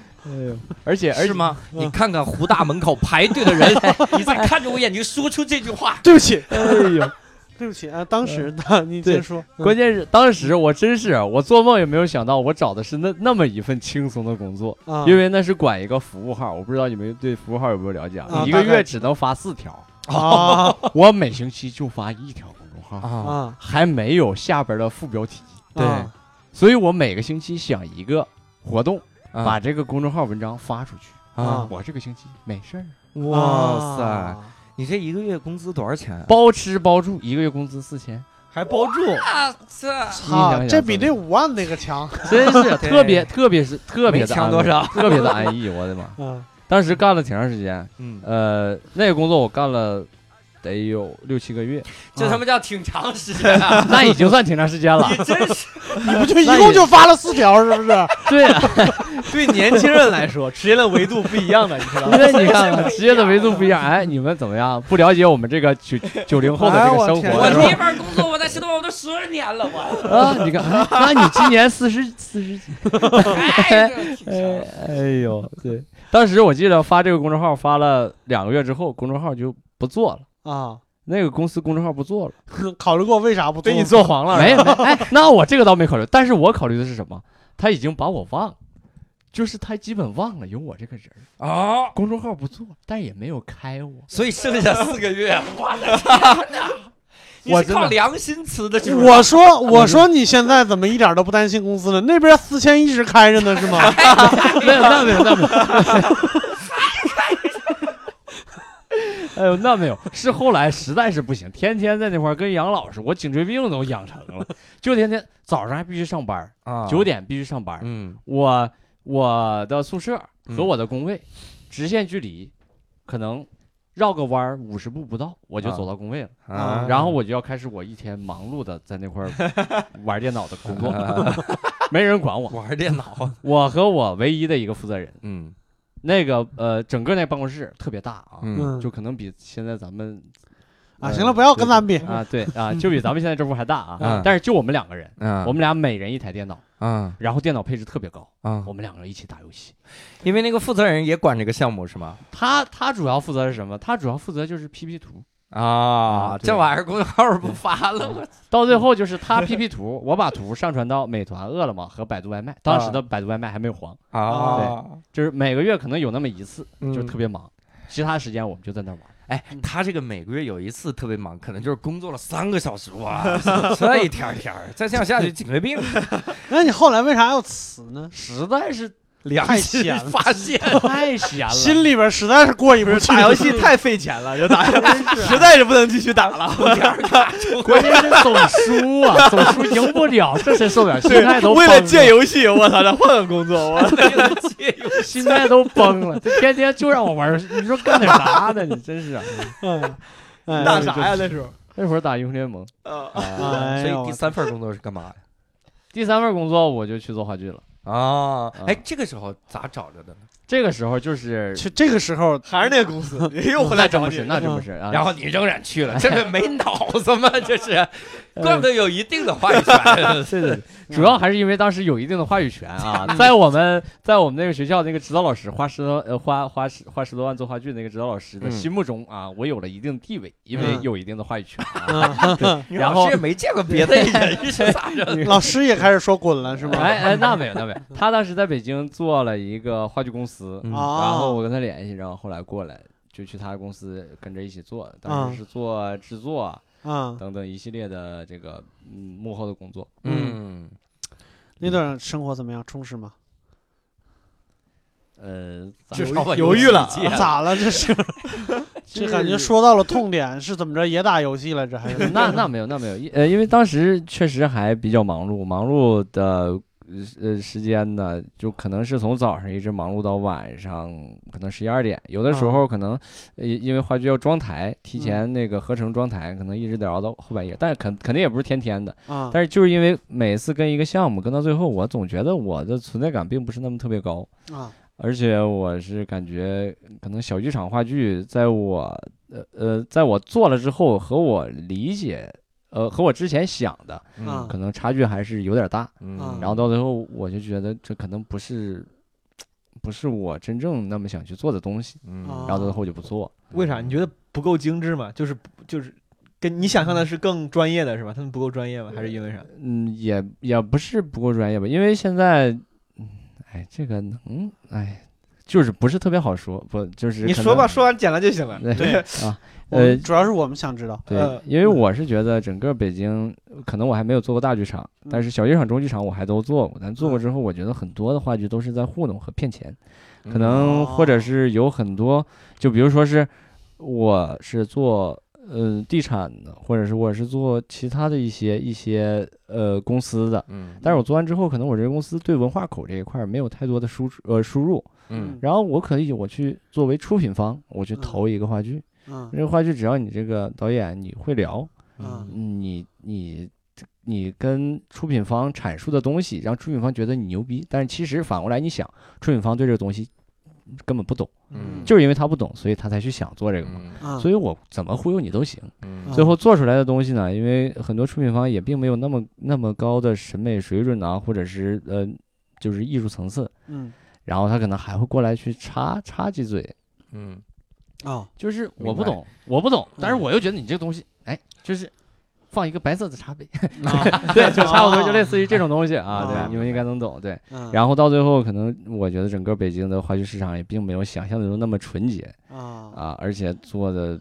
[SPEAKER 2] 而且而
[SPEAKER 3] 是
[SPEAKER 2] 且
[SPEAKER 3] 吗？
[SPEAKER 1] 嗯
[SPEAKER 3] 你看看湖大门口排队的 人，你再看着我眼睛说出这句话，
[SPEAKER 1] 对不起，
[SPEAKER 2] 哎呦，
[SPEAKER 1] 对不起啊，当时的 你接着说，嗯
[SPEAKER 2] 关键是当时我真是啊我做梦也没有想到，我找的是那那么一份轻松的工作，
[SPEAKER 1] 啊，
[SPEAKER 2] 因为那是管一个服务号，我不知道你们对服务号有没有了解，
[SPEAKER 1] 啊
[SPEAKER 2] 一个
[SPEAKER 1] 大概
[SPEAKER 2] 月只能发四条，
[SPEAKER 1] 啊
[SPEAKER 2] 我每星期就发一条公众号，
[SPEAKER 3] 啊，
[SPEAKER 1] 啊，
[SPEAKER 2] 还没有下边的副标题，
[SPEAKER 3] 对
[SPEAKER 1] 啊
[SPEAKER 2] 所以我每个星期想一个活动，
[SPEAKER 3] 啊
[SPEAKER 2] 把这个公众号文章发出去。
[SPEAKER 1] 啊
[SPEAKER 2] 我这个星期没事儿，
[SPEAKER 3] 哇塞，，你这一个月工资多少钱？啊
[SPEAKER 2] 包吃包住，一个月工资四千，
[SPEAKER 7] 还包住，
[SPEAKER 2] 你想
[SPEAKER 1] 操，
[SPEAKER 2] 想
[SPEAKER 1] 这比
[SPEAKER 2] 怎
[SPEAKER 1] 这五万那个 强，
[SPEAKER 2] 真是
[SPEAKER 3] 对
[SPEAKER 2] 特别特别是特别
[SPEAKER 3] 没
[SPEAKER 2] 的
[SPEAKER 3] 强
[SPEAKER 2] 安
[SPEAKER 3] 多
[SPEAKER 2] 慰
[SPEAKER 3] 少
[SPEAKER 2] 特别的安逸，我的妈！
[SPEAKER 1] 嗯
[SPEAKER 2] 当时干了挺长时间，
[SPEAKER 3] 嗯，
[SPEAKER 2] 呃，那个工作我干了得有六七个月，
[SPEAKER 3] 这他妈叫挺长时间啊！
[SPEAKER 2] 那已经算挺长时间了。
[SPEAKER 3] 你真 是
[SPEAKER 1] 你不就一
[SPEAKER 2] 那
[SPEAKER 1] 共
[SPEAKER 2] 也
[SPEAKER 1] 就发了四条是不是？
[SPEAKER 2] 对啊，
[SPEAKER 7] 对年轻人来说，时间的维度不一样的，你知道
[SPEAKER 2] 因
[SPEAKER 7] 吗？
[SPEAKER 2] 为你看看，职业的维度不一样。哎，你们怎么样？不了解我们这个九九零后的这个生
[SPEAKER 1] 哎
[SPEAKER 2] 活
[SPEAKER 1] 我
[SPEAKER 8] 我
[SPEAKER 1] 天
[SPEAKER 8] 第
[SPEAKER 2] 是
[SPEAKER 8] 一
[SPEAKER 2] 吧？
[SPEAKER 8] 份工作，我在石头湾我都十二年了，我
[SPEAKER 2] 啊，你看，哎那你今年四十四十几？
[SPEAKER 8] 哎这挺长
[SPEAKER 2] 哎哎呦，对，当时我记得发这个公众号发了两个月之后，公众号就不做了。
[SPEAKER 1] 啊，
[SPEAKER 2] 那个公司公众号不做了，
[SPEAKER 1] 考虑过为啥不做？
[SPEAKER 7] 被你做黄了，
[SPEAKER 2] 哦没有没有，哎，那我这个倒没考虑，但是我考虑的是什么？他已经把我忘了，就是他基本忘了有我这个人 儿，
[SPEAKER 3] 啊，
[SPEAKER 2] 公众号不做，但也没有开我。
[SPEAKER 3] 所以剩下四个月，我的天
[SPEAKER 2] 我
[SPEAKER 3] 哪！你是
[SPEAKER 2] 真的
[SPEAKER 3] 靠良心辞的，是不 是？
[SPEAKER 1] 我说我说你现在怎么一点都不担心公司了？那边四千一直开着呢是 吗？
[SPEAKER 2] 没有，那没有，那没有。 哎呦，那没有，是后来实在是不行，天天在那块儿跟养老似的，我颈椎病都养成了，就天天早上还必须上班儿，
[SPEAKER 3] 啊
[SPEAKER 2] 九点必须上班儿。
[SPEAKER 3] 嗯
[SPEAKER 2] 我我的宿舍
[SPEAKER 3] 嗯
[SPEAKER 2] 和我的工位、直线距离，可能绕个弯儿五十步不到，我就
[SPEAKER 3] 啊
[SPEAKER 2] 走到工位了。
[SPEAKER 1] 啊
[SPEAKER 2] 然后我就要开始我一天忙碌的在那块儿 玩电脑的工作，没人管我。
[SPEAKER 3] 玩电脑，
[SPEAKER 2] 我和我唯一的一个负责人，
[SPEAKER 3] 嗯
[SPEAKER 2] 那个呃，整个那办公室特别大啊，
[SPEAKER 3] 嗯
[SPEAKER 1] 嗯
[SPEAKER 2] 就可能比现在咱们
[SPEAKER 1] 啊，行了，不要跟咱比，
[SPEAKER 2] 啊，对啊，就比咱们现在这屋还大啊。
[SPEAKER 3] 嗯
[SPEAKER 2] 但是就我们两个人，
[SPEAKER 3] 嗯
[SPEAKER 2] 我们俩每人一台电脑，
[SPEAKER 3] 啊
[SPEAKER 2] 然后电脑配置特别高，
[SPEAKER 3] 啊
[SPEAKER 2] 我们两个人一起打游戏。
[SPEAKER 3] 因为那个负责人也管这个项目是吗？
[SPEAKER 2] 他他主要负责是什么？他主要负责就是 PP 图，
[SPEAKER 3] 啊
[SPEAKER 2] 啊对
[SPEAKER 3] 这玩意儿公众号不发了， 我
[SPEAKER 2] 到最后就是他 PP 图，我把图上传到美团、饿了么和百度外卖。当时的百度外卖还没有黄，
[SPEAKER 1] 啊，
[SPEAKER 2] 就是每个月可能有那么一次，
[SPEAKER 3] 嗯
[SPEAKER 2] 就是特别忙，其他时间我们就在那玩。
[SPEAKER 3] 哎，
[SPEAKER 2] 嗯
[SPEAKER 3] 他这个每个月有一次特别忙，可能就是工作了三个小时 哇，这一天儿一天儿，再这样下去颈椎病。
[SPEAKER 1] 那你后来为啥要辞呢？
[SPEAKER 2] 实在是良
[SPEAKER 1] 太
[SPEAKER 2] 心
[SPEAKER 1] 闲了
[SPEAKER 2] 发现，太闲了，
[SPEAKER 1] 心里边实在是过意不去。
[SPEAKER 4] 打 游戏太费钱了，就打，实在是不能继续打了。
[SPEAKER 2] 关键是总输啊，总输赢不了，这谁受得了？心态都
[SPEAKER 4] 为了
[SPEAKER 2] 崩了
[SPEAKER 4] 借游戏，我操，这换个工作，我
[SPEAKER 2] 心态都崩了，这天天就让我玩儿，你说干点啥呢？你真是啊，
[SPEAKER 1] 嗯，
[SPEAKER 4] 打
[SPEAKER 1] 哎
[SPEAKER 4] 啥呀？那时候，
[SPEAKER 2] 那会儿打英雄联盟。
[SPEAKER 4] 啊，
[SPEAKER 1] 哎
[SPEAKER 3] 所
[SPEAKER 1] 呦
[SPEAKER 3] 以第三份工作是干嘛
[SPEAKER 2] 第三份工作我就去做话剧了，
[SPEAKER 3] 呀？啊，哎，
[SPEAKER 2] 啊
[SPEAKER 3] 这个时候咋找着的呢？
[SPEAKER 2] 这个时候就是
[SPEAKER 1] 去这个时候，
[SPEAKER 4] 还是那个 公司，又回
[SPEAKER 2] 那
[SPEAKER 4] 来
[SPEAKER 2] 真
[SPEAKER 4] 找
[SPEAKER 2] 不
[SPEAKER 4] 你
[SPEAKER 2] 是，。那真不是啊。呃
[SPEAKER 3] 然后你仍然去了，这个没脑子吗？这是，怪不得有一定的话语权。
[SPEAKER 2] 对 对，
[SPEAKER 3] 嗯
[SPEAKER 2] 主要还是因为当时有一定的话语权啊，在我们在我们那个学校那个指导老师花十多呃花花十花十多万做话剧那个指导老师的
[SPEAKER 3] 嗯
[SPEAKER 2] 心目中啊，我有了一定地位，因为
[SPEAKER 1] 嗯
[SPEAKER 2] 有一定的话语权啊。
[SPEAKER 1] 嗯，
[SPEAKER 3] 你
[SPEAKER 2] 然
[SPEAKER 3] 老
[SPEAKER 2] 后
[SPEAKER 3] 师也没见过别的人，是咋着？
[SPEAKER 1] 老师也开始说滚了是吗？
[SPEAKER 2] 哎哎，那没有那没有，他当时在北京做了一个话剧公司，
[SPEAKER 1] 啊，
[SPEAKER 2] 嗯
[SPEAKER 3] 哦
[SPEAKER 2] 然后我跟他联系，然后后来过来就去他公司跟着一起做，
[SPEAKER 3] 嗯
[SPEAKER 2] 当时是做制作啊
[SPEAKER 1] 嗯，
[SPEAKER 2] 等等一系列的这个嗯幕后的工作。
[SPEAKER 3] 嗯，
[SPEAKER 1] 那段生活怎么样？充实吗？
[SPEAKER 2] 呃，咱
[SPEAKER 3] 至少把
[SPEAKER 4] 犹豫了
[SPEAKER 3] 游戏
[SPEAKER 2] 啊
[SPEAKER 3] 戒
[SPEAKER 1] 咋了？这 是，这感觉说到了痛点，是怎么着？也打游戏来着？还是
[SPEAKER 2] 那那没有，那没有，因呃，因为当时确实还比较忙碌，忙碌的呃时间呢，就可能是从早上一直忙碌到晚上，可能十一二点，有的时
[SPEAKER 1] 啊
[SPEAKER 2] 候可能、呃因为话剧要装台，
[SPEAKER 1] 嗯
[SPEAKER 2] 提前那个合成装台，可能一直得熬到后半夜，但是肯肯定也不是天天的，
[SPEAKER 1] 啊，
[SPEAKER 2] 但是就是因为每次跟一个项目跟到最后，我总觉得我的存在感并不是那么特别高，
[SPEAKER 1] 啊，
[SPEAKER 2] 而且我是感觉，可能小剧场话剧，在我呃呃，在我做了之后，和我理解，呃，和我之前想的，
[SPEAKER 1] 啊
[SPEAKER 2] 可能差距还是有点大。
[SPEAKER 4] 啊
[SPEAKER 1] 嗯
[SPEAKER 2] 然后到最后，我就觉得这可能不是，不是我真正那么想去做的东西。
[SPEAKER 1] 啊
[SPEAKER 2] 嗯然后到最后我就不做。
[SPEAKER 4] 为啥？你觉得不够精致吗？就是就是跟你想象的是更专业的是吧？他们不够专业吗？还是因为啥？
[SPEAKER 2] 嗯，也也不是不够专业吧，因为现在，嗯，哎，这个能，哎，就是不是特别好说，不就是
[SPEAKER 4] 你
[SPEAKER 2] 可
[SPEAKER 4] 说吧，
[SPEAKER 2] 能
[SPEAKER 4] 说完简单就行了。
[SPEAKER 2] 对啊，
[SPEAKER 1] 我
[SPEAKER 2] 呃
[SPEAKER 1] 们，主要是我们想知道。
[SPEAKER 2] 对
[SPEAKER 4] 呃，
[SPEAKER 2] 因
[SPEAKER 1] 嗯
[SPEAKER 2] 为我是觉得整个北京，可能我还没有做过大剧场，但
[SPEAKER 1] 嗯
[SPEAKER 2] 是小剧场、中剧场我还都做过。但做过之后，我觉得很多的话剧都是在糊弄和骗钱，
[SPEAKER 1] 嗯
[SPEAKER 2] 可能或
[SPEAKER 1] 哦
[SPEAKER 2] 者是有很多，就比如说是我是做呃地产的，或者是我是做其他的一些一些呃公司的，
[SPEAKER 3] 嗯
[SPEAKER 2] 但是我做完之后，可能我这个公司对文化口这一块儿没有太多的输出呃输入，
[SPEAKER 3] 嗯
[SPEAKER 2] 然后我可以我去作为出品方，我去
[SPEAKER 1] 嗯
[SPEAKER 2] 投一个话剧。
[SPEAKER 1] 嗯
[SPEAKER 2] 这个话剧只要你这个导演你会聊，
[SPEAKER 1] 嗯
[SPEAKER 2] 你你你跟出品方阐述的东西，让出品方觉得你牛逼，但是其实反过来你想，出品方对这个东西根本不懂，
[SPEAKER 3] 嗯
[SPEAKER 2] 就是因为他不懂，所以他才去想做这个嘛。
[SPEAKER 3] 嗯
[SPEAKER 1] 嗯，
[SPEAKER 2] 所以我怎么忽悠你都行，
[SPEAKER 3] 嗯
[SPEAKER 2] 最后做出来的东西呢，因为很多出品方也并没有那么那么高的审美水准啊，或者是呃，就是艺术层次，
[SPEAKER 1] 嗯
[SPEAKER 2] 然后他可能还会过来去插插几嘴，
[SPEAKER 3] 嗯
[SPEAKER 1] 哦，
[SPEAKER 2] 就是我
[SPEAKER 3] 明
[SPEAKER 2] 不
[SPEAKER 3] 白
[SPEAKER 2] 懂，我不懂，但是
[SPEAKER 1] 嗯
[SPEAKER 2] 我又觉得你这个东西，哎，就是放一个白色的茶杯，
[SPEAKER 1] 啊
[SPEAKER 2] 对，就差不多就类似于这种东西啊，
[SPEAKER 1] 啊
[SPEAKER 2] 对，你们应该能懂，对。
[SPEAKER 1] 嗯
[SPEAKER 2] 然后到最后，可能我觉得整个北京的话剧市场也并没有想象中那么纯洁
[SPEAKER 1] 啊，
[SPEAKER 2] 啊，而且做的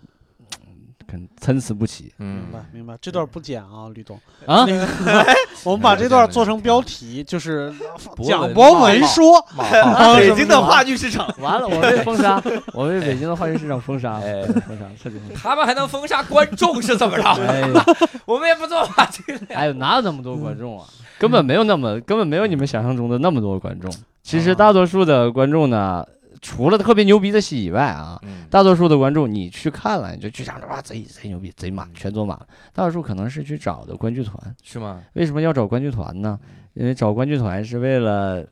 [SPEAKER 2] 很参差不齐
[SPEAKER 1] 明白
[SPEAKER 3] 嗯，
[SPEAKER 1] 明白，这段不剪啊，吕东。
[SPEAKER 2] 啊。
[SPEAKER 1] 我们把这段做成标题，就是
[SPEAKER 3] 博
[SPEAKER 1] 蒋
[SPEAKER 3] 文
[SPEAKER 1] 博文说啊
[SPEAKER 4] 北京的话剧市场，
[SPEAKER 2] 完 了，我被封杀，我被北京的话剧市场封杀，了，封杀，彻底封杀。
[SPEAKER 3] 他们还能封杀观众是怎么 着？
[SPEAKER 2] 哎呀，
[SPEAKER 3] 我们也不做话剧了。
[SPEAKER 2] 哎呦，哪有那么多观众啊？根本没有那么，根本没有你们想象中的那么多观众。其实大多数的观众呢，除了特别牛逼的戏以外啊，
[SPEAKER 3] 嗯
[SPEAKER 2] 大多数的观众你去看了，你就去想着哇，贼贼牛逼，贼
[SPEAKER 3] 嗯
[SPEAKER 2] 满，全坐满了。大多数可能是去找的观剧团。
[SPEAKER 3] 是吗？
[SPEAKER 2] 为什么要找观剧团呢？
[SPEAKER 3] 嗯
[SPEAKER 2] 因为找观剧团是为了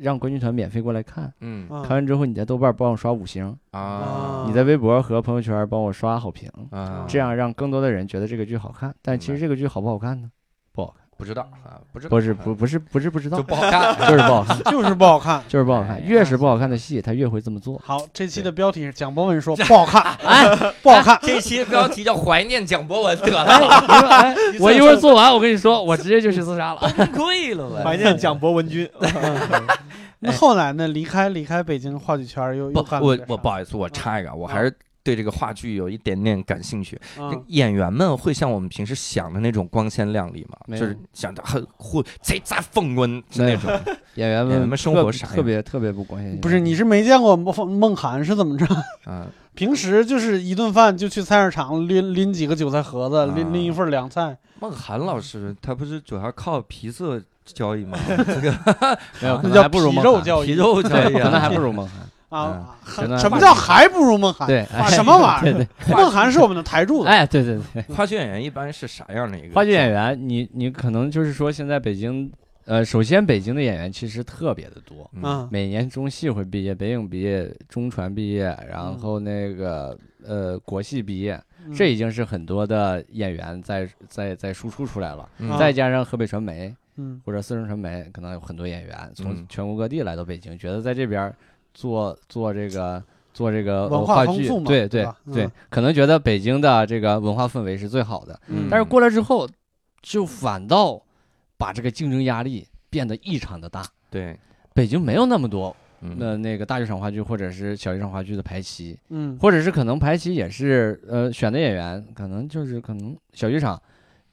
[SPEAKER 2] 让观剧团免费过来看，
[SPEAKER 3] 嗯
[SPEAKER 1] 啊
[SPEAKER 2] 看完之后你在豆瓣帮我刷五星，
[SPEAKER 1] 啊
[SPEAKER 2] 你在微博和朋友圈帮我刷好评，
[SPEAKER 3] 啊
[SPEAKER 2] 哦这样让更多的人觉得这个剧好看。但其
[SPEAKER 3] 明
[SPEAKER 2] 实
[SPEAKER 3] 白
[SPEAKER 2] 这个剧好不好看呢？
[SPEAKER 3] 不知道啊，不知道
[SPEAKER 2] 不是不不是不是不知道
[SPEAKER 3] 就，哎不好看。
[SPEAKER 2] 就 是不好看，
[SPEAKER 1] 啊 就是不好看。
[SPEAKER 2] 就是不好看。越是不好看的戏，他越会这 么做。
[SPEAKER 1] 好，这期的标题是蒋博文说不好看，哎，不好看。
[SPEAKER 3] 这期的标题叫《怀念蒋博文》得了，
[SPEAKER 2] 哎，我一会儿做完，我跟你说，我直接就去自杀了。
[SPEAKER 3] 跪了我
[SPEAKER 4] 怀念蒋博文君。
[SPEAKER 1] 那后来呢？离开离开北京话剧圈儿又
[SPEAKER 3] 不
[SPEAKER 1] 又，干了
[SPEAKER 3] 我
[SPEAKER 1] 点啥
[SPEAKER 3] 我不，好意思，我插一个，我
[SPEAKER 2] 嗯
[SPEAKER 3] 还是对这个话剧有一点点感兴趣。
[SPEAKER 1] 嗯
[SPEAKER 3] 演员们会像我们平时想的那种光鲜亮丽吗？
[SPEAKER 2] 没有
[SPEAKER 3] 就是想的很酷、贼扎风温
[SPEAKER 2] 没
[SPEAKER 3] 那
[SPEAKER 2] 有
[SPEAKER 3] 种。
[SPEAKER 2] 演员
[SPEAKER 3] 演员
[SPEAKER 2] 们
[SPEAKER 3] 们生
[SPEAKER 2] 特
[SPEAKER 3] 活啥样
[SPEAKER 2] 特别特别不关心。
[SPEAKER 1] 不是，你是没见过孟孟涵是怎么着？
[SPEAKER 3] 啊，
[SPEAKER 1] 平时就是一顿饭就去菜市场拎拎几个韭菜盒子，拎拎一份凉菜。
[SPEAKER 3] 孟涵老
[SPEAKER 2] 嗯
[SPEAKER 3] 师他不是主要靠皮色交 易吗？
[SPEAKER 2] 没有，可
[SPEAKER 1] 那
[SPEAKER 2] 能
[SPEAKER 1] 叫
[SPEAKER 2] 还不如
[SPEAKER 1] 啊皮
[SPEAKER 2] 孟
[SPEAKER 1] 肉
[SPEAKER 2] 涵
[SPEAKER 1] 教
[SPEAKER 3] 皮
[SPEAKER 1] 育
[SPEAKER 3] 肉交易
[SPEAKER 2] 对，可能还
[SPEAKER 3] 啊，
[SPEAKER 2] 不如孟涵。
[SPEAKER 1] 啊！
[SPEAKER 2] 真的
[SPEAKER 1] 还什么叫还不如孟涵？
[SPEAKER 2] 对，
[SPEAKER 1] 啊，
[SPEAKER 2] 哎
[SPEAKER 1] 什么玩 意
[SPEAKER 2] 对
[SPEAKER 1] 儿？
[SPEAKER 2] 对，
[SPEAKER 1] 孟涵是我们的台柱子。
[SPEAKER 2] 哎，对对对，
[SPEAKER 3] 话剧演员一般是啥样的一个？
[SPEAKER 2] 话剧演员，你你可能就是说，现在北京，呃，首先北京的演员其实特别的多，
[SPEAKER 3] 嗯
[SPEAKER 1] 嗯
[SPEAKER 2] 每年中戏会毕业，北影毕业，中传毕业，然后那个呃国戏毕业，
[SPEAKER 1] 嗯
[SPEAKER 2] 这已经是很多的演员在在在输出出来了。
[SPEAKER 3] 嗯
[SPEAKER 1] 啊
[SPEAKER 2] 再加上河北传媒
[SPEAKER 1] 嗯
[SPEAKER 2] 或者四川传媒，可能有很多演员
[SPEAKER 3] 嗯
[SPEAKER 2] 从全国各地来到北京，觉得在这边儿做做这个做这个
[SPEAKER 1] 文
[SPEAKER 2] 呃
[SPEAKER 1] 化
[SPEAKER 2] 话
[SPEAKER 1] 丰
[SPEAKER 2] 剧
[SPEAKER 1] 富嘛，
[SPEAKER 2] 对
[SPEAKER 1] 对
[SPEAKER 2] 对
[SPEAKER 1] 吧嗯
[SPEAKER 2] 对，可能觉得北京的这个文化氛围是最好的，
[SPEAKER 3] 嗯
[SPEAKER 2] 但是过来之后，就反倒把这个竞争压力变得异常的大。
[SPEAKER 3] 对，
[SPEAKER 2] 北京没有那么多
[SPEAKER 3] 嗯
[SPEAKER 2] 那那个大剧场话剧或者是小剧场话剧的排期，
[SPEAKER 1] 嗯
[SPEAKER 2] 或者是可能排期也是呃选的演员，可能就是可能小剧场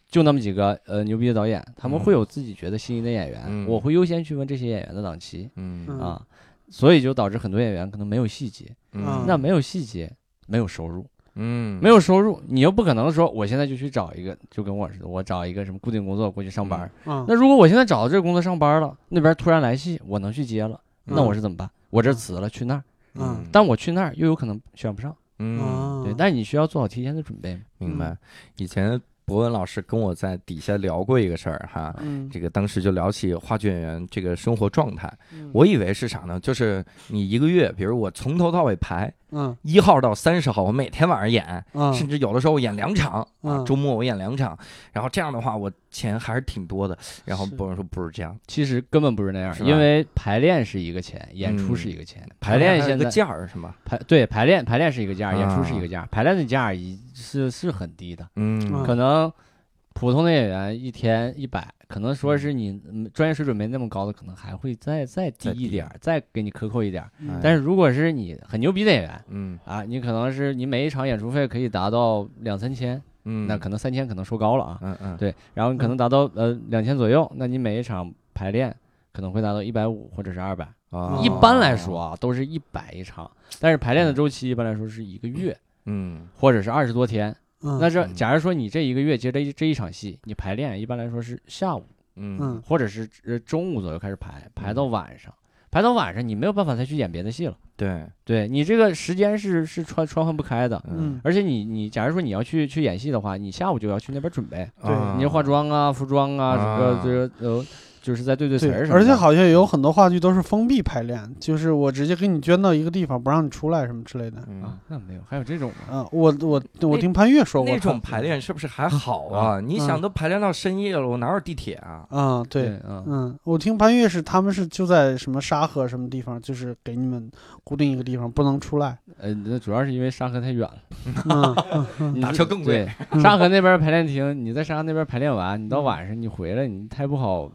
[SPEAKER 2] 就那么几个呃牛逼的导演，他
[SPEAKER 3] 嗯
[SPEAKER 2] 们会有自己觉得心仪的演员，
[SPEAKER 3] 嗯
[SPEAKER 2] 我会优先去问这些演员的档期、
[SPEAKER 3] 嗯
[SPEAKER 1] 嗯
[SPEAKER 2] 啊，所以就导致很多演员可能没有细节，
[SPEAKER 1] 嗯
[SPEAKER 2] 那没有细节。没有收入，
[SPEAKER 3] 嗯
[SPEAKER 2] 没有收入，你又不可能说我现在就去找一个，就跟我似的，我找一个什么固定工作过去上班儿。
[SPEAKER 1] 嗯
[SPEAKER 2] 那如果我现在找到这个工作上班了，那边突然来戏，我能去接了，那
[SPEAKER 1] 嗯
[SPEAKER 2] 我是怎么办？我这辞了去那儿，
[SPEAKER 1] 嗯
[SPEAKER 2] 但我去那儿又有可能选不上。
[SPEAKER 3] 嗯
[SPEAKER 1] 啊
[SPEAKER 2] 对，但你需要做好提前的准备嘛。
[SPEAKER 3] 明白。以前博文老师跟我在底下聊过一个事儿哈，
[SPEAKER 1] 嗯
[SPEAKER 3] 这个当时就聊起话剧演员这个生活状态，
[SPEAKER 1] 嗯
[SPEAKER 3] 我以为是啥呢？就是你一个月，比如我从头到尾排
[SPEAKER 1] 嗯
[SPEAKER 3] 一号到三十号，我每天晚上演，
[SPEAKER 1] 嗯
[SPEAKER 3] 甚至有的时候我演两场啊
[SPEAKER 1] 嗯，
[SPEAKER 3] 周末我演两场，然后这样的话我钱还是挺多的。然后
[SPEAKER 1] 是
[SPEAKER 3] 博文说不是这样，
[SPEAKER 2] 其实根本不是那样
[SPEAKER 3] 是，吧
[SPEAKER 2] 因为排练是一个钱，演出是一个钱。排练
[SPEAKER 3] 还有
[SPEAKER 2] 现
[SPEAKER 3] 个
[SPEAKER 2] 在
[SPEAKER 3] 价儿是吗？
[SPEAKER 2] 排对排练排练是一个价，
[SPEAKER 3] 啊
[SPEAKER 2] 演出是一个价，排练的价已是是很低的，
[SPEAKER 3] 嗯
[SPEAKER 1] 嗯
[SPEAKER 2] 可能普通的演员一天一百，可能说是你嗯专业水准没那么高的，可能还会再再低
[SPEAKER 3] 再低
[SPEAKER 2] 一点儿，再给你克扣一点儿。
[SPEAKER 1] 嗯
[SPEAKER 2] 但是如果是你很牛逼的演员
[SPEAKER 3] 嗯
[SPEAKER 2] 啊，你可能是你每一场演出费可以达到两三千，
[SPEAKER 3] 嗯，
[SPEAKER 2] 那可能三千可能说高了啊，
[SPEAKER 3] 嗯嗯
[SPEAKER 2] 对，然后你可能达到呃两千左右，那你每一场排练可能会达到一百五或者是二百、
[SPEAKER 3] 啊
[SPEAKER 2] 一般来说，啊，都是一百一场，但是排练的周期一般来说是一个月
[SPEAKER 3] 嗯
[SPEAKER 2] 或者是二十多天。
[SPEAKER 1] 嗯
[SPEAKER 2] 那这
[SPEAKER 3] 嗯
[SPEAKER 2] 假如说你这一个月接这一这一场戏，你排练一般来说是下午
[SPEAKER 3] 嗯
[SPEAKER 1] 嗯
[SPEAKER 2] 或者是呃中午左右开始排，排到
[SPEAKER 3] 嗯
[SPEAKER 2] 晚上，排到晚上你没有办法再去演别的戏了。
[SPEAKER 3] 对
[SPEAKER 2] 对你这个时间是是穿穿换不开的，
[SPEAKER 1] 嗯
[SPEAKER 2] 而且你你假如说你要去去演戏的话，你下午就要去那边准备。
[SPEAKER 1] 对
[SPEAKER 3] 啊
[SPEAKER 2] 你化妆啊、服装啊，什么
[SPEAKER 3] 啊
[SPEAKER 2] 这个呃，就是在对对词
[SPEAKER 1] 对
[SPEAKER 2] 儿什么的。
[SPEAKER 1] 而且好像有很多话剧都是封闭排练，就是我直接给你捐到一个地方，不让你出来什么之类的。
[SPEAKER 3] 嗯
[SPEAKER 2] 啊，那没有，还有这种吗？
[SPEAKER 1] 啊，我我我
[SPEAKER 3] 那
[SPEAKER 1] 听潘越说过
[SPEAKER 3] 那种排练是不是还好啊？你想都排练到深夜了，我哪有地铁啊？
[SPEAKER 1] 啊，对，
[SPEAKER 2] 啊，
[SPEAKER 1] 嗯，我听潘越是他们是就在什么沙河什么地方，就是给你们固定一个地方，不能出来。
[SPEAKER 2] 呃，那主要是因为沙河太远 了，
[SPEAKER 1] 嗯，
[SPEAKER 2] 你
[SPEAKER 3] 打
[SPEAKER 2] 是
[SPEAKER 3] 车更贵。
[SPEAKER 2] 对沙河那边排练厅，你在沙河那边排练完，你到晚上你回来，你太不好，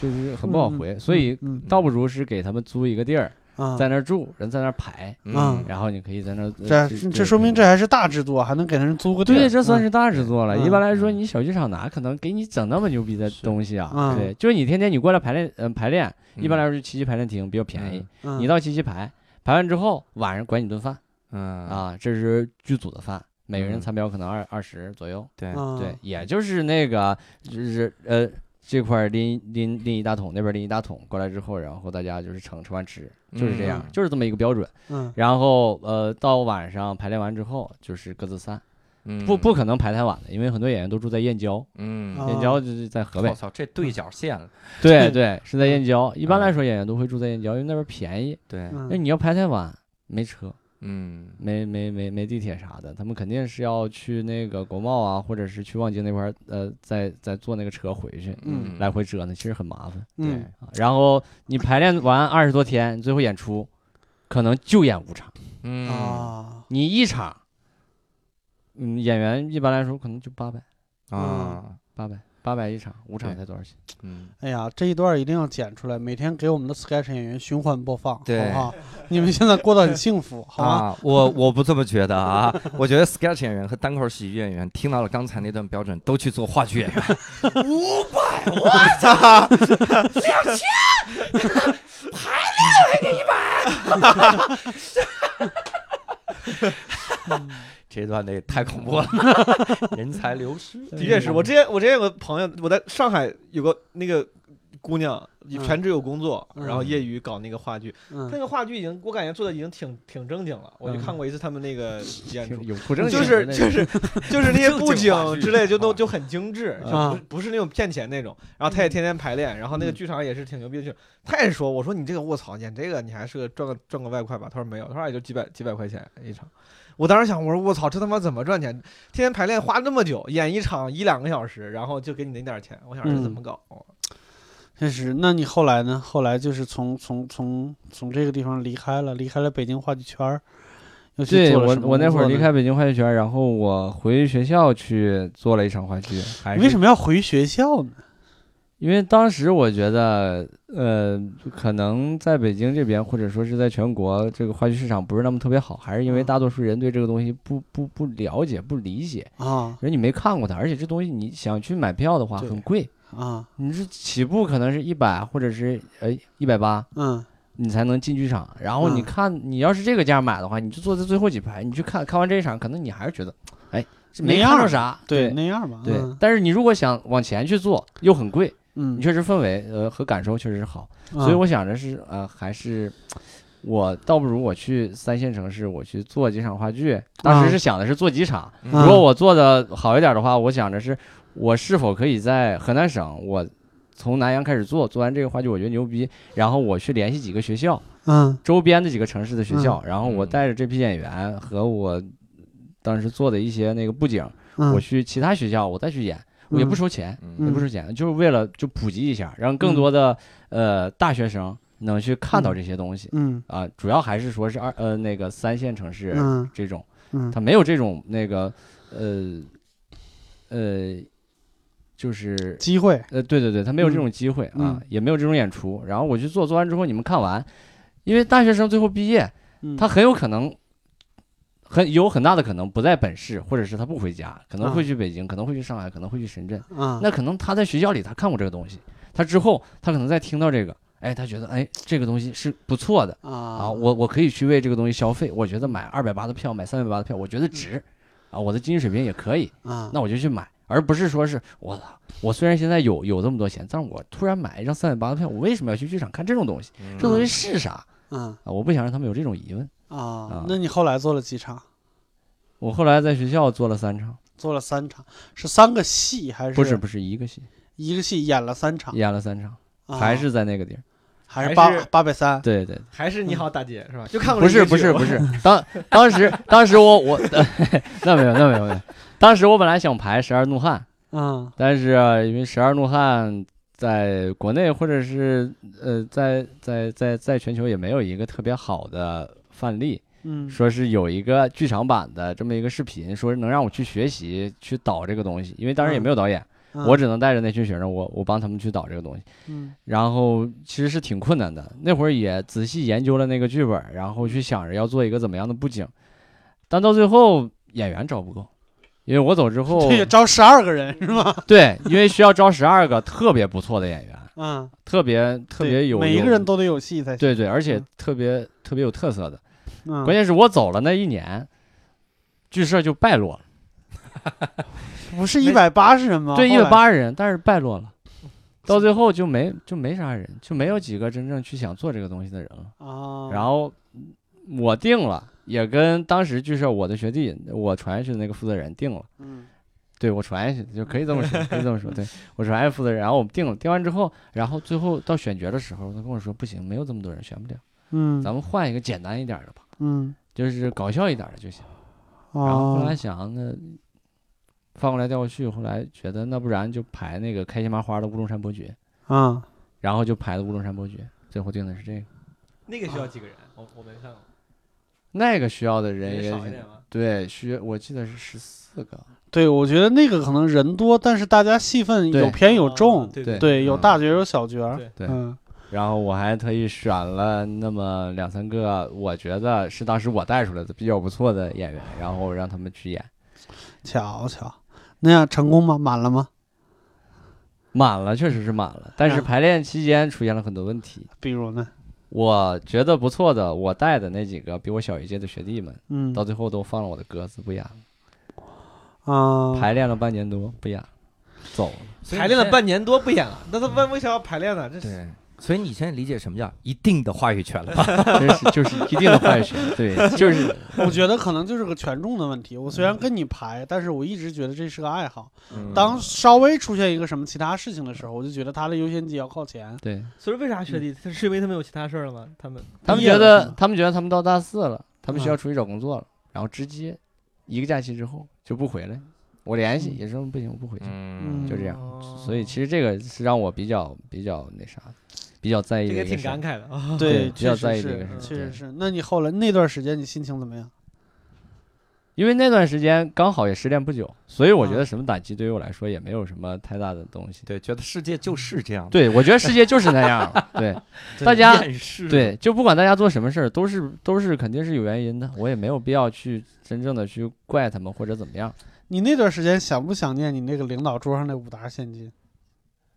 [SPEAKER 2] 就是很不好回，所以
[SPEAKER 1] 嗯
[SPEAKER 2] 倒不如是给他们租一个地儿，
[SPEAKER 4] 嗯
[SPEAKER 1] 啊，
[SPEAKER 2] 在那儿住，人在那儿排，
[SPEAKER 1] 嗯
[SPEAKER 2] 然后你可以在那儿。呃
[SPEAKER 1] 这这说明这。还是大制作，还能给人租个地儿。
[SPEAKER 2] 对，这算
[SPEAKER 1] 嗯
[SPEAKER 2] 是大制作了。
[SPEAKER 1] 嗯
[SPEAKER 2] 一般来说，你小剧场哪可能给你整那么牛逼的东西啊？
[SPEAKER 1] 嗯
[SPEAKER 2] 对，就是你天天你过来排练，嗯，排练，
[SPEAKER 3] 嗯
[SPEAKER 2] 一般来说就七七排练厅比较便宜，
[SPEAKER 1] 嗯
[SPEAKER 2] 你到七七排，排完之后晚上管你顿饭
[SPEAKER 3] 嗯啊，
[SPEAKER 2] 啊，这是剧组的饭，每个人
[SPEAKER 3] 嗯
[SPEAKER 2] 餐标可能二二十左右，
[SPEAKER 3] 对
[SPEAKER 1] 嗯
[SPEAKER 2] 对，也就是那个就是呃这块儿拎拎拎一大桶，那边拎一大桶过来之后，然后大家就是盛吃完吃，就是这样
[SPEAKER 3] 嗯，
[SPEAKER 2] 就是这么一个标准。
[SPEAKER 1] 嗯
[SPEAKER 2] 然后呃到晚上排练完之后，就是各自散，
[SPEAKER 3] 嗯
[SPEAKER 2] 不不，可能排太晚的，因为很多演员都住在燕郊，
[SPEAKER 3] 嗯，
[SPEAKER 1] 啊
[SPEAKER 2] 燕郊就是在河
[SPEAKER 3] 我
[SPEAKER 2] 北，
[SPEAKER 3] 操，这
[SPEAKER 2] 嗯
[SPEAKER 3] 对角线了，
[SPEAKER 2] 对 对，是在燕郊。
[SPEAKER 3] 嗯
[SPEAKER 2] 一般来说演员都会住在燕郊，因为那边便宜。
[SPEAKER 3] 对，
[SPEAKER 2] 那
[SPEAKER 1] 嗯
[SPEAKER 2] 哎你要排太晚，没车。
[SPEAKER 3] 嗯
[SPEAKER 2] 没没没没地铁啥的，他们肯定是要去那个国贸啊，或者是去望京那块儿，呃，再再坐那个车回去，
[SPEAKER 1] 嗯
[SPEAKER 2] 来回折腾，其实很麻烦。
[SPEAKER 1] 嗯
[SPEAKER 3] 对，
[SPEAKER 2] 啊然后你排练完二十多天，你最后演出可能就演五场，
[SPEAKER 3] 嗯
[SPEAKER 1] 啊，
[SPEAKER 2] 你一场，嗯，演员一般来说可能就八百
[SPEAKER 3] 啊，
[SPEAKER 2] 八百。八百一场，五场
[SPEAKER 3] 对
[SPEAKER 2] 才多少钱？
[SPEAKER 3] 嗯，
[SPEAKER 1] 哎呀，这一段一定要剪出来，每天给我们的 sketch 演员循环播放，好
[SPEAKER 3] 对
[SPEAKER 1] 不好？你们现在过得很幸福，好吗？
[SPEAKER 3] 啊，我我不这么觉得啊， 我觉得 sketch 演员和单口喜剧演员听到了刚才那段标准，都去做话剧演员。五百，我操，两千，排练还给一百。这段得太恐 怖了，人才流失。
[SPEAKER 4] 的确是我之前我之前有个朋友，我在上海有个那个姑娘，
[SPEAKER 1] 嗯
[SPEAKER 4] 全职有工作，
[SPEAKER 1] 嗯
[SPEAKER 4] 然后业余搞那个话剧，她那
[SPEAKER 1] 嗯，
[SPEAKER 4] 个话剧已经我感觉做的已经挺挺正经了。我就
[SPEAKER 1] 嗯
[SPEAKER 4] 看过一次他们那个演出
[SPEAKER 2] 挺。有不正经
[SPEAKER 4] 就
[SPEAKER 2] 的
[SPEAKER 4] 是
[SPEAKER 2] 那
[SPEAKER 4] 就
[SPEAKER 2] 种
[SPEAKER 4] 是就是那些布景之类，就都
[SPEAKER 3] 啊
[SPEAKER 4] 就很精致，就
[SPEAKER 1] 啊
[SPEAKER 4] 不不是那种骗钱那种。然后
[SPEAKER 2] 嗯
[SPEAKER 4] 他也天天排练，然后那个剧场也是挺牛逼的剧场。他也说，我说你这个卧槽，演这个你还是个赚个赚个外快吧？他说没有，他说也就几百几百块钱一场。我当时想，我说我操，这他妈怎么赚钱？天天排练花那么久，演一场一两个小时，然后就给你那点儿钱，我想这
[SPEAKER 1] 嗯
[SPEAKER 4] 怎么搞？
[SPEAKER 1] 确实。那你后来呢？后来就是从从从从这个地方离开了，离开了北京话剧圈儿，又去
[SPEAKER 2] 对
[SPEAKER 1] 做了
[SPEAKER 2] 我
[SPEAKER 1] 什么
[SPEAKER 2] 我那
[SPEAKER 1] 工
[SPEAKER 2] 会儿
[SPEAKER 1] 作
[SPEAKER 2] 离
[SPEAKER 1] 呢
[SPEAKER 2] 开北京话剧学院，然后我回学校去做了一场话剧，还
[SPEAKER 1] 你为
[SPEAKER 2] 是
[SPEAKER 1] 什么要回学校呢？
[SPEAKER 2] 因为当时我觉得，呃，可能在北京这边或者说是在全国这个话剧市场不是那么特别好，还是因为
[SPEAKER 1] 嗯
[SPEAKER 2] 大多数人对这个东西不不不了解、不理解，
[SPEAKER 1] 啊
[SPEAKER 2] 人你没看过它，而且这东西你想去买票的话
[SPEAKER 1] 对
[SPEAKER 2] 很贵，
[SPEAKER 1] 啊
[SPEAKER 2] 你这起步可能是一百或者是呃一百八。
[SPEAKER 1] 嗯
[SPEAKER 2] 你才能进剧场，然后你
[SPEAKER 1] 嗯
[SPEAKER 2] 看，你要是这个价买的话，你就坐在最后几排，你去看看完这一场，可能你还是觉得，哎，是没
[SPEAKER 1] 那
[SPEAKER 2] 看
[SPEAKER 1] 样
[SPEAKER 2] 到
[SPEAKER 1] 儿
[SPEAKER 2] 啥，
[SPEAKER 1] 对那样吧
[SPEAKER 2] 对，
[SPEAKER 1] 嗯
[SPEAKER 2] 但是你如果想往前去做，又很贵，
[SPEAKER 1] 嗯啊
[SPEAKER 2] 你确实氛围呃和感受确实好，所以我想着是呃还是我倒不如我去三线城市，我去做几场话剧。当时是想的是做几场，
[SPEAKER 1] 啊
[SPEAKER 2] 如果我做的好一点的话，我想着是我是否可以在河南省我。从南阳开始做，做完这个话剧我觉得牛逼，然后我去联系几个学校，
[SPEAKER 1] 嗯
[SPEAKER 2] 周边的几个城市的学校，然后我带着这批演员和我当时做的一些那个布景，
[SPEAKER 1] 嗯
[SPEAKER 2] 我去其他学校，我再去演，我也不收钱，也
[SPEAKER 3] 嗯
[SPEAKER 2] 不收钱，就是为了就普及一下，让更多的呃大学生能去看到这些东西
[SPEAKER 1] 嗯嗯
[SPEAKER 2] 啊。主要还是说是二呃那个三线城市
[SPEAKER 1] 嗯
[SPEAKER 2] 这种，
[SPEAKER 1] 嗯
[SPEAKER 2] 它没有这种那个呃呃，就是
[SPEAKER 1] 机会
[SPEAKER 2] 呃对对对，它没有
[SPEAKER 1] 嗯
[SPEAKER 2] 这种机会啊
[SPEAKER 1] 嗯，
[SPEAKER 2] 也没有这种演出。然后我去做，做完之后你们看完，因为大学生最后毕业，
[SPEAKER 1] 嗯
[SPEAKER 2] 他很有可能很有很大的可能不在本市，或者是他不回家，可能
[SPEAKER 1] 啊
[SPEAKER 2] 会去北京，可能会去上海，可能会去深圳。
[SPEAKER 1] 啊
[SPEAKER 2] 那可能他在学校里他看过这个东西，他之后他可能再听到这个，哎，他觉得哎这个东西是不错的啊，
[SPEAKER 1] 啊
[SPEAKER 2] 我我可以去为这个东西消费，我觉得买二百八的票，买三百八的票，我觉得值啊，我的经济水平也可以，
[SPEAKER 1] 嗯啊
[SPEAKER 2] 那我就去买。而不是说是我操，我虽然现在有有这么多钱，但是我突然买一张三百八的票，我为什么要去剧场看这种东西？这东西是啥
[SPEAKER 1] 嗯
[SPEAKER 2] 啊？我不想让他们有这种疑问。
[SPEAKER 1] 啊，那你后来做了几场？
[SPEAKER 2] 我后来在学校做了三场，
[SPEAKER 1] 做了三场，是三个戏还是
[SPEAKER 2] 不是不是一个戏，
[SPEAKER 1] 一个戏演了三场？
[SPEAKER 2] 演了三场，
[SPEAKER 1] 啊
[SPEAKER 2] 还是在那个地儿。
[SPEAKER 1] 还
[SPEAKER 4] 还
[SPEAKER 1] 是八
[SPEAKER 4] 是
[SPEAKER 1] 八百三？
[SPEAKER 2] 对对，
[SPEAKER 4] 还是你好大姐是吧？就看过
[SPEAKER 2] 不是不是不是，当当时当时我我、 那没有那没有没有，当时我本来想排《十二怒汉》，
[SPEAKER 1] 嗯
[SPEAKER 2] 但是、啊因为《十二怒汉》在国内或者是呃在在在在全球也没有一个特别好的范例，
[SPEAKER 1] 嗯
[SPEAKER 2] 说是有一个剧场版的这么一个视频，说是能让我去学习去导这个东西，因为当时也
[SPEAKER 1] 嗯
[SPEAKER 2] 没有导演，
[SPEAKER 1] 嗯
[SPEAKER 2] 我只能带着那群学生，我我帮他们去导这个东西。
[SPEAKER 1] 嗯
[SPEAKER 2] 然后其实是挺困难的。那会儿也仔细研究了那个剧本，然后去想着要做一个怎么样的布景，但到最后演员招不够，因为我走之后
[SPEAKER 1] 这，也招十二个人是吧？
[SPEAKER 2] 对，因为需要招十二个特别不错的演员，
[SPEAKER 1] 嗯，
[SPEAKER 2] 特别特
[SPEAKER 1] 对
[SPEAKER 2] 别有
[SPEAKER 1] 每一
[SPEAKER 2] 有
[SPEAKER 1] 个人都得有戏才行。
[SPEAKER 2] 对对，而且
[SPEAKER 1] 嗯
[SPEAKER 2] 特别特别有特色的。
[SPEAKER 1] 嗯，
[SPEAKER 2] 关键是我走了那一年，剧社就败落了，
[SPEAKER 1] 不是一百八十人吗？
[SPEAKER 2] 对，一
[SPEAKER 1] 啊后来
[SPEAKER 2] 百八十人，但是败落了。到最后就没就没啥人，就没有几个真正去想做这个东西的人了。
[SPEAKER 1] 啊，
[SPEAKER 2] 然后我定了，也跟当时剧社我的学弟，我传下去的那个负责人定了。
[SPEAKER 1] 嗯
[SPEAKER 2] 对我传下去的就可以这么说，可以这么说。对 我传下去负责人，然后我们定了，定完之后，然后最后到选角的时候，他跟我说不行，没有这么多人选不了，
[SPEAKER 1] 嗯
[SPEAKER 2] 咱们换一个简单一点的吧，
[SPEAKER 1] 嗯，
[SPEAKER 2] 就是搞笑一点的就行。
[SPEAKER 1] 然
[SPEAKER 2] 然后后来想那翻过来调过去，后来觉得那不然就排那个开心麻花的《乌龙山伯爵》，
[SPEAKER 1] 啊，
[SPEAKER 2] 然后就排的《乌龙山伯爵》，最后定的是这个。
[SPEAKER 4] 那个需要几个人？我我没看过。
[SPEAKER 2] 那个需要的人也
[SPEAKER 4] 少一
[SPEAKER 2] 挺
[SPEAKER 4] 点吗？
[SPEAKER 2] 对，需我记得是十四个，
[SPEAKER 1] 对，我觉得那个可能人多，但是大家戏份有
[SPEAKER 2] 对
[SPEAKER 1] 偏有重
[SPEAKER 4] 啊，对
[SPEAKER 2] 对
[SPEAKER 1] 对，有
[SPEAKER 2] 嗯
[SPEAKER 1] 大角儿有小角儿
[SPEAKER 4] 对，
[SPEAKER 2] 对
[SPEAKER 1] 嗯
[SPEAKER 2] 然后我还特意选了那么两三个，我觉得是当时我带出来的比较不错的演员，然后让他们去演，
[SPEAKER 1] 瞧瞧，那样成功吗？满了吗？
[SPEAKER 2] 满了确实是满了，但是
[SPEAKER 1] 嗯
[SPEAKER 2] 排练期间出现了很多问题。
[SPEAKER 1] 比如呢？
[SPEAKER 2] 我觉得不错的，我带的那几个比我小一届的学弟们，
[SPEAKER 1] 嗯
[SPEAKER 2] 到最后都放了我的鸽子，不演了。
[SPEAKER 1] 啊，
[SPEAKER 2] 排练了半年多，不演了，走了。
[SPEAKER 3] 所以
[SPEAKER 4] 排
[SPEAKER 3] 你
[SPEAKER 4] 练了
[SPEAKER 3] 现在
[SPEAKER 4] 半年多不演了，那他为为啥要排练呢？这是
[SPEAKER 3] 对，所以你现在理解什么叫一定的话语权了吧？
[SPEAKER 2] 真是就是一定的坏血，对，就是
[SPEAKER 1] 我觉得可能就是个权重的问题。我虽然跟你排，但是我一直觉得这是个爱好。
[SPEAKER 3] 嗯
[SPEAKER 2] 嗯
[SPEAKER 1] 当稍微出现一个什么其他事情的时候，我就觉得他的优先级要靠前。
[SPEAKER 2] 对
[SPEAKER 4] 所以为啥学弟？他是因为他们有其他事儿了吗？他们
[SPEAKER 2] 他们
[SPEAKER 1] 毕业
[SPEAKER 2] 觉
[SPEAKER 1] 了是
[SPEAKER 2] 得
[SPEAKER 1] 吗
[SPEAKER 2] 他们觉得他们到大四了，他们需
[SPEAKER 1] 嗯
[SPEAKER 2] 要出去找工作了，然后直接一个假期之后就不回来，我联系也说不行，我不回去，
[SPEAKER 1] 嗯
[SPEAKER 2] 就这样。
[SPEAKER 4] 哦
[SPEAKER 2] 所以其实这个是让我比较比较那啥，比较在意
[SPEAKER 4] 这
[SPEAKER 2] 的
[SPEAKER 4] 个
[SPEAKER 2] 一个
[SPEAKER 4] 挺
[SPEAKER 2] 事
[SPEAKER 4] 感
[SPEAKER 2] 儿。
[SPEAKER 4] 慨的 啊。
[SPEAKER 2] 对比
[SPEAKER 1] 确
[SPEAKER 2] 较
[SPEAKER 1] 实
[SPEAKER 2] 在意这个
[SPEAKER 1] 是
[SPEAKER 2] 事，
[SPEAKER 4] 儿
[SPEAKER 1] 确
[SPEAKER 2] 对
[SPEAKER 1] 实是。那你后来那段时间你心情怎么样？
[SPEAKER 2] 因为那段时间刚好也失恋不久，所以我觉
[SPEAKER 1] 啊
[SPEAKER 2] 得什么打击对于我来说也没有什么太大的东西。
[SPEAKER 3] 对，觉得世界就是这样的，
[SPEAKER 2] 对，我觉得世界就是那 样儿，对，大家
[SPEAKER 3] 厌世，
[SPEAKER 2] 对，就不管大家做什么事儿，都是都是肯定是有原因的，我也没有必要去真正的去怪他们或者怎么样，
[SPEAKER 1] 你那段时间想不想念你那个领导桌上那五沓现金？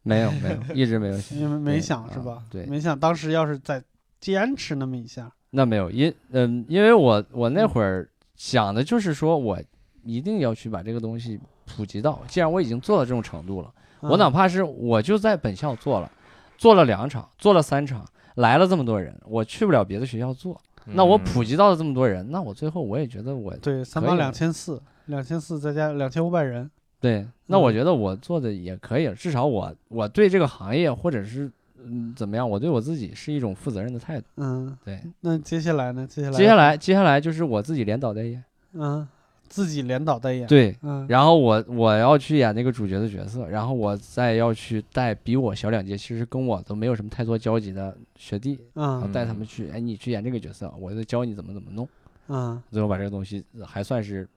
[SPEAKER 2] 没有没有，一直没有想，
[SPEAKER 1] 因为没
[SPEAKER 2] 对
[SPEAKER 1] 想是
[SPEAKER 2] 啊
[SPEAKER 1] 吧？
[SPEAKER 2] 对
[SPEAKER 1] 没想当时要是再坚持那么一下，
[SPEAKER 2] 那没有，因嗯，因为我我那会儿想的就是说我一定要去把这个东西普及到，既然我已经做到这种程度了，我
[SPEAKER 1] 嗯
[SPEAKER 2] 哪怕是我就在本校做了，做了两场，做了三场，来了这么多人，我去不了别的学校做，
[SPEAKER 3] 嗯
[SPEAKER 2] 那我普及到了这么多人，那我最后我也觉得我
[SPEAKER 1] 对三
[SPEAKER 2] 可
[SPEAKER 1] 八
[SPEAKER 2] 以啊
[SPEAKER 1] 两
[SPEAKER 2] 了
[SPEAKER 1] 千四，两千四再加两千五百人，
[SPEAKER 2] 对，那我
[SPEAKER 1] 嗯
[SPEAKER 2] 觉得我做的也可以了，至少我我对这个行业或者是嗯怎么样，我对我自己是一种负责任的态度。
[SPEAKER 1] 嗯，
[SPEAKER 2] 对，
[SPEAKER 1] 那接下来呢？接下来，
[SPEAKER 2] 接下，来接下来就是我自己连导带演，
[SPEAKER 1] 嗯，自己连导带演，，
[SPEAKER 2] 对，
[SPEAKER 1] 嗯，
[SPEAKER 2] 然后我我要去演那个主角的角色，然后我再要去带比我小两届，其实跟我都没有什么太多交集的学弟，然后
[SPEAKER 1] 嗯，
[SPEAKER 2] 带他们去，哎，你去演这个角色，我就教你怎么怎么弄，
[SPEAKER 1] 嗯，
[SPEAKER 2] 最后把这个东西呃还算是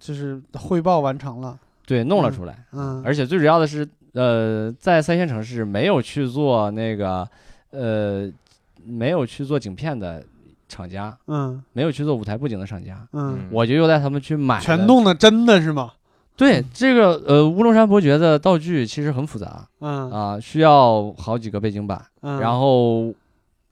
[SPEAKER 1] 就是汇报完成了，
[SPEAKER 2] 对弄了
[SPEAKER 1] 嗯
[SPEAKER 2] 出来。
[SPEAKER 1] 嗯，
[SPEAKER 2] 而且最主要的是，呃，在三线城市没有去做那个，呃，没有去做景片的厂家，
[SPEAKER 1] 嗯
[SPEAKER 2] 没有去做舞台布景的厂家，
[SPEAKER 1] 嗯，
[SPEAKER 2] 我就又带他们去买了。
[SPEAKER 1] 全弄的真的是吗？
[SPEAKER 2] 对这个呃乌龙山伯爵的道具其实很复杂
[SPEAKER 1] 嗯
[SPEAKER 2] 啊、需要好几个背景板，
[SPEAKER 1] 嗯，
[SPEAKER 2] 然后。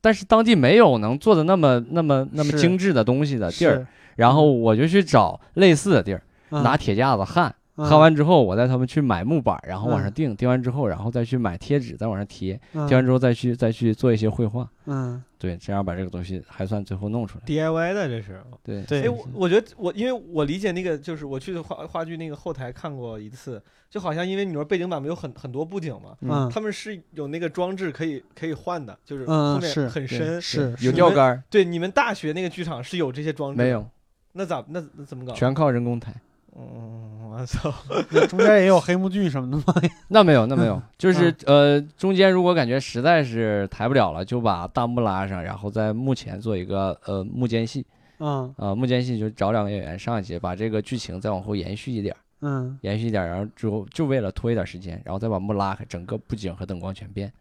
[SPEAKER 2] 但是当地没有能做的那么那么那么
[SPEAKER 1] 是
[SPEAKER 2] 精致的东西的地儿，
[SPEAKER 1] 是，
[SPEAKER 2] 然后我就去找类似的地儿，
[SPEAKER 1] 嗯
[SPEAKER 2] 拿铁架子焊，
[SPEAKER 1] 嗯
[SPEAKER 2] 焊完之后，我带他们去买木板儿，然后往
[SPEAKER 1] 嗯
[SPEAKER 2] 上钉，钉完之后，然后再去买贴纸，再往上贴，
[SPEAKER 1] 嗯
[SPEAKER 2] 贴完之后再去再去做一些绘画，
[SPEAKER 1] 嗯，
[SPEAKER 2] 对，这样把这个东西还算最后弄出来。
[SPEAKER 4] DIY 的这是。
[SPEAKER 2] 对，
[SPEAKER 4] 哎，
[SPEAKER 1] 对，
[SPEAKER 4] 我我觉得我因为我理解那个就是我去话话剧那个后台看过一次，就好像因为你说背景板没有很很多布景嘛，
[SPEAKER 1] 嗯
[SPEAKER 4] 他们是有那个装置可以可以换的，就是
[SPEAKER 1] 嗯
[SPEAKER 4] 后
[SPEAKER 1] 是
[SPEAKER 4] 面很深。
[SPEAKER 1] 是
[SPEAKER 2] 有
[SPEAKER 1] 是
[SPEAKER 2] 钓竿儿
[SPEAKER 4] 对，你们大学那个剧场是有这些装置的
[SPEAKER 2] 没？有？
[SPEAKER 4] 那咋那那怎么搞？
[SPEAKER 2] 全靠人工抬。
[SPEAKER 4] 嗯，我操！
[SPEAKER 1] 那中间也有黑幕剧什么的吗？
[SPEAKER 2] 那没有，那没
[SPEAKER 1] 嗯
[SPEAKER 2] 有，就是呃，中间如果感觉实在是抬不了了，就把大幕拉上，然后在幕前做一个呃幕间戏，
[SPEAKER 1] 嗯
[SPEAKER 2] 啊，幕间戏就找两个演员上去，把这个剧情再往后延续一点儿，
[SPEAKER 1] 嗯
[SPEAKER 2] 延续一点儿，然后之后就为了拖一点儿时间，然后再把幕拉开，整个布景和灯光全变。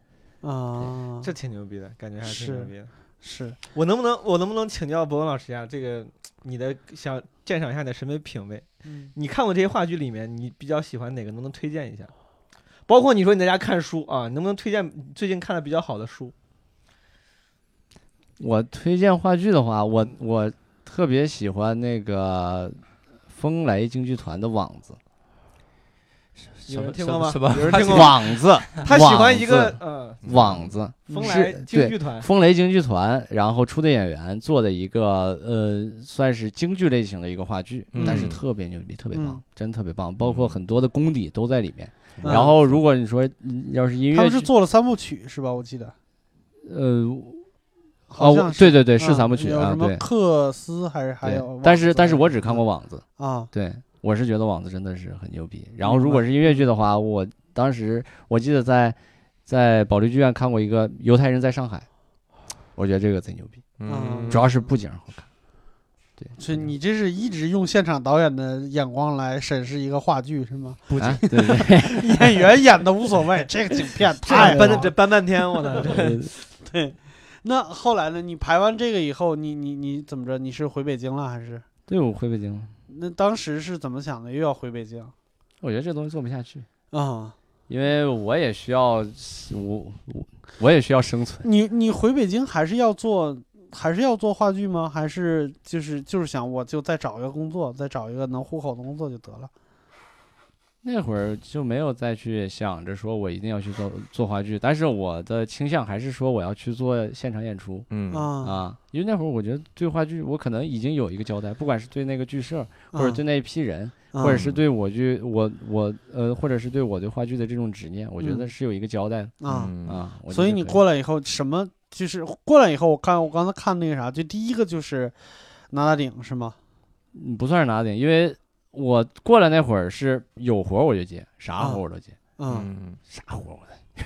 [SPEAKER 1] 啊，
[SPEAKER 4] 这挺牛逼的，感觉还挺
[SPEAKER 1] 是
[SPEAKER 4] 牛逼的。
[SPEAKER 1] 是
[SPEAKER 4] 我能不能我能不能请教博文老师呀、这个你的想鉴赏一下你的审美品味。
[SPEAKER 1] 嗯
[SPEAKER 4] 你看过这些话剧里面，你比较喜欢哪个？能不能推荐一下？包括你说你在家看书啊，能不能推荐最近看的比较好的书？
[SPEAKER 2] 我推荐话剧的话，我我特别喜欢那个风雷京剧团的《网子
[SPEAKER 4] 有人听过吗？
[SPEAKER 3] 什么
[SPEAKER 4] 有人听》，
[SPEAKER 1] 嗯
[SPEAKER 4] 过吗？
[SPEAKER 2] 网子，
[SPEAKER 4] 他喜欢一个
[SPEAKER 2] 网
[SPEAKER 4] 嗯，
[SPEAKER 2] 网子
[SPEAKER 4] 风来
[SPEAKER 2] 是
[SPEAKER 4] 京
[SPEAKER 2] 对
[SPEAKER 4] 剧团，
[SPEAKER 2] 风雷京剧团，然后出的演员做的一个呃，算是京剧类型的一个话剧，
[SPEAKER 3] 嗯
[SPEAKER 2] 但是特别牛逼，特别棒
[SPEAKER 1] 嗯，
[SPEAKER 2] 真特别棒，包括很多的功底都在里面。
[SPEAKER 1] 嗯
[SPEAKER 2] 然后如果你说嗯要是音
[SPEAKER 1] 他
[SPEAKER 2] 乐
[SPEAKER 1] 们是
[SPEAKER 2] 剧，
[SPEAKER 1] 做了三部曲是吧？我记得
[SPEAKER 2] 呃，
[SPEAKER 1] 好像
[SPEAKER 2] 哦，
[SPEAKER 1] 是
[SPEAKER 2] 对对对，
[SPEAKER 1] 嗯
[SPEAKER 2] 是三部曲
[SPEAKER 1] 有
[SPEAKER 2] 啊
[SPEAKER 1] 什，么
[SPEAKER 2] 对
[SPEAKER 1] 克斯还是还
[SPEAKER 2] 对
[SPEAKER 1] 有，，
[SPEAKER 2] 但是但是我只看过《网子》。
[SPEAKER 1] 啊，
[SPEAKER 2] 对，我是觉得网子真的是很牛逼。然后
[SPEAKER 1] 明
[SPEAKER 2] 如
[SPEAKER 1] 白
[SPEAKER 2] 果是音乐剧的话，我当时我记得在在保利剧院看过一个《犹太人在上海》，我觉得这个贼牛逼，
[SPEAKER 1] 嗯
[SPEAKER 2] 主要是布景好看，对，
[SPEAKER 1] 所以你这是一直用现场导演的眼光来审视一个话剧是 吗？
[SPEAKER 2] 不啊，对对 对，
[SPEAKER 1] 演员演的无所谓，这个景片太
[SPEAKER 9] 搬
[SPEAKER 1] 好
[SPEAKER 9] 这搬半天，我的这
[SPEAKER 1] 对。那后来呢？你排完这个以后，你你你怎么着？你是回北京了还是？
[SPEAKER 2] 对我回北京了，
[SPEAKER 1] 那当时是怎么想的？又要回北京啊、
[SPEAKER 2] 我觉得这东西做不下去，
[SPEAKER 9] 啊
[SPEAKER 2] 因为我也需要我我我也需要生存。
[SPEAKER 1] 你你回北京还是要做，还是要做话剧吗？还是就是就是想我就再找一个工作，再找一个能糊口的工作就得了？
[SPEAKER 2] 那会儿就没有再去想着说我一定要去做做话剧，但是我的倾向还是说我要去做现场演出
[SPEAKER 3] 嗯
[SPEAKER 1] 啊
[SPEAKER 2] 啊，因为那会儿我觉得对话剧我可能已经有一个交代，不管是对那个剧社，或者对那一批人，
[SPEAKER 1] 啊
[SPEAKER 2] 或者是对我剧我我呃，或者是对我对话剧的这种执念，我觉得是有一个交代的
[SPEAKER 1] 啊，
[SPEAKER 3] 嗯
[SPEAKER 2] 啊。我
[SPEAKER 1] 嗯
[SPEAKER 2] 觉
[SPEAKER 1] 所以
[SPEAKER 2] 得
[SPEAKER 1] 你
[SPEAKER 2] 可
[SPEAKER 1] 过来以后什么？就是过来以后，我看我刚才看那个啥，就第一个就是拿大顶是吗？
[SPEAKER 2] 嗯不算是拿点，因为我过来那会儿是有活儿我就接，啥活儿我都接，
[SPEAKER 1] 嗯，
[SPEAKER 2] 啥活儿我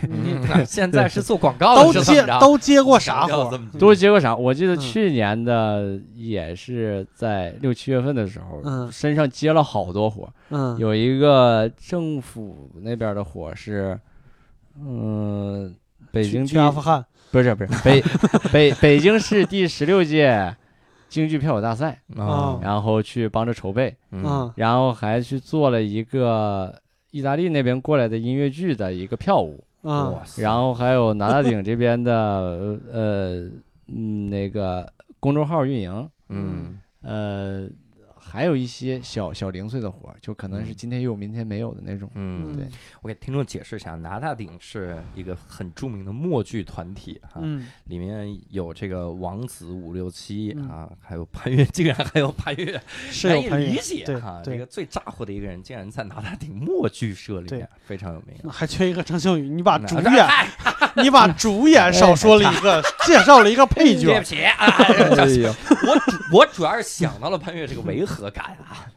[SPEAKER 1] 你
[SPEAKER 3] 嗯现在是做广告
[SPEAKER 1] 都
[SPEAKER 3] 的，
[SPEAKER 1] 接都接过啥活儿？
[SPEAKER 3] 活
[SPEAKER 2] 都都接过啥。我记得
[SPEAKER 1] 嗯
[SPEAKER 2] 去年的也是在六七月份的时候，
[SPEAKER 1] 嗯
[SPEAKER 2] 身上接了好多活儿，
[SPEAKER 1] 嗯，
[SPEAKER 2] 有一个政府那边的活儿是，嗯、北
[SPEAKER 1] 去
[SPEAKER 2] 京
[SPEAKER 1] 去
[SPEAKER 2] 地
[SPEAKER 1] 阿富汗，
[SPEAKER 2] 不是不是北 北北京市第十六届京剧票友大赛，
[SPEAKER 1] 啊
[SPEAKER 2] 然后去帮着筹备，
[SPEAKER 1] 嗯
[SPEAKER 2] 然后还去做了一个意大利那边过来的音乐剧的一个票务，
[SPEAKER 1] 嗯
[SPEAKER 2] 然后还有南大顶这边的呃嗯那个公众号运营，
[SPEAKER 3] 嗯
[SPEAKER 2] 呃还有一些小小零碎的活儿，就可
[SPEAKER 1] 嗯
[SPEAKER 2] 能是今天有明天没有的那种。
[SPEAKER 3] 嗯，
[SPEAKER 2] 对
[SPEAKER 3] 我给听众解释一下，拿大顶是一个很著名的默剧团体哈，
[SPEAKER 1] 嗯
[SPEAKER 2] 啊
[SPEAKER 3] 里面有这个王子五六七
[SPEAKER 1] 嗯
[SPEAKER 3] 啊，还有潘越，竟然还有潘越，
[SPEAKER 1] 是
[SPEAKER 3] 难
[SPEAKER 1] 有
[SPEAKER 3] 以
[SPEAKER 1] 朋
[SPEAKER 3] 理
[SPEAKER 1] 友
[SPEAKER 3] 解
[SPEAKER 1] 对
[SPEAKER 3] 哈，
[SPEAKER 1] 对
[SPEAKER 3] 这个最咋呼的一个人，竟然在拿大顶默剧社里
[SPEAKER 1] 对
[SPEAKER 3] 面非常有名。啊
[SPEAKER 1] 还缺一个郑秀宇，你把
[SPEAKER 3] 嗯
[SPEAKER 1] 主演，你把主演少说了一个， 介绍了一个配
[SPEAKER 3] 对
[SPEAKER 1] 角
[SPEAKER 3] 不。起啊！我主我主要是想到了潘越这个违和感啊，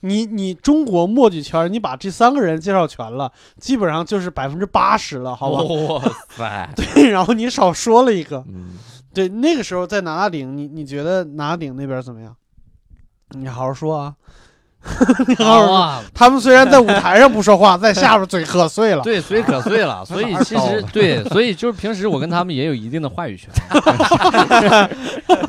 [SPEAKER 1] 你你中国默剧圈，你把这三个人介绍全了，基本上就是百分之八十了，好吧？
[SPEAKER 3] 哇塞，
[SPEAKER 1] 对，然后你少说了一个。
[SPEAKER 3] 嗯
[SPEAKER 1] 对，那个时候在拿大顶，你你觉得拿大顶那边怎么样？你好好说啊。 你好 好说。
[SPEAKER 2] 啊，
[SPEAKER 1] 他们虽然在舞台上不说话，在下边嘴可碎了。
[SPEAKER 2] 对，所以可碎了， 所以其实对，所以就是平时我跟他们也有一定的话语 权。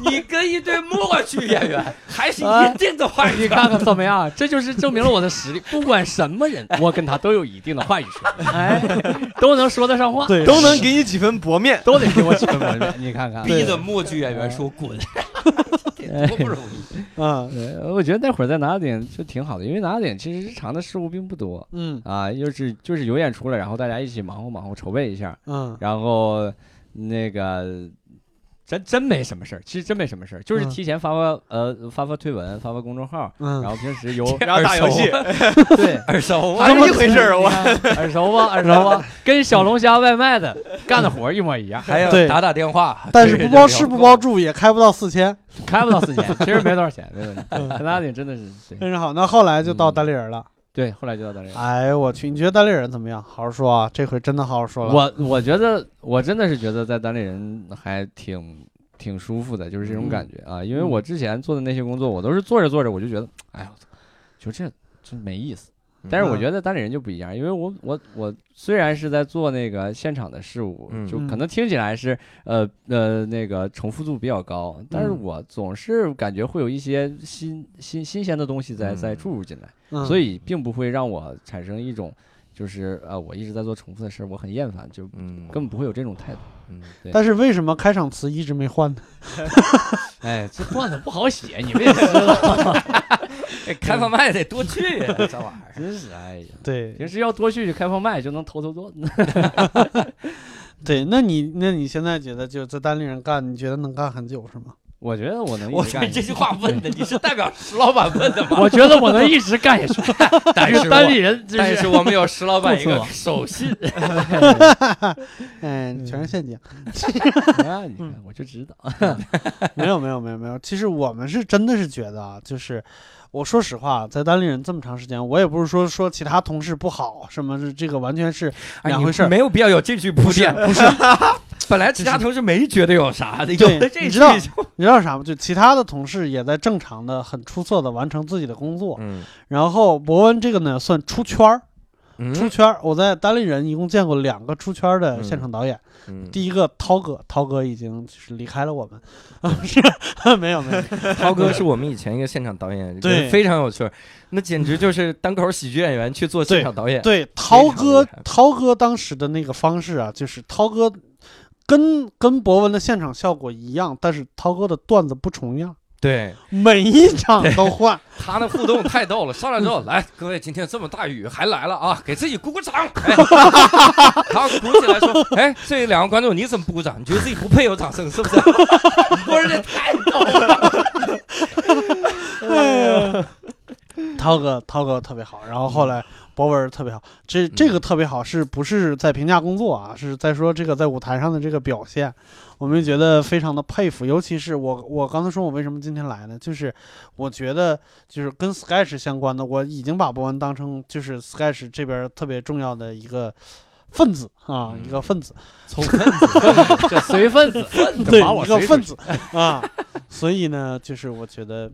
[SPEAKER 3] 你跟一对默剧演员还是一定的话语
[SPEAKER 2] 你
[SPEAKER 3] 权。
[SPEAKER 2] 看看怎么样？这就是证明了我的实力。不管什么人，我跟他都有一定的话语权， 哎，都能说得上话，
[SPEAKER 1] 对，
[SPEAKER 9] 都能给你几分薄面。
[SPEAKER 2] 都得给我几分文你看 看。
[SPEAKER 3] 逼着默剧演员说滚，多不容易。啊
[SPEAKER 1] 嗯
[SPEAKER 2] 对，呃我觉得那会儿在拿点就挺好的，因为拿点其实日常的事物并不多
[SPEAKER 1] 嗯
[SPEAKER 2] 啊，就是就是有演出了，然后大家一起忙活忙活，筹备一下，
[SPEAKER 1] 嗯
[SPEAKER 2] 然后那个。真真没什么事儿，其实真没什么事儿，就是
[SPEAKER 1] 嗯
[SPEAKER 2] 提前发发、呃发发推文，发发公众号，哎
[SPEAKER 1] 嗯，
[SPEAKER 2] 然后 平时有
[SPEAKER 9] 然后打游戏，
[SPEAKER 2] 对
[SPEAKER 3] 耳熟啊，
[SPEAKER 9] 还是一回事儿。我
[SPEAKER 2] 耳熟吧，耳熟吧， 跟小龙虾外卖的干的活儿一模一样，
[SPEAKER 3] 还有
[SPEAKER 1] 对
[SPEAKER 3] 打打电话，
[SPEAKER 1] 但是不包吃
[SPEAKER 3] 是
[SPEAKER 1] 不包，住也开不到四千，
[SPEAKER 2] 开不到四千，其实没多少钱，没多少
[SPEAKER 1] 嗯
[SPEAKER 2] 钱。肯拉顶真的是对
[SPEAKER 1] 真是好。那后来就到单立人了。
[SPEAKER 2] 对，后来就到这里。
[SPEAKER 1] 哎呦我去，你觉得单立人怎么样？好好说啊，这回真的好好说了。
[SPEAKER 2] 我我觉得我真的是觉得在单立人还挺挺舒服的，就是这种感觉啊，因为
[SPEAKER 1] 嗯
[SPEAKER 2] 我之前做的那些工作，我都是做着做着我就觉得，哎呀，就这真没意思。但
[SPEAKER 3] 嗯
[SPEAKER 2] 是我觉得单立人就不一样，因为我我我虽然是在做那个现场的事务，
[SPEAKER 3] 嗯
[SPEAKER 2] 就可能听起来是呃呃那个重复度比较高，但
[SPEAKER 3] 嗯
[SPEAKER 2] 是我总是感觉会有一些新新新鲜的东西在在
[SPEAKER 3] 嗯
[SPEAKER 2] 注入进来，
[SPEAKER 1] 嗯
[SPEAKER 2] 所以并不会让我产生一种就是呃我一直在做重复的事儿，我很厌烦，就
[SPEAKER 3] 嗯
[SPEAKER 2] 根本不会有这种态度。
[SPEAKER 3] 嗯
[SPEAKER 1] 但是为什么开场词一直没换呢？
[SPEAKER 2] 哎，这段子不好写，你们也知道，
[SPEAKER 3] 哎开放麦得多去呀 这玩意儿。
[SPEAKER 2] 真是哎呀，
[SPEAKER 1] 对
[SPEAKER 2] 平时要多去去开放麦就能偷偷做。
[SPEAKER 1] 对，那你那你现在觉得就在单立人干，你觉得能干很久是吗？
[SPEAKER 2] 我觉得我能一
[SPEAKER 3] 我
[SPEAKER 2] 直
[SPEAKER 3] 觉得
[SPEAKER 2] 干下
[SPEAKER 3] 这
[SPEAKER 2] 去，
[SPEAKER 3] 句话问的，你是代表石老板问的吗？
[SPEAKER 2] 我觉得我能一直干下去。
[SPEAKER 3] 但
[SPEAKER 2] 这
[SPEAKER 3] 是
[SPEAKER 2] 个单
[SPEAKER 3] 我
[SPEAKER 2] 立人真
[SPEAKER 3] 但是我们有石老板一
[SPEAKER 2] 不
[SPEAKER 3] 个
[SPEAKER 2] 错
[SPEAKER 3] 手信，
[SPEAKER 1] 哎，全是陷 阱。
[SPEAKER 2] 啊，你看我就知道，
[SPEAKER 1] 没有没有没有没有，其实我们是真的是觉得啊，就是我说实话，在单立人这么长时间，我也不是说说其他同事不好，什么是这个完全是两回事儿。
[SPEAKER 3] 没有必要有这句铺垫。
[SPEAKER 1] 不是，
[SPEAKER 10] 本来其他同事没觉得有啥的，有
[SPEAKER 1] 对
[SPEAKER 10] 了这
[SPEAKER 1] 你知道
[SPEAKER 10] 事情
[SPEAKER 1] 你知道啥吗？就其他的同事也在正常的、很出色的完成自己的工作。
[SPEAKER 3] 嗯
[SPEAKER 1] 然后博文这个呢，算出圈儿，出
[SPEAKER 3] 嗯
[SPEAKER 1] 圈儿。我在单立人一共见过两个出圈儿的现场导演，
[SPEAKER 3] 嗯，
[SPEAKER 1] 第一个涛哥，涛哥已经就是离开了我 们，啊，是没有没有，
[SPEAKER 3] 涛哥是我们以前一个现场导演，
[SPEAKER 1] 对
[SPEAKER 3] 非常有趣儿，那简直就是单口喜剧演员去做现场导演，
[SPEAKER 1] 对，涛哥
[SPEAKER 3] 厉害，
[SPEAKER 1] 涛哥当时的那个方式啊，就是涛哥跟跟博文的现场效果一样，但是涛哥的段子不重样，
[SPEAKER 3] 对
[SPEAKER 1] 每一场都换。
[SPEAKER 3] 他那互动太逗 了。上来之后，来各位，今天这么大雨还来了啊，给自己鼓鼓掌。哎、 然后鼓起来说，哎，这两个观众你怎么不鼓掌？你觉得自己不配有掌声是不是？我说这太逗了。
[SPEAKER 1] 涛哥，涛哥特别好，然后后来博文特别好，这这个特别好是不是在评价工作啊？是在说这个在舞台上的这个表现，我们觉得非常的佩服。尤其是我，我刚才说我为什么今天来呢？就是我觉得就是跟 Sketch 相关的，我已经把博文当成就是 Sketch 这边特别重要的一个分子啊，一个分子。
[SPEAKER 3] 从分
[SPEAKER 2] 这随份子，
[SPEAKER 1] 对
[SPEAKER 2] 把我
[SPEAKER 1] 一个
[SPEAKER 2] 随出
[SPEAKER 1] 分
[SPEAKER 2] 去
[SPEAKER 1] 子啊。所以呢，就是我觉得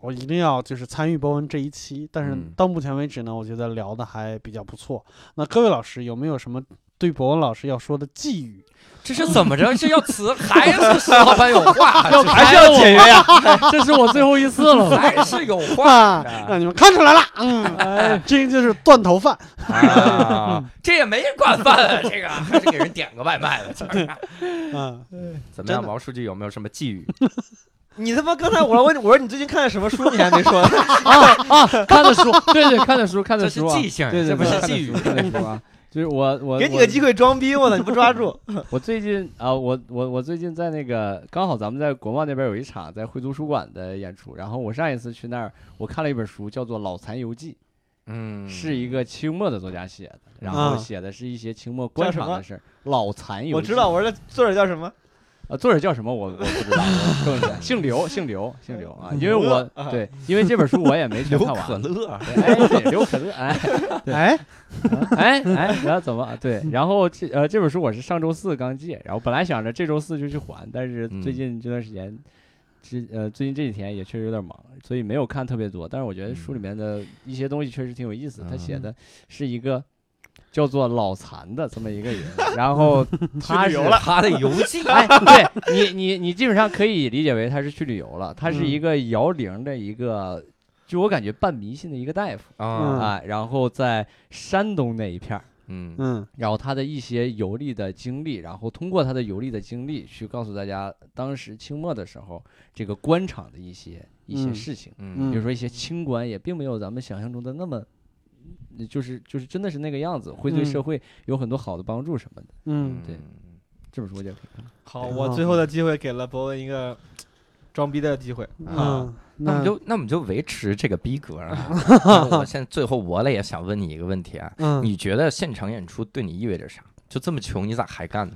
[SPEAKER 1] 我一定要就是参与博文这一期，但是
[SPEAKER 3] 嗯
[SPEAKER 1] 到目前为止呢，我觉得聊的还比较不错。那各位老师有没有什么对博文老师要说的寄语？
[SPEAKER 10] 这是怎么着？是要辞还是石老板有 话？
[SPEAKER 2] 要还是要解约哎呀？这是我最后一次了。
[SPEAKER 10] 还是有话？
[SPEAKER 1] 啊，让你们看出来了，嗯，
[SPEAKER 3] 哎
[SPEAKER 1] 这个就是断头饭。
[SPEAKER 3] 啊，
[SPEAKER 10] 这也没管饭 啊，这个还是给人点个外卖吧。这儿
[SPEAKER 1] 嗯，
[SPEAKER 3] 怎么样，
[SPEAKER 1] 真的
[SPEAKER 3] 毛书记有没有什么寄语？
[SPEAKER 4] 你他妈刚才我还问你，我说 你最近看的什么书，你还没说呢。
[SPEAKER 2] 啊啊！看的书，对对，看的书，看
[SPEAKER 10] 这
[SPEAKER 2] 的
[SPEAKER 10] 是
[SPEAKER 2] 书啊，
[SPEAKER 10] 记性，
[SPEAKER 2] 对
[SPEAKER 10] 这
[SPEAKER 2] 对，
[SPEAKER 10] 不是
[SPEAKER 2] 对
[SPEAKER 10] 寄语。
[SPEAKER 2] 看的书看的书啊。 就是我我
[SPEAKER 4] 给你个机
[SPEAKER 2] 会，
[SPEAKER 4] 会装逼，我操，你不抓住。
[SPEAKER 2] 我最近啊，我我我最近在那个刚好咱们在国贸那边有一场在汇图书馆的演出，然后我上一次去那儿，我看了一本书叫做《老残游记
[SPEAKER 3] 嗯》，
[SPEAKER 2] 是一个清末的作家写的，然
[SPEAKER 1] 啊
[SPEAKER 2] 后写的是一些清末官
[SPEAKER 4] 叫什
[SPEAKER 2] 场
[SPEAKER 4] 么
[SPEAKER 2] 的事儿。老残 游
[SPEAKER 4] 我
[SPEAKER 2] 记
[SPEAKER 4] 知道，我说这作者叫什么？
[SPEAKER 2] 啊，作者叫什么我我不知道，我更是姓刘，姓刘，姓刘啊，因为我
[SPEAKER 4] 刘啊
[SPEAKER 2] 对，因为这本书我也没全看完。
[SPEAKER 3] 乐，
[SPEAKER 2] 对哎，对，刘可乐，哎对
[SPEAKER 1] 哎，
[SPEAKER 2] 哎哎，然后怎么对？然后这呃这本书我是上周四刚借，然后本来想着这周四就去还，但是最
[SPEAKER 3] 嗯
[SPEAKER 2] 近这段时间，这呃最近这几天也确实有点忙，所以没有看特别多。但是我觉得书里面的一些东西确实挺有意思，他写的是一个叫做老残的这么一个人，然后他是
[SPEAKER 3] 他的游 记，
[SPEAKER 2] 哎，对你，你你基本上可以理解为他是去旅游了，他是一个摇铃的一个，就我感觉半迷信的一个大夫
[SPEAKER 1] 嗯
[SPEAKER 3] 啊，
[SPEAKER 2] 啊，然后在山东那一片儿，
[SPEAKER 3] 嗯
[SPEAKER 1] 嗯
[SPEAKER 2] 然后他的一些游历的经历，然后通过他的游历的经历去告诉大家，当时清末的时候这个官场的一些一些
[SPEAKER 1] 嗯
[SPEAKER 2] 事情，
[SPEAKER 1] 嗯
[SPEAKER 2] 比如说一些清官也并没有咱们想象中的那么。就是就是真的是那个样子，会对
[SPEAKER 1] 嗯
[SPEAKER 2] 社会有很多好的帮助什么的。
[SPEAKER 1] 嗯，
[SPEAKER 2] 对这本书我觉得可以看。
[SPEAKER 4] 好，
[SPEAKER 1] 对
[SPEAKER 4] 我最后的机会给了博文一个装逼的机会。
[SPEAKER 1] 嗯，
[SPEAKER 3] 啊那
[SPEAKER 1] 那
[SPEAKER 3] 我们就那我们就维持这个逼格啊。那我现在最后我了也想问你一个问题啊，
[SPEAKER 1] 嗯
[SPEAKER 3] 你觉得现场演出对你意味着啥？就这么穷，你咋还干呢？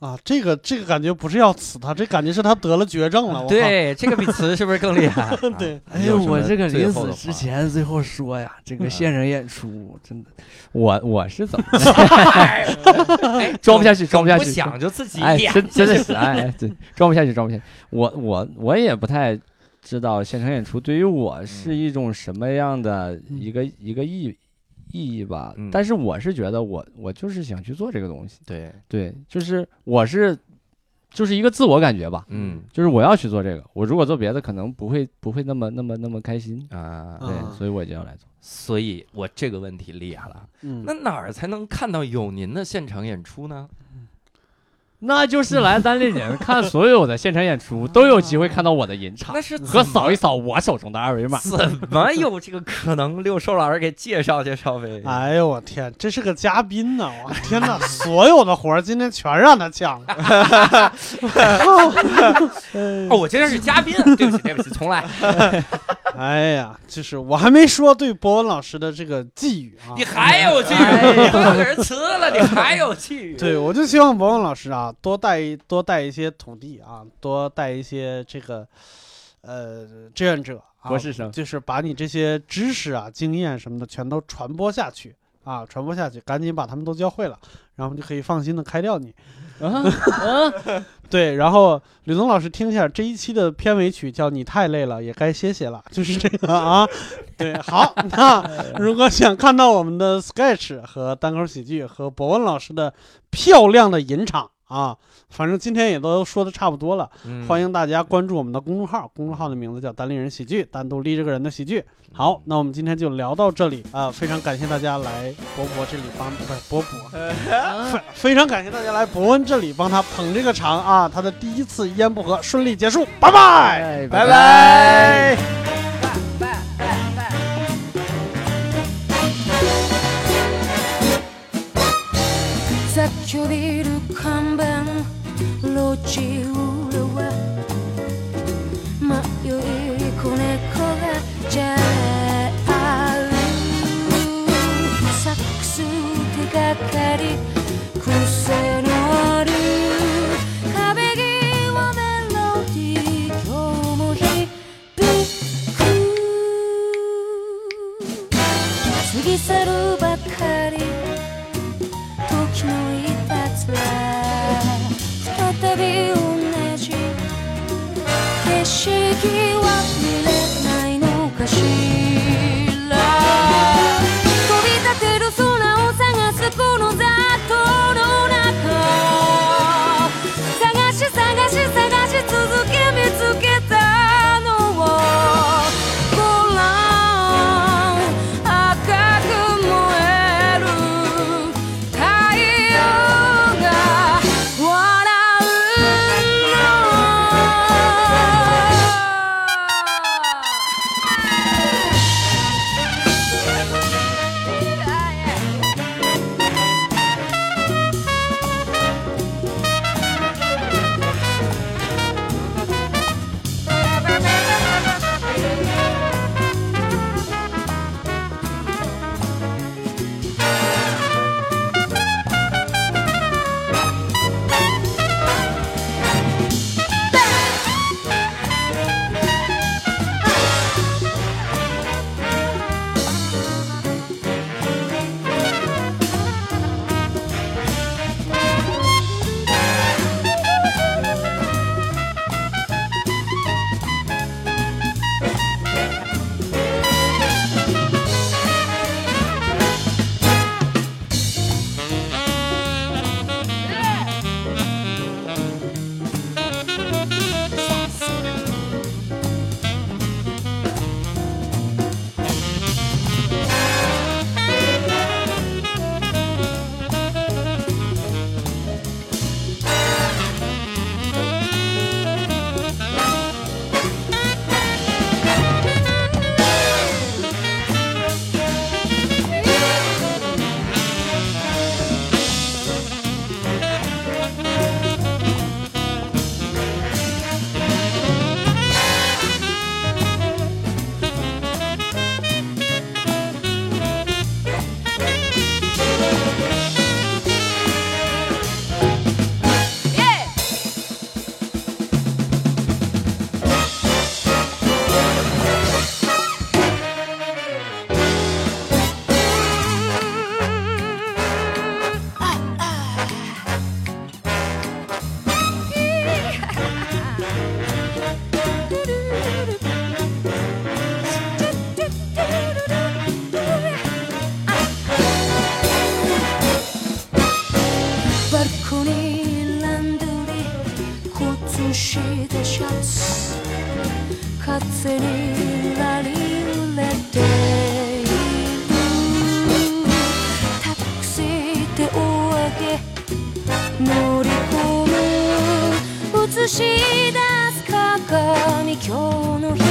[SPEAKER 1] 啊，这个这个感觉不是要死他，这感觉是他得了绝症了。我靠，
[SPEAKER 3] 对，这个比词是不是更厉害？
[SPEAKER 1] 对，
[SPEAKER 3] 哎呦，我这个临死之前，
[SPEAKER 11] 前最后说呀，这
[SPEAKER 2] 嗯
[SPEAKER 11] 个现场演出真的
[SPEAKER 2] 我我是怎么
[SPEAKER 3] 哎，
[SPEAKER 2] 装不下去，装不下
[SPEAKER 3] 不
[SPEAKER 2] 去，
[SPEAKER 3] 想就自己
[SPEAKER 2] 哎，
[SPEAKER 3] 演，
[SPEAKER 2] 真真的是哎，哎对，装不下去，装不下去。我我我也不太知道现场演出对于我是一种什么样的一个、一个意意义吧。
[SPEAKER 3] 嗯
[SPEAKER 2] 但是我是觉得我我就是想去做这个东西，
[SPEAKER 3] 对，
[SPEAKER 2] 对，就是我是就是一个自我感觉吧，
[SPEAKER 3] 嗯
[SPEAKER 2] 就是我要去做这个。我如果做别的，可能不会不会那么那么那么开心。
[SPEAKER 3] 啊，
[SPEAKER 2] 对，
[SPEAKER 1] 啊
[SPEAKER 2] 所以我就要来做。
[SPEAKER 3] 所以我这个问题厉害了。
[SPEAKER 1] 嗯
[SPEAKER 3] 那哪儿才能看到有您的现场演出呢？
[SPEAKER 2] 那就是来单立人看所有的现场演出，都有机会看到我的吟唱
[SPEAKER 3] 那是怎
[SPEAKER 2] 和
[SPEAKER 3] 么
[SPEAKER 2] 扫一扫我手中的二维码。
[SPEAKER 3] 怎么有这个可能？六兽老师给介绍介绍呗。
[SPEAKER 1] 哎呦我天，这是个嘉宾呐！我天呐，所有的活儿今天全让他抢了。
[SPEAKER 10] 哦，我今天是嘉宾，对不起，对不起，重来。
[SPEAKER 1] 哎呀，就是我还没说对博文老师的这个寄语啊
[SPEAKER 10] 你。还有寄语，你都给人辞了，你还有寄语。
[SPEAKER 1] 对，我就希望博文老师啊，多带一多带一些土地啊，多带一些这个呃志愿者啊，
[SPEAKER 2] 博士生
[SPEAKER 1] 就是把你这些知识啊、经验什么的全都传播下去。啊，传播下去，赶紧把他们都教会了，然后就可以放心的开掉你。
[SPEAKER 11] 啊，
[SPEAKER 1] 对，然后吕东老师听一下这一期的片尾曲，叫《你太累了，也该歇歇了》，就是这个啊。对，好，那如果想看到我们的 sketch 和单口喜剧和博文老师的漂亮的吟唱啊，反正今天也都说的差不多了，
[SPEAKER 10] 嗯
[SPEAKER 4] 嗯
[SPEAKER 1] 欢迎大家关注我们的公众号，公众号的名字叫“单立人喜剧”，单独立这个人的喜剧。
[SPEAKER 4] 嗯
[SPEAKER 1] 好，那我们今天就聊到这里啊、非常感谢大家来博博这里帮不是博博。
[SPEAKER 4] 呃
[SPEAKER 1] 非常感谢大家来伯恩这里帮他捧这个场啊，他的第一次一言不合顺利结束，拜拜。
[SPEAKER 4] 拜拜。
[SPEAKER 12] zacchio di Ducamben lo giurava ma io eri con ecco già saxu te gakkari kusse noru kabe wa melody kyou mo hibiku 過ぎ去るばかり時のいたずら再び同じ景色は見れないのかしら飛び立てる空を探すこの雑踏の中探し探し探し続け見つけたのをご覧赤く燃える太陽が笑うのバルコニーランドリー靴下シャツ風にられているタクシーでおあげ乗り込む映し出す鏡今日の日